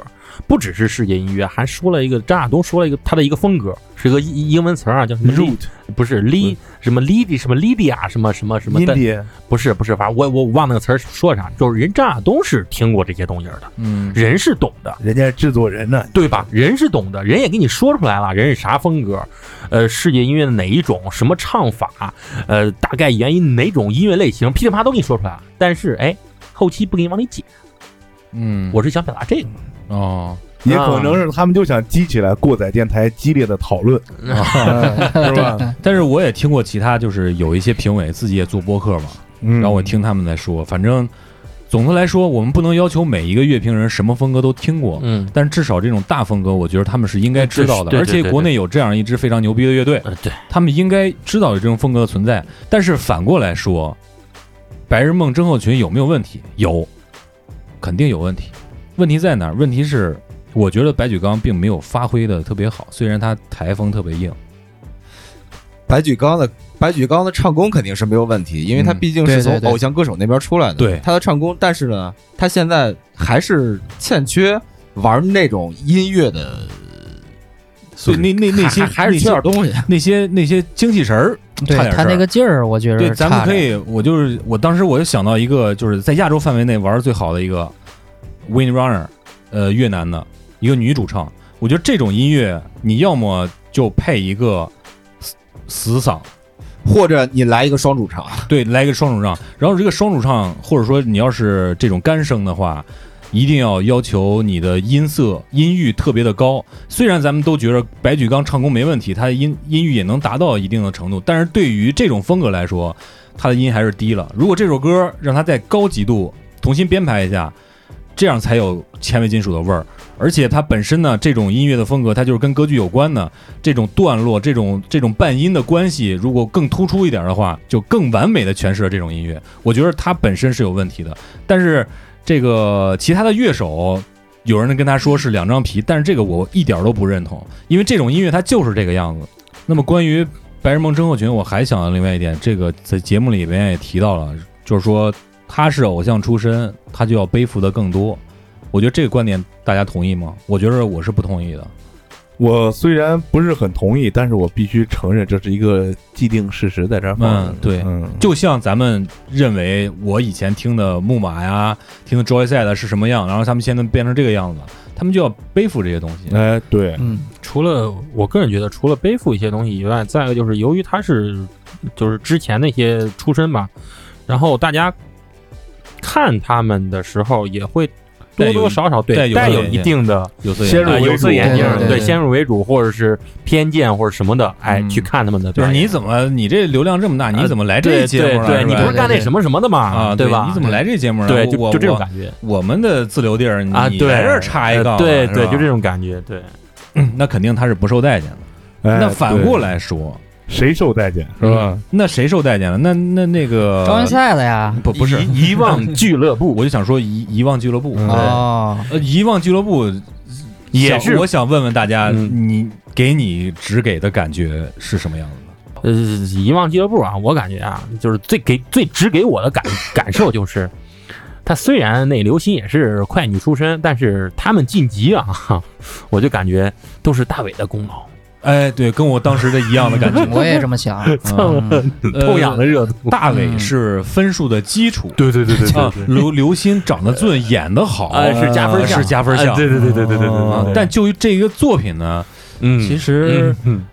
[SPEAKER 8] 不只是世界音乐，还说了一个张亚东说了一个他的一个风格，是个英英文词儿啊，叫什么
[SPEAKER 1] Root
[SPEAKER 8] 不是 Li 什么 Lidi 什么 Lydia 什么什么什么
[SPEAKER 1] 印
[SPEAKER 8] 的，
[SPEAKER 1] 第
[SPEAKER 8] 不是不是，反正我我我忘那个词儿说啥，就是人张亚东是听过这些东西儿的，
[SPEAKER 6] 嗯，
[SPEAKER 8] 人是懂的。
[SPEAKER 1] 人家是制作人呢，
[SPEAKER 8] 对吧？人是懂的，人也给你说出来了，人是啥风格，呃，世界音乐的哪一种，什么唱法，呃，大概源于哪种音乐类型，噼里啪啦都给你说出来了。但是，哎，后期不给你往里解，
[SPEAKER 6] 嗯，
[SPEAKER 8] 我是想表达这个。
[SPEAKER 6] 哦，
[SPEAKER 1] 也可能是他们就想激起来过载电台激烈的讨论， 嗯是吧？
[SPEAKER 6] 但是我也听过其他，就是有一些评委自己也做播客嘛，
[SPEAKER 1] 嗯
[SPEAKER 6] 然后我听他们在说，反正总的来说，我们不能要求每一个乐评人什么风格都听过，
[SPEAKER 8] 嗯，
[SPEAKER 6] 但是至少这种大风格，我觉得他们是应该知道的。
[SPEAKER 8] 对
[SPEAKER 6] 而
[SPEAKER 8] 对对
[SPEAKER 6] 且国内有这样一支非常牛逼的乐队，
[SPEAKER 8] 呃，对，
[SPEAKER 6] 他们应该知道有这种风格的存在。但是反过来说，白日梦症候群有没有问题？有，肯定有问题。问题在哪儿？问题是我觉得白举纲并没有发挥的特别好，虽然他台风特别硬。
[SPEAKER 9] 白举纲的白举纲的唱功肯定是没有问题，因为他
[SPEAKER 6] 嗯
[SPEAKER 9] 毕竟
[SPEAKER 7] 对
[SPEAKER 9] 是
[SPEAKER 7] 对
[SPEAKER 9] 从
[SPEAKER 7] 对
[SPEAKER 9] 偶像歌手那边出来的，
[SPEAKER 6] 对
[SPEAKER 9] 他的唱功，但是呢，他现在还是欠缺玩那种音乐的，
[SPEAKER 6] 对，那那那些
[SPEAKER 9] 还还是缺点东西。
[SPEAKER 6] 那些那些精气神儿差
[SPEAKER 7] 对
[SPEAKER 6] 点事
[SPEAKER 7] 他
[SPEAKER 6] 儿。
[SPEAKER 7] 那个劲儿，我觉得
[SPEAKER 6] 对，
[SPEAKER 7] 是
[SPEAKER 6] 咱
[SPEAKER 7] 差
[SPEAKER 6] 们可
[SPEAKER 7] 点
[SPEAKER 6] 以，我就是我当时我就想到一个，就是在亚洲范围内玩的最好的一个 Wind Runner，呃，越南的一个女主唱。我觉得这种音乐，你要么就配一个死死嗓，
[SPEAKER 9] 或者你来一个双主唱，
[SPEAKER 6] 对，来一个双主唱。然后这个双主唱，或者说你要是这种干声的话，一定要要求你的音色音域特别的高。虽然咱们都觉得白举纲唱功没问题，他的音音域也能达到一定的程度，但是对于这种风格来说，他的音还是低了。如果这首歌让他在高几度重新编排一下，这样才有前卫金属的味儿。而且它本身呢，这种音乐的风格，它就是跟歌剧有关的。这种段落、这种这种半音的关系，如果更突出一点的话，就更完美的诠释了这种音乐。我觉得它本身是有问题的，但是这个其他的乐手，有人跟他说是两张皮，但是这个我一点都不认同，因为这种音乐它就是这个样子。那么关于《白日梦症候群》，我还想到另外一点，这个在节目里面也提到了，就是说他是偶像出身，他就要背负的更多。我觉得这个观点大家同意吗？我觉得我是不同意的。
[SPEAKER 1] 我虽然不是很同意，但是我必须承认这是一个既定事实，在这儿放着。
[SPEAKER 6] 嗯对
[SPEAKER 1] 嗯，
[SPEAKER 6] 就像咱们认为我以前听的木马呀、听的 Joy Side 是什么样，然后他们现在变成这个样子，他们就要背负这些东西。
[SPEAKER 1] 哎，对，
[SPEAKER 7] 嗯，
[SPEAKER 8] 除了我个人觉得，除了背负一些东西以外，再一个就是由于他是就是之前那些出身吧，然后大家看他们的时候也会
[SPEAKER 6] 带
[SPEAKER 8] 多
[SPEAKER 6] 有多
[SPEAKER 8] 多
[SPEAKER 6] 少
[SPEAKER 8] 少少对
[SPEAKER 6] 带有
[SPEAKER 8] 带
[SPEAKER 6] 一
[SPEAKER 8] 有
[SPEAKER 6] 点
[SPEAKER 8] 一定的。
[SPEAKER 6] 有色
[SPEAKER 1] 先
[SPEAKER 6] 眼
[SPEAKER 8] 呃
[SPEAKER 1] 入
[SPEAKER 6] 镜，
[SPEAKER 1] 为
[SPEAKER 8] 有色
[SPEAKER 1] 主
[SPEAKER 8] 眼镜儿，
[SPEAKER 7] 对对对
[SPEAKER 8] 先入为主，或者是偏见，或者什么的，哎，
[SPEAKER 6] 嗯
[SPEAKER 8] 去看他们的
[SPEAKER 6] 就
[SPEAKER 8] 表
[SPEAKER 6] 是
[SPEAKER 8] 演，
[SPEAKER 6] 你怎么你这流量这么大，你怎么来这
[SPEAKER 8] 对
[SPEAKER 6] 节目
[SPEAKER 8] 对
[SPEAKER 6] 了？
[SPEAKER 8] 呃对，你
[SPEAKER 6] 吧
[SPEAKER 8] 不是干那什么什么的嘛，
[SPEAKER 6] 啊？
[SPEAKER 8] 对吧？
[SPEAKER 6] 你怎么来这节目了？
[SPEAKER 8] 对，
[SPEAKER 6] 我
[SPEAKER 8] 就
[SPEAKER 6] 我
[SPEAKER 8] 就这种
[SPEAKER 6] 我
[SPEAKER 8] 感觉
[SPEAKER 6] 我们的自留地儿
[SPEAKER 8] 啊，
[SPEAKER 6] 你
[SPEAKER 8] 对，
[SPEAKER 6] 来这儿插一杠，
[SPEAKER 8] 呃对对，就这
[SPEAKER 6] 种，
[SPEAKER 8] 种感觉，对，
[SPEAKER 6] 那肯定他是不受待见的。
[SPEAKER 1] 哎
[SPEAKER 6] 那反过，来说，
[SPEAKER 1] 对谁受待见是
[SPEAKER 8] 嗯
[SPEAKER 1] 吧？
[SPEAKER 6] 那谁受待见了？那那那个
[SPEAKER 7] 招人赛的呀。
[SPEAKER 6] 不不是
[SPEAKER 8] 遗遗忘俱乐部
[SPEAKER 6] 我就想说遗遗忘俱乐部，
[SPEAKER 1] 嗯
[SPEAKER 7] 哦，。
[SPEAKER 6] 呃，遗忘俱乐部
[SPEAKER 8] 也
[SPEAKER 6] 想
[SPEAKER 8] 是
[SPEAKER 6] 我想问问大家，
[SPEAKER 8] 嗯
[SPEAKER 6] 你给你只给的感觉是什么样子的？
[SPEAKER 8] 呃，遗忘俱乐部啊，我感觉啊，就是最给最直给我的感感受就是，他虽然那刘鑫也是快女出身，但是他们晋级啊，哈我就感觉都是大伟的功劳，
[SPEAKER 6] 哎，对，跟我当时的一样的感 觉
[SPEAKER 7] 我也这么想。
[SPEAKER 6] 嗯
[SPEAKER 8] 痛痒的热度。
[SPEAKER 6] 大伟是分数的基础，
[SPEAKER 8] 对对对对
[SPEAKER 6] 啊，刘刘鑫长得俊，演得好，
[SPEAKER 8] 呃是加分项哎
[SPEAKER 6] 是加分项
[SPEAKER 8] 啊。对对对对对对对对
[SPEAKER 6] 啊
[SPEAKER 8] 对。
[SPEAKER 6] 但就于这个作品呢，
[SPEAKER 8] 嗯，
[SPEAKER 6] 其实
[SPEAKER 8] 嗯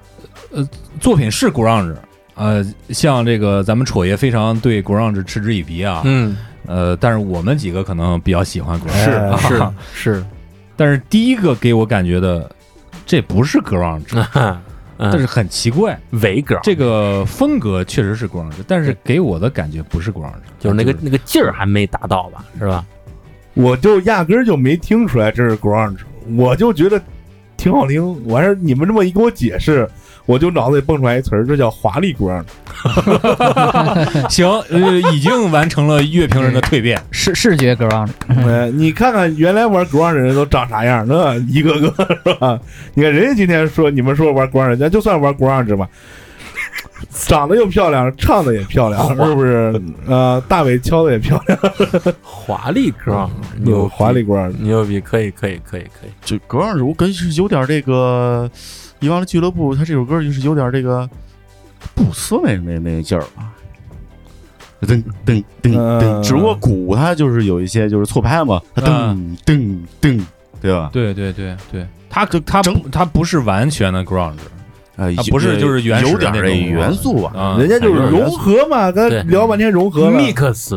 [SPEAKER 6] 呃，作品是 grunge，呃，像这个咱们楚爷非常对 grunge 嗤之以鼻啊，
[SPEAKER 8] 嗯，
[SPEAKER 6] 呃，但是我们几个可能比较喜欢 grunge，
[SPEAKER 1] 是
[SPEAKER 6] 啊
[SPEAKER 8] 是 是，
[SPEAKER 6] 但是第一个给我感觉的，这不是 grunge，、但
[SPEAKER 8] 但
[SPEAKER 6] 是很奇怪，
[SPEAKER 8] 伪梗
[SPEAKER 6] 嗯这个风格确实是 grunge，但是给我的感觉不啊是 grunge，
[SPEAKER 8] 就是那个那个劲儿还没达到吧，是吧？
[SPEAKER 1] 我就压根儿就没听出来这是 grunge，我就觉得挺好听。完事儿你们这么一给我解释，我就脑子里蹦出来一词儿，这叫华丽 grunge。
[SPEAKER 6] 行，呃，已经完成了乐评人的蜕变。
[SPEAKER 7] 视视觉啊 grunge，
[SPEAKER 1] 哎，你看看原来玩 grunge 的人都长啥样，那一个个 是吧？你看人家今天说你们说玩 grunge，咱就算玩 grunge 吧，长得又漂亮，唱的也漂亮，是不是？
[SPEAKER 6] 嗯
[SPEAKER 1] 呃，大尾敲的也漂亮，
[SPEAKER 8] 华丽哥，
[SPEAKER 1] 有华丽 grunge。
[SPEAKER 8] 啊牛逼，可以可以可以可以，
[SPEAKER 10] 就 grunge，我感觉是有点这个《遗忘的俱乐部》，他这首歌就是有点这个布鲁斯那那那劲儿吧。噔噔噔
[SPEAKER 1] 嗯
[SPEAKER 10] 噔，只不过鼓它就是有一些就是错拍嘛，它噔噔噔，对吧？
[SPEAKER 6] 对对对对，他他
[SPEAKER 10] 整
[SPEAKER 6] 他不是完全的 grunge，
[SPEAKER 10] 啊
[SPEAKER 6] 啊，不是就是原始
[SPEAKER 10] 有
[SPEAKER 6] 的
[SPEAKER 10] 点
[SPEAKER 6] 那
[SPEAKER 10] 这
[SPEAKER 6] 种
[SPEAKER 10] 元素吧？
[SPEAKER 6] 啊，
[SPEAKER 1] 人家就是融合嘛，刚
[SPEAKER 8] 对
[SPEAKER 1] 才聊半天融合了，
[SPEAKER 8] mix，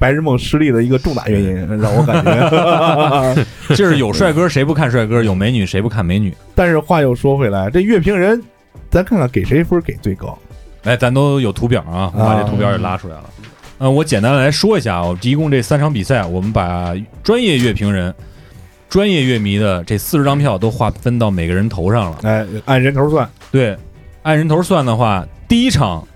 [SPEAKER 1] 白日梦失利的一个重大原因，让我感 觉。
[SPEAKER 6] 就是有帅哥谁不看帅哥，有美女谁不看美女。
[SPEAKER 1] 但是话又说回来，这乐评人，咱看看给谁分儿给最高。
[SPEAKER 6] 哎，咱都有图表啊，我把这
[SPEAKER 1] 啊
[SPEAKER 6] 图表也拉出来了。呃，我简单来说一下啊，一共这三场比赛，我们把专业乐评人、专业乐迷的这四十张票都划分到每个人头上了。
[SPEAKER 1] 哎，按人头算，
[SPEAKER 6] 对，按人头算的话，第一场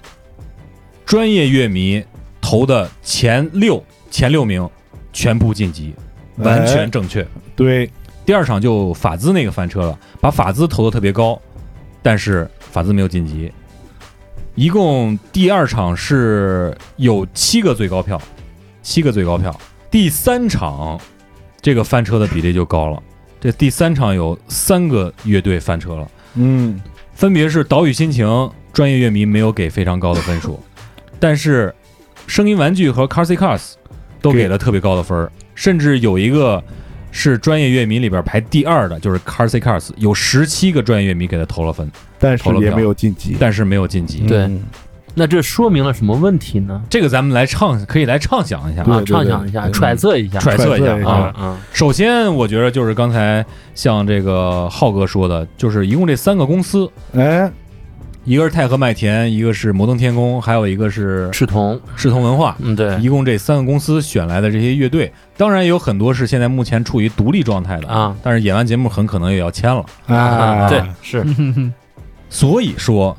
[SPEAKER 6] 专业乐迷投的前六前六名全部晋级，完全
[SPEAKER 1] 哎
[SPEAKER 6] 正确。
[SPEAKER 1] 对。
[SPEAKER 6] 第二场就法兹那个翻车了，把法兹投的特别高，但是法兹没有晋级。一共第二场是有七个最高票，七个最高票。第三场这个翻车的比例就高了，这第三场有三个乐队翻车了，
[SPEAKER 1] 嗯，
[SPEAKER 6] 分别是岛屿心情、专业乐迷没有给非常高的分数，但是声音玩具和 Carsy Cars 都给了特别高的分儿，甚至有一个是专业乐迷里边排第二的，就是 Carsy Cars，有十七个专业乐迷给他投了分，
[SPEAKER 1] 但是
[SPEAKER 6] 投了
[SPEAKER 1] 也
[SPEAKER 6] 票
[SPEAKER 1] 没有晋级。
[SPEAKER 6] 但是没有晋级。
[SPEAKER 8] 对
[SPEAKER 1] 嗯
[SPEAKER 8] 那这说明了什么问题呢？
[SPEAKER 6] 这个咱们来畅可以来畅想一下啊
[SPEAKER 8] 啊，，畅想一下，揣测一下，
[SPEAKER 6] 揣测
[SPEAKER 1] 揣测
[SPEAKER 6] 一
[SPEAKER 1] 一
[SPEAKER 6] 下
[SPEAKER 1] 下
[SPEAKER 6] 啊
[SPEAKER 8] 啊。啊，
[SPEAKER 6] 首先，我觉得就是刚才像这个浩哥说的，就是一共这三个公司，
[SPEAKER 1] 哎，
[SPEAKER 6] 一个是泰和麦田，一个是摩登天空，还有一个是
[SPEAKER 8] 赤瞳，
[SPEAKER 6] 视同文化。
[SPEAKER 8] 嗯，对
[SPEAKER 6] 一共这三个公司选来的这些乐队，当然也有很多是现在目前处于独立状态的，
[SPEAKER 8] 啊，
[SPEAKER 6] 但是演完节目很可能也要签了。
[SPEAKER 1] 啊，
[SPEAKER 8] 对，是
[SPEAKER 6] 所以说，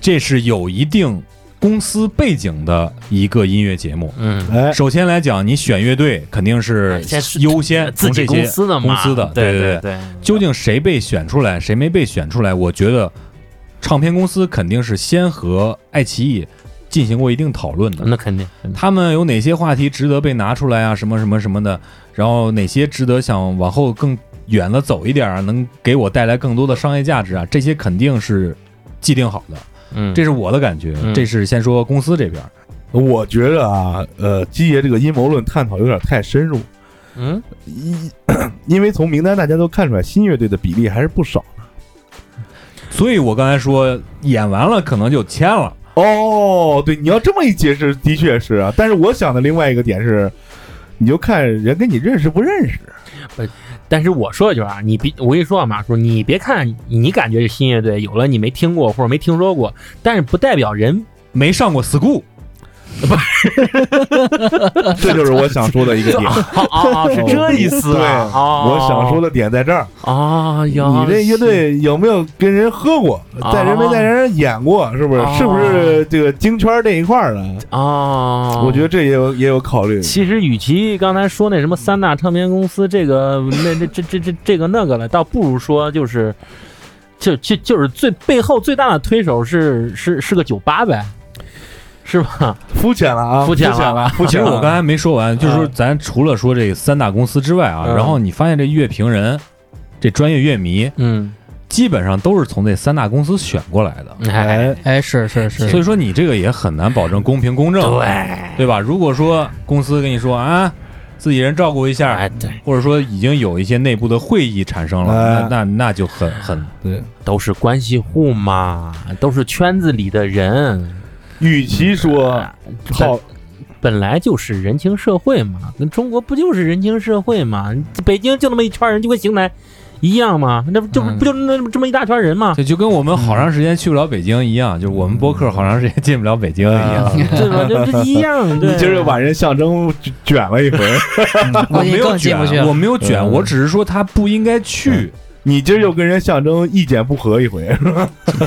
[SPEAKER 6] 这是有一定公司背景的一个音乐节目。
[SPEAKER 8] 嗯。
[SPEAKER 1] 哎，
[SPEAKER 6] 首先来讲，你选乐队肯定是
[SPEAKER 8] 哎先是
[SPEAKER 6] 优先
[SPEAKER 8] 自
[SPEAKER 6] 从
[SPEAKER 8] 己
[SPEAKER 6] 这
[SPEAKER 8] 公
[SPEAKER 6] 些
[SPEAKER 8] 司的嘛，
[SPEAKER 6] 公司的，
[SPEAKER 8] 对
[SPEAKER 6] 对
[SPEAKER 8] 对，
[SPEAKER 6] 究竟谁被选出来，谁没被选出来？我觉得唱片公司肯定是先和爱奇艺进行过一定讨论的。
[SPEAKER 8] 那肯定，
[SPEAKER 6] 他们有哪些话题值得被拿出来啊？什么什么什么的，然后哪些值得想往后更远了走一点啊？能给我带来更多的商业价值啊？这些肯定是既定好的，
[SPEAKER 8] 嗯，
[SPEAKER 6] 这是我的感觉。
[SPEAKER 8] 嗯
[SPEAKER 6] 这是先说公司这边，
[SPEAKER 1] 我觉着啊，呃，基爷这个阴谋论探讨有点太深入，
[SPEAKER 8] 嗯
[SPEAKER 1] 因 因为从名单大家都看出来，新乐队的比例还是不少。
[SPEAKER 6] 所以我刚才说演完了可能就签了，
[SPEAKER 1] 哦，对，你要这么一解释，的确是啊。但是我想的另外一个点是，你就看人跟你认识不认识。
[SPEAKER 8] 但是我说的就是啊，你别，我跟你说啊，马叔，你别看你感觉这新乐队有了你没听过或者没听说过，但是不代表 人
[SPEAKER 6] 没上过 school，
[SPEAKER 1] 这就是我想说的 一个点。
[SPEAKER 8] 啊啊呃啊是这意思
[SPEAKER 1] 对，
[SPEAKER 8] 啊！啊
[SPEAKER 1] 我想说的点在这儿。
[SPEAKER 8] 啊呀，
[SPEAKER 1] 你这乐队有没有跟人喝过，在人没在人演过，是不是
[SPEAKER 8] 哦？
[SPEAKER 1] 是不是这个京圈这一块儿的？
[SPEAKER 8] 啊，
[SPEAKER 1] 我觉得这也有也有考虑。
[SPEAKER 8] 其实与其刚才说那什么三大唱片公司这个那那这这这这个那个了，倒不如说就是。就就就是最背后最大的推手是是是个酒吧呗，是吧？
[SPEAKER 1] 肤浅了啊，
[SPEAKER 8] 肤浅了吧
[SPEAKER 1] 肤
[SPEAKER 6] 其
[SPEAKER 1] 浅
[SPEAKER 6] 实
[SPEAKER 1] 了。
[SPEAKER 6] 我刚才没说完，就是说咱除了说这三大公司之外啊，
[SPEAKER 8] 嗯
[SPEAKER 6] 然后你发现这乐评人、这专业乐迷，
[SPEAKER 8] 嗯，
[SPEAKER 6] 基本上都是从这三大公司选过来的。
[SPEAKER 8] 哎，
[SPEAKER 7] 哎，是是是，
[SPEAKER 6] 所以说你这个也很难保证公平公正，
[SPEAKER 8] 对，
[SPEAKER 6] 对吧？如果说公司跟你说啊，自己人照顾一下，
[SPEAKER 8] 哎，对，
[SPEAKER 6] 或者说已经有一些内部的会议产生了
[SPEAKER 1] 哎，
[SPEAKER 6] 那那那就很
[SPEAKER 7] 嗯
[SPEAKER 6] 很
[SPEAKER 1] 对，
[SPEAKER 8] 都是关系户嘛，都是圈子里的人，
[SPEAKER 1] 与其说好，
[SPEAKER 8] 本来就是人情社会嘛。那中国不就是人情社会嘛？北京就那么一圈人，就跟邢台一样嘛，那不就
[SPEAKER 6] 嗯
[SPEAKER 8] 不就那么这么一大圈人嘛？
[SPEAKER 6] 这就跟我们好长时间去不了北京一样，就是我
[SPEAKER 1] 嗯
[SPEAKER 6] 们播客好长时间进不了北京一样。
[SPEAKER 7] 嗯
[SPEAKER 8] 对吧？这这一样，对
[SPEAKER 1] 你今儿又把人象征卷卷了 一回，
[SPEAKER 7] 嗯
[SPEAKER 6] 我
[SPEAKER 7] 估计
[SPEAKER 6] 没有啊
[SPEAKER 7] 更进
[SPEAKER 6] 卷
[SPEAKER 7] 不去，了
[SPEAKER 6] 我没有卷，
[SPEAKER 1] 嗯
[SPEAKER 6] 我只是说他不应该去，
[SPEAKER 1] 你今儿又跟人象征意见不合一回。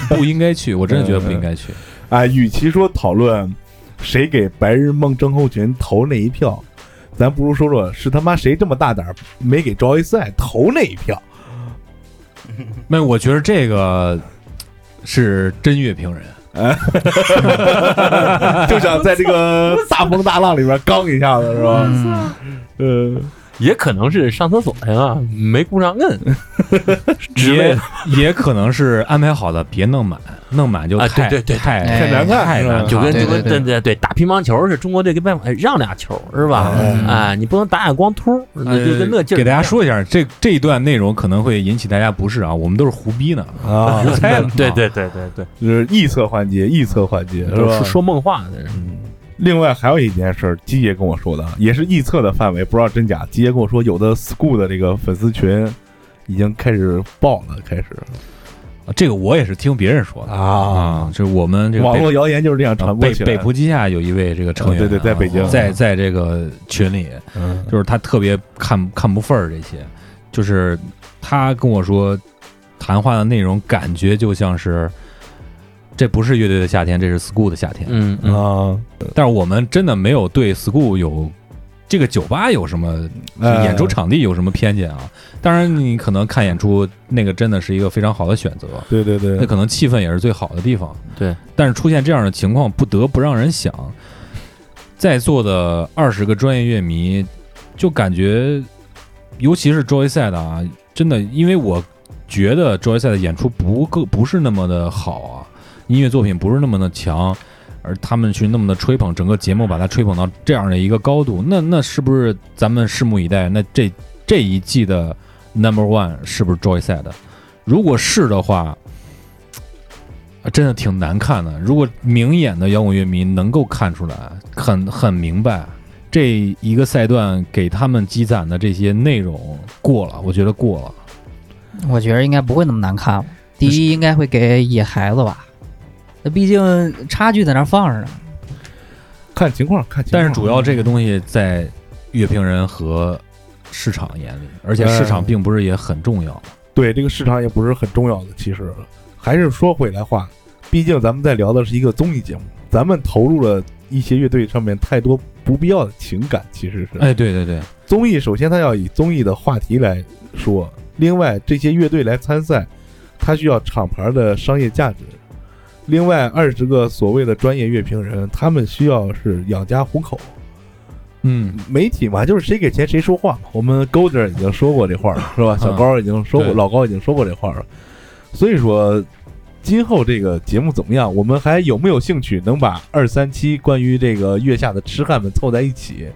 [SPEAKER 6] 不应该去，我真的觉得不应该去。
[SPEAKER 1] 啊，与其说讨论谁给白日梦症候群投那一票，咱不如说说是他妈谁这么大胆儿没给 Joyce 投那一票。
[SPEAKER 6] 那我觉得这个是真乐评人，
[SPEAKER 1] 就想在这个大风大浪里边刚一下子，是吧？
[SPEAKER 7] 嗯，
[SPEAKER 1] 嗯，
[SPEAKER 8] 也可能是上厕所去了，没顾上摁，之类
[SPEAKER 6] 也
[SPEAKER 8] 的
[SPEAKER 6] 也可能是安排好的，别弄满，弄满就
[SPEAKER 8] 啊
[SPEAKER 6] 太
[SPEAKER 8] 对对对
[SPEAKER 6] 太
[SPEAKER 7] 哎
[SPEAKER 1] 太难看，
[SPEAKER 6] 太
[SPEAKER 1] 是吧
[SPEAKER 6] 难 看
[SPEAKER 8] 就跟
[SPEAKER 7] 对
[SPEAKER 8] 就跟
[SPEAKER 7] 对
[SPEAKER 8] 对对对，打乒乓球是中国队给外哎让俩球是吧？
[SPEAKER 1] 嗯
[SPEAKER 8] 啊，你不能打眼光秃，那就跟那劲儿。
[SPEAKER 6] 给大家，说一下，这这一段内容可能会引起大家不适啊，我们都是胡逼呢，
[SPEAKER 1] 啊，
[SPEAKER 6] 胡猜的，
[SPEAKER 8] 对对对对对，
[SPEAKER 1] 就是臆测环节，臆测环节是
[SPEAKER 8] 都
[SPEAKER 1] 吧
[SPEAKER 8] 是？说梦话的人。
[SPEAKER 1] 另外还有一件事儿，鸡爷跟我说的，啊也是臆测的范围，不知道真假。鸡爷跟我说，有的 school 的这个粉丝群已经开始爆了，开始
[SPEAKER 6] 啊这个我也是听别人说的
[SPEAKER 1] 啊，
[SPEAKER 6] 啊，这我们这个
[SPEAKER 1] 网
[SPEAKER 6] 北
[SPEAKER 1] 络谣言就是这样传播
[SPEAKER 6] 北
[SPEAKER 1] 起来
[SPEAKER 6] 北
[SPEAKER 1] 的。
[SPEAKER 6] 浦基下有一位这个成员啊，
[SPEAKER 1] 对对在北京
[SPEAKER 6] 在在这个群里，
[SPEAKER 1] 嗯
[SPEAKER 6] 就是他特别看看不分儿这些，就是他跟我说谈话的内容，感觉就像是这不是乐队的夏天，这是 school 的夏天。
[SPEAKER 8] 嗯嗯，
[SPEAKER 1] 啊，
[SPEAKER 6] 但是我们真的没有对 school 有这个酒吧有什么
[SPEAKER 1] 哎
[SPEAKER 6] 演出场地有什么偏见啊？当然，你可能看演出那个真的是一个非常好的选择，
[SPEAKER 1] 对对
[SPEAKER 6] 那
[SPEAKER 1] 对，
[SPEAKER 6] 可能气氛也是最好的地方。
[SPEAKER 8] 对，
[SPEAKER 6] 但是出现这样的情况，不得不让人想，在座的二十个专业乐迷，就感觉，尤其是 Joy 赛的啊，真的，因为我觉得 Joy 赛的演出不够，不是那么的好啊，音乐作品不是那么的强。而他们去那么的吹捧，整个节目把它吹捧到这样的一个高度，那那是不是咱们拭目以待？那这这一季的 Number One 是不是 Joy 赛的？如果是的话，啊，真的挺难看的。如果明眼的摇滚乐迷能够看出来，很很明白这一个赛段给他们积攒的这些内容过了，我觉得过了。
[SPEAKER 7] 我觉得应该不会那么难看了。第一，应该会给野孩子吧，那毕竟差距在那儿放着呢。
[SPEAKER 1] 看情况，看情况。
[SPEAKER 6] 但是主要这个东西在乐评人和市场眼里，而且市
[SPEAKER 1] 哎
[SPEAKER 6] 场并不是也很重要。
[SPEAKER 1] 对这个市场也不是很重要的，其实还是说回来话，毕竟咱们在聊的是一个综艺节目，咱们投入了一些乐队上面太多不必要的情感，其实是。
[SPEAKER 6] 哎，对对对，
[SPEAKER 1] 综艺首先它要以综艺的话题来说，另外这些乐队来参赛，它需要厂牌的商业价值。另外二十个所谓的专业乐评人，他们需要是养家糊口。
[SPEAKER 6] 嗯，
[SPEAKER 1] 媒体嘛，就是谁给钱谁说话嘛。我们 g o d e r 已经说过这话 了，是吧？
[SPEAKER 6] 嗯
[SPEAKER 1] 小高已经说过，
[SPEAKER 6] 对
[SPEAKER 1] 老高已经说过这话了。所以说，今后这个节目怎么样，我们还有没有兴趣能把二三期关于这个月下的痴汉们凑在一起，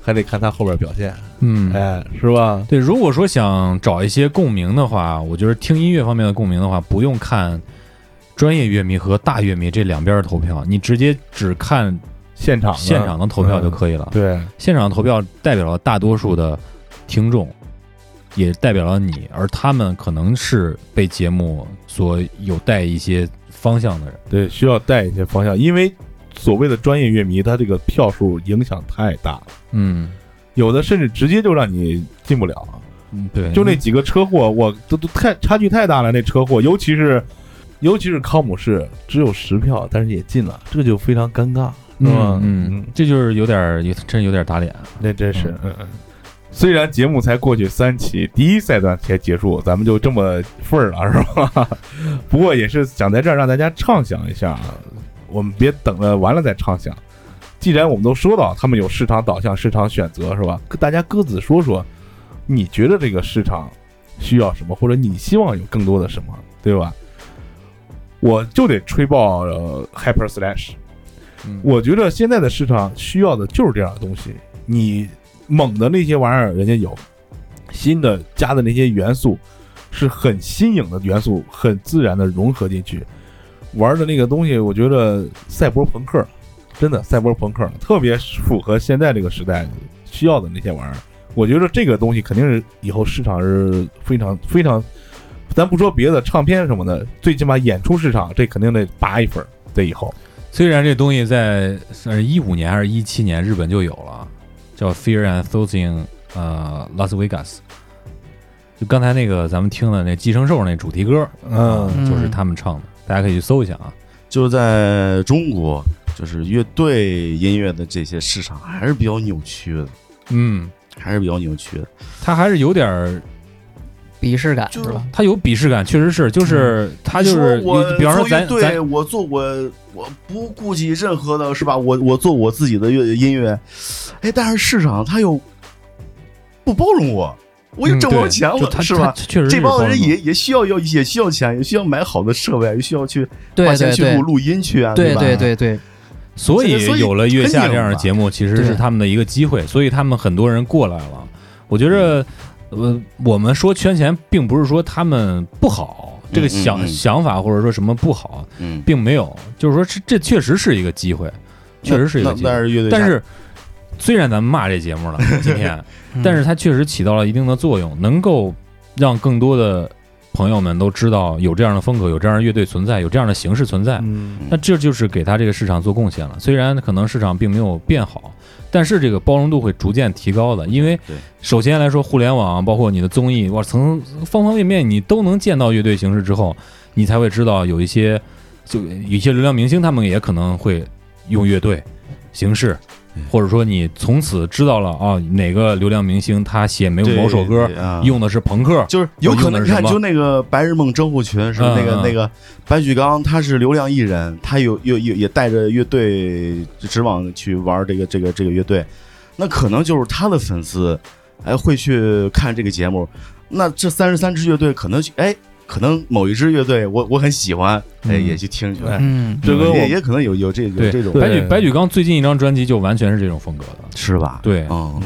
[SPEAKER 1] 还得看他后边表现，
[SPEAKER 6] 嗯，
[SPEAKER 1] 哎，是吧？
[SPEAKER 6] 对，如果说想找一些共鸣的话，我觉得听音乐方面的共鸣的话，不用看专业乐迷和大乐迷这两边的投票，你直接只看
[SPEAKER 1] 现场的
[SPEAKER 6] 现场的投
[SPEAKER 1] 嗯
[SPEAKER 6] 票就可以了。
[SPEAKER 1] 对，
[SPEAKER 6] 现场投票代表了大多数的听众，也代表了你，而他们可能是被节目所有带一些方向的人。
[SPEAKER 1] 对，需要带一些方向，因为所谓的专业乐迷，他这个票数影响太大了，
[SPEAKER 6] 嗯，
[SPEAKER 1] 有的甚至直接就让你进不了。
[SPEAKER 6] 对，
[SPEAKER 1] 就那几个车祸，我都都太差距太大了。那车祸，尤其是尤其是康姆士，只有十票，但是也进了，这就非常尴尬，是吧
[SPEAKER 6] 嗯？嗯，这就是有点儿，有真有点儿打脸。啊
[SPEAKER 1] 那真是，嗯嗯。虽然节目才过去三期，第一赛段才结束，咱们就这 么份儿了，是吧？不过也是想在这儿让大家畅想一下，我们别等着完了再畅想。既然我们都说到他们有市场导向、市场选择，是吧？大家各自说说，你觉得这个市场需要什么，或者你希望有更多的什么，对吧？我就得吹爆、呃 Hyper Slash，
[SPEAKER 6] 嗯
[SPEAKER 1] 我觉得现在的市场需要的就是这样的东西。你猛的那些玩意儿人家有，新的加的那些元素是很新颖的元素，很自然的融合进去。玩的那个东西，我觉得赛博朋克真的赛博朋克特别符合现在这个时代需要的那些玩意儿。我觉得这个东西肯定是以后市场是非常非常，咱不说别的，唱片什么的，最起码演出市场这肯定得拔一份儿。这以后，
[SPEAKER 6] 虽然这东西在算是一五年还是一七年日本就有了，叫 Fear and Thoughts in 呃 Las Vegas，就刚才那个咱们听的那寄生兽那主题歌，
[SPEAKER 1] 嗯
[SPEAKER 6] 呃就是他们唱的，大家可以去搜一下啊。
[SPEAKER 10] 就是在中国，就是乐队音乐的这些市场还是比较扭曲的，
[SPEAKER 6] 嗯，
[SPEAKER 10] 还是比较扭曲的。
[SPEAKER 6] 他还是有点儿
[SPEAKER 7] 鄙视感是
[SPEAKER 10] 就
[SPEAKER 7] 吧？
[SPEAKER 6] 他有鄙视感，确实是，就是他就
[SPEAKER 10] 嗯
[SPEAKER 6] 是，
[SPEAKER 10] 你说我
[SPEAKER 6] 你比方说咱
[SPEAKER 10] 做乐队，
[SPEAKER 6] 咱
[SPEAKER 10] 我做我我不顾及任何的是吧？我我做我自己的乐音乐，哎，但是市场它又不包容我，我也
[SPEAKER 6] 嗯
[SPEAKER 10] 挣不着
[SPEAKER 6] 对
[SPEAKER 10] 钱
[SPEAKER 6] 就
[SPEAKER 10] 了，
[SPEAKER 6] 他
[SPEAKER 10] 是
[SPEAKER 6] 他
[SPEAKER 10] 吧？
[SPEAKER 6] 确实是
[SPEAKER 10] 这帮
[SPEAKER 6] 有
[SPEAKER 10] 人
[SPEAKER 6] 帮助
[SPEAKER 10] 也也需要要也需要钱，也需要买好的设备，也需要去花
[SPEAKER 7] 对
[SPEAKER 10] 钱
[SPEAKER 7] 对
[SPEAKER 10] 去
[SPEAKER 7] 对
[SPEAKER 10] 录录音去啊，
[SPEAKER 7] 对
[SPEAKER 10] 吧？
[SPEAKER 7] 对对对，
[SPEAKER 6] 所以
[SPEAKER 10] 所以
[SPEAKER 6] 有了月下这样的节目，其实是
[SPEAKER 7] 对
[SPEAKER 6] 他们的一个机会，所以他们很多人过来了。我觉着，呃，我们说圈钱，并不是说他们不好，这个想、
[SPEAKER 10] 嗯嗯
[SPEAKER 6] 想法或者说什么不好，
[SPEAKER 10] 嗯，
[SPEAKER 6] 并没有，就是说这这确实是一个机会，确实是一个
[SPEAKER 10] 那
[SPEAKER 6] 机
[SPEAKER 10] 但
[SPEAKER 6] 会。
[SPEAKER 10] 是乐队，
[SPEAKER 6] 但是，虽然咱们骂这节目了今天，但是它确实起到了一定的作用，能够让更多的朋友们都知道有这样的风格，有这样的乐队存在，有这样的形式存在。
[SPEAKER 1] 嗯
[SPEAKER 6] 那这就是给他这个市场做贡献了。虽然可能市场并没有变好，但是这个包容度会逐渐提高的。因为
[SPEAKER 10] 对
[SPEAKER 6] 首先来说，互联网包括你的综艺，哇，从方方面面你都能见到乐队形式之后，你才会知道有一些就有一些流量明星，他们也可能会用乐队形式。或者说，你从此知道了啊，哪个流量明星他写没有
[SPEAKER 10] 对
[SPEAKER 6] 某首歌
[SPEAKER 10] 对啊
[SPEAKER 6] 用的是朋克，
[SPEAKER 10] 就是有可
[SPEAKER 6] 用的
[SPEAKER 10] 能，你
[SPEAKER 6] 是
[SPEAKER 10] 看，
[SPEAKER 6] 什么
[SPEAKER 10] 就那个《白日梦征服群》是吧
[SPEAKER 6] 嗯
[SPEAKER 10] 那个、
[SPEAKER 6] 嗯
[SPEAKER 10] 那个白举纲，他是流量艺人，他有有有也带着乐队直往去玩这个这个这个乐队，那可能就是他的粉丝，哎，会去看这个节目。那这三十三支乐队可能哎，可能某一支乐队我我很喜欢，哎，
[SPEAKER 6] 嗯
[SPEAKER 10] 也去听去，哎
[SPEAKER 7] 嗯，
[SPEAKER 1] 这个
[SPEAKER 10] 也
[SPEAKER 1] 我
[SPEAKER 10] 也可能有有这有
[SPEAKER 6] 对
[SPEAKER 10] 这种
[SPEAKER 1] 对
[SPEAKER 6] 白举白举纲最近一张专辑就完全是这种风格的，
[SPEAKER 10] 是吧？，
[SPEAKER 6] 对，
[SPEAKER 10] 嗯，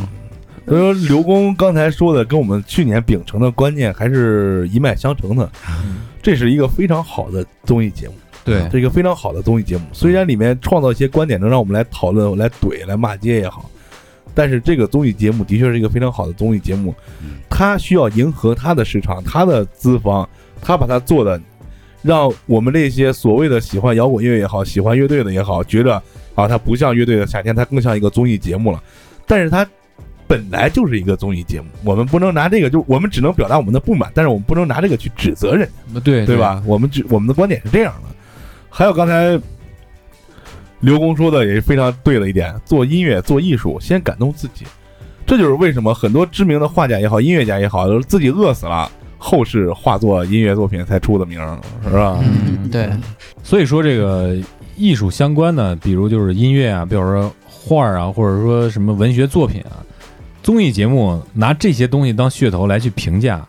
[SPEAKER 1] 所以说刘工刚才说的跟我们去年秉承的观念还是一脉相承的，这是一个非常好的综艺节目，
[SPEAKER 6] 对
[SPEAKER 1] 这是一个非常好的综艺节目。虽然里面创造一些观点能让我们来讨论、来怼、来骂街也好，但是这个综艺节目的确是一个非常好的综艺节目，它需要迎合它的市场、它的资方，它把它做的让我们这些所谓的喜欢摇滚乐也好、喜欢乐队的也好，觉得啊，它不像乐队的夏天，它更像一个综艺节目了。但是它本来就是一个综艺节目，我们不能拿这个，就我们只能表达我们的不满，但是我们不能拿这个去指责人，
[SPEAKER 6] 对
[SPEAKER 1] 对？吧？我们只我们的观点是这样的。还有刚才刘工说的也是非常对的一点，做音乐做艺术，先感动自己，这就是为什么很多知名的画家也好，音乐家也好，都是自己饿死了，后世画作音乐作品才出的名儿，是吧？
[SPEAKER 7] 嗯对，
[SPEAKER 6] 所以说这个艺术相关的，比如就是音乐啊，比如说画儿啊，或者说什么文学作品啊，综艺节目拿这些东西当噱头来去评价，啊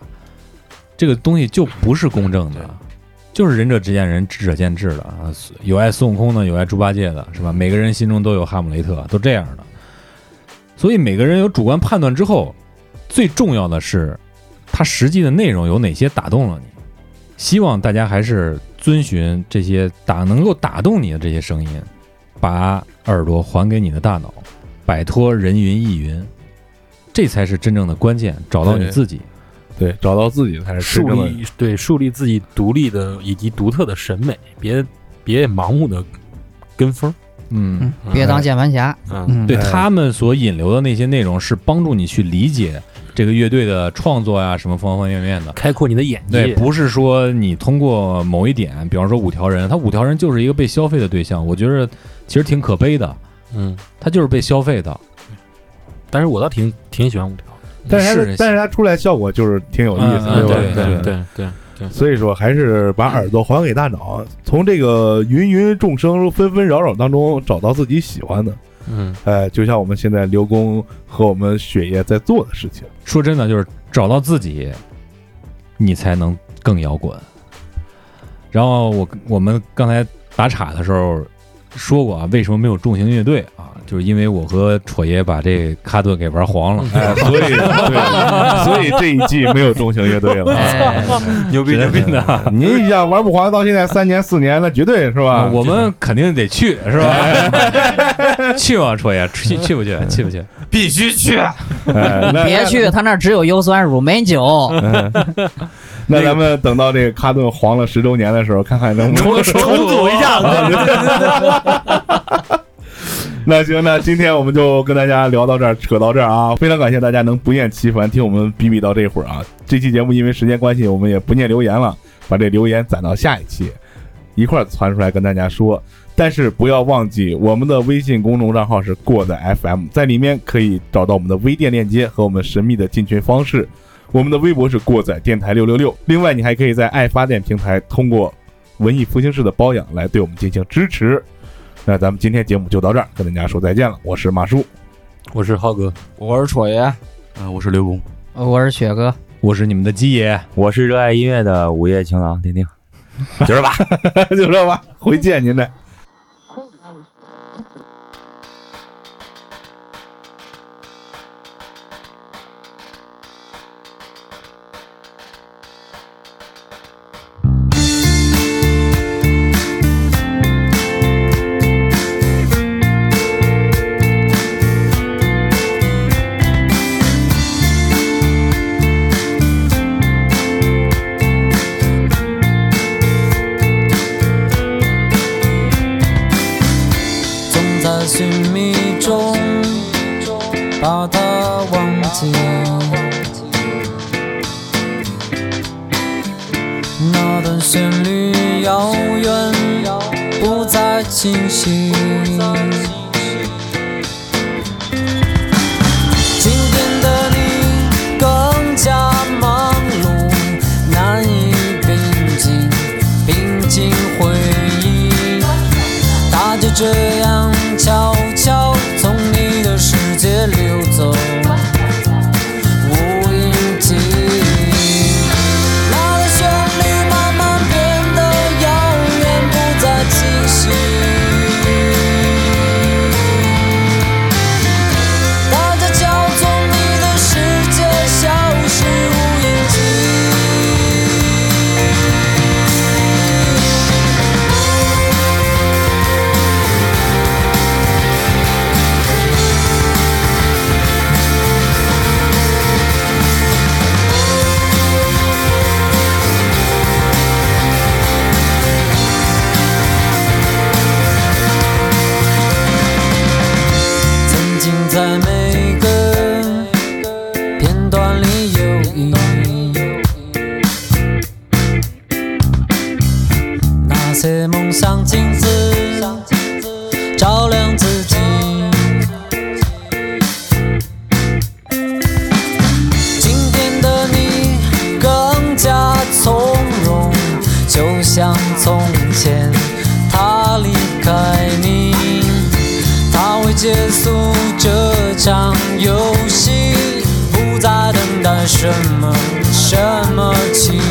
[SPEAKER 6] 这个东西就不是公正的，就是仁者见仁，智者见智的啊。有爱孙悟空的，有爱猪八戒的，是吧？每个人心中都有哈姆雷特，都这样的。所以每个人有主观判断之后，最重要的是，它实际的内容有哪些打动了你。希望大家还是遵循这些打能够打动你的这些声音，把耳朵还给你的大脑，摆脱人云亦云，这才是真正的关键，找到你自己。
[SPEAKER 1] 对，找到自己才是
[SPEAKER 8] 树
[SPEAKER 1] 真正的。
[SPEAKER 8] 立对树立自己独立的以及独特的审美，别别盲目的跟风。
[SPEAKER 6] 嗯
[SPEAKER 7] 嗯，，别当键盘侠，
[SPEAKER 8] 嗯，
[SPEAKER 7] 嗯，
[SPEAKER 6] 对
[SPEAKER 1] 哎
[SPEAKER 6] 他们所引流的那些内容是帮助你去理解这个乐队的创作呀，什么方方面面的。
[SPEAKER 8] 开阔你的眼
[SPEAKER 6] 对，
[SPEAKER 8] 界。
[SPEAKER 6] 不是说你通过某一点，比方说五条人，他五条人就是一个被消费的对象，我觉得其实挺可悲的，
[SPEAKER 8] 嗯，
[SPEAKER 6] 他就是被消费的。
[SPEAKER 8] 但是我倒挺挺喜欢五条。
[SPEAKER 1] 但是它
[SPEAKER 6] 是
[SPEAKER 1] 但是它出来效果就是挺有意思
[SPEAKER 6] 嗯
[SPEAKER 1] 的，
[SPEAKER 6] 嗯
[SPEAKER 1] 吧？
[SPEAKER 8] 对
[SPEAKER 6] 对
[SPEAKER 8] 对对，对
[SPEAKER 1] 所以说还是把耳朵还给大脑，从这个芸芸众生纷纷扰扰当中找到自己喜欢的。
[SPEAKER 8] 嗯，
[SPEAKER 1] 哎，就像我们现在刘工和我们雪夜在做的事情。
[SPEAKER 6] 说真的，就是找到自己，你才能更摇滚。然后我我们刚才打岔的时候说过啊，为什么没有重型乐队啊？就是因为我和戳爷把这卡顿给玩黄了。
[SPEAKER 1] 哎，所以 对，所以这一季没有中型乐队了。
[SPEAKER 7] 哎，
[SPEAKER 6] 牛逼牛逼的！
[SPEAKER 1] 您一想玩不滑到现在三年四年，那绝对是吧？
[SPEAKER 6] 我们肯定得去，是 吧？去吧，戳爷，去去不去？去不去？
[SPEAKER 9] 必须去。
[SPEAKER 1] 哎那
[SPEAKER 7] 别去，他那儿只有优酸乳没酒。
[SPEAKER 6] 嗯
[SPEAKER 1] 那咱们等到这个卡顿黄了十周年的时候，看看能不
[SPEAKER 8] 重
[SPEAKER 1] 能
[SPEAKER 8] 重组一下，
[SPEAKER 1] 那行，那今天我们就跟大家聊到这儿，扯到这儿啊！非常感谢大家能不厌其烦听我们逼逼到这会儿啊！这期节目因为时间关系，我们也不念留言了，把这留言攒到下一期一块儿传出来跟大家说。但是不要忘记，我们的微信公众账号是过载 FM，在里面可以找到我们的微店链接和我们神秘的进群方式。我们的微博是过载电台六六六，另外你还可以在爱发电平台通过文艺复兴式的包养来对我们进行支持。那咱们今天节目就到这儿，跟大家说再见了。我是马叔，
[SPEAKER 8] 我是浩哥，
[SPEAKER 9] 我是戳爷，
[SPEAKER 10] 嗯，我是刘工，
[SPEAKER 7] 我是雪哥，
[SPEAKER 6] 我是你们的鸡爷，
[SPEAKER 2] 我是热爱音乐的午夜情郎丁丁。
[SPEAKER 1] 就这吧，回见您嘞。
[SPEAKER 11] 总在寻觅中把它忘记。那段旋律遥远，不再清晰。今天的你更加忙碌，难以平静，平静回忆。它就这样悄悄从你的世界溜走，无影迹。那段旋律慢慢变得遥远，不再清晰。它在悄从你的世界消失，无影迹。曾经在每个片段里有意义。那些梦想镜子照亮自己。今天的你更加从容，就像从前他离开你。它会结束这场游戏，不再等待什么什么奇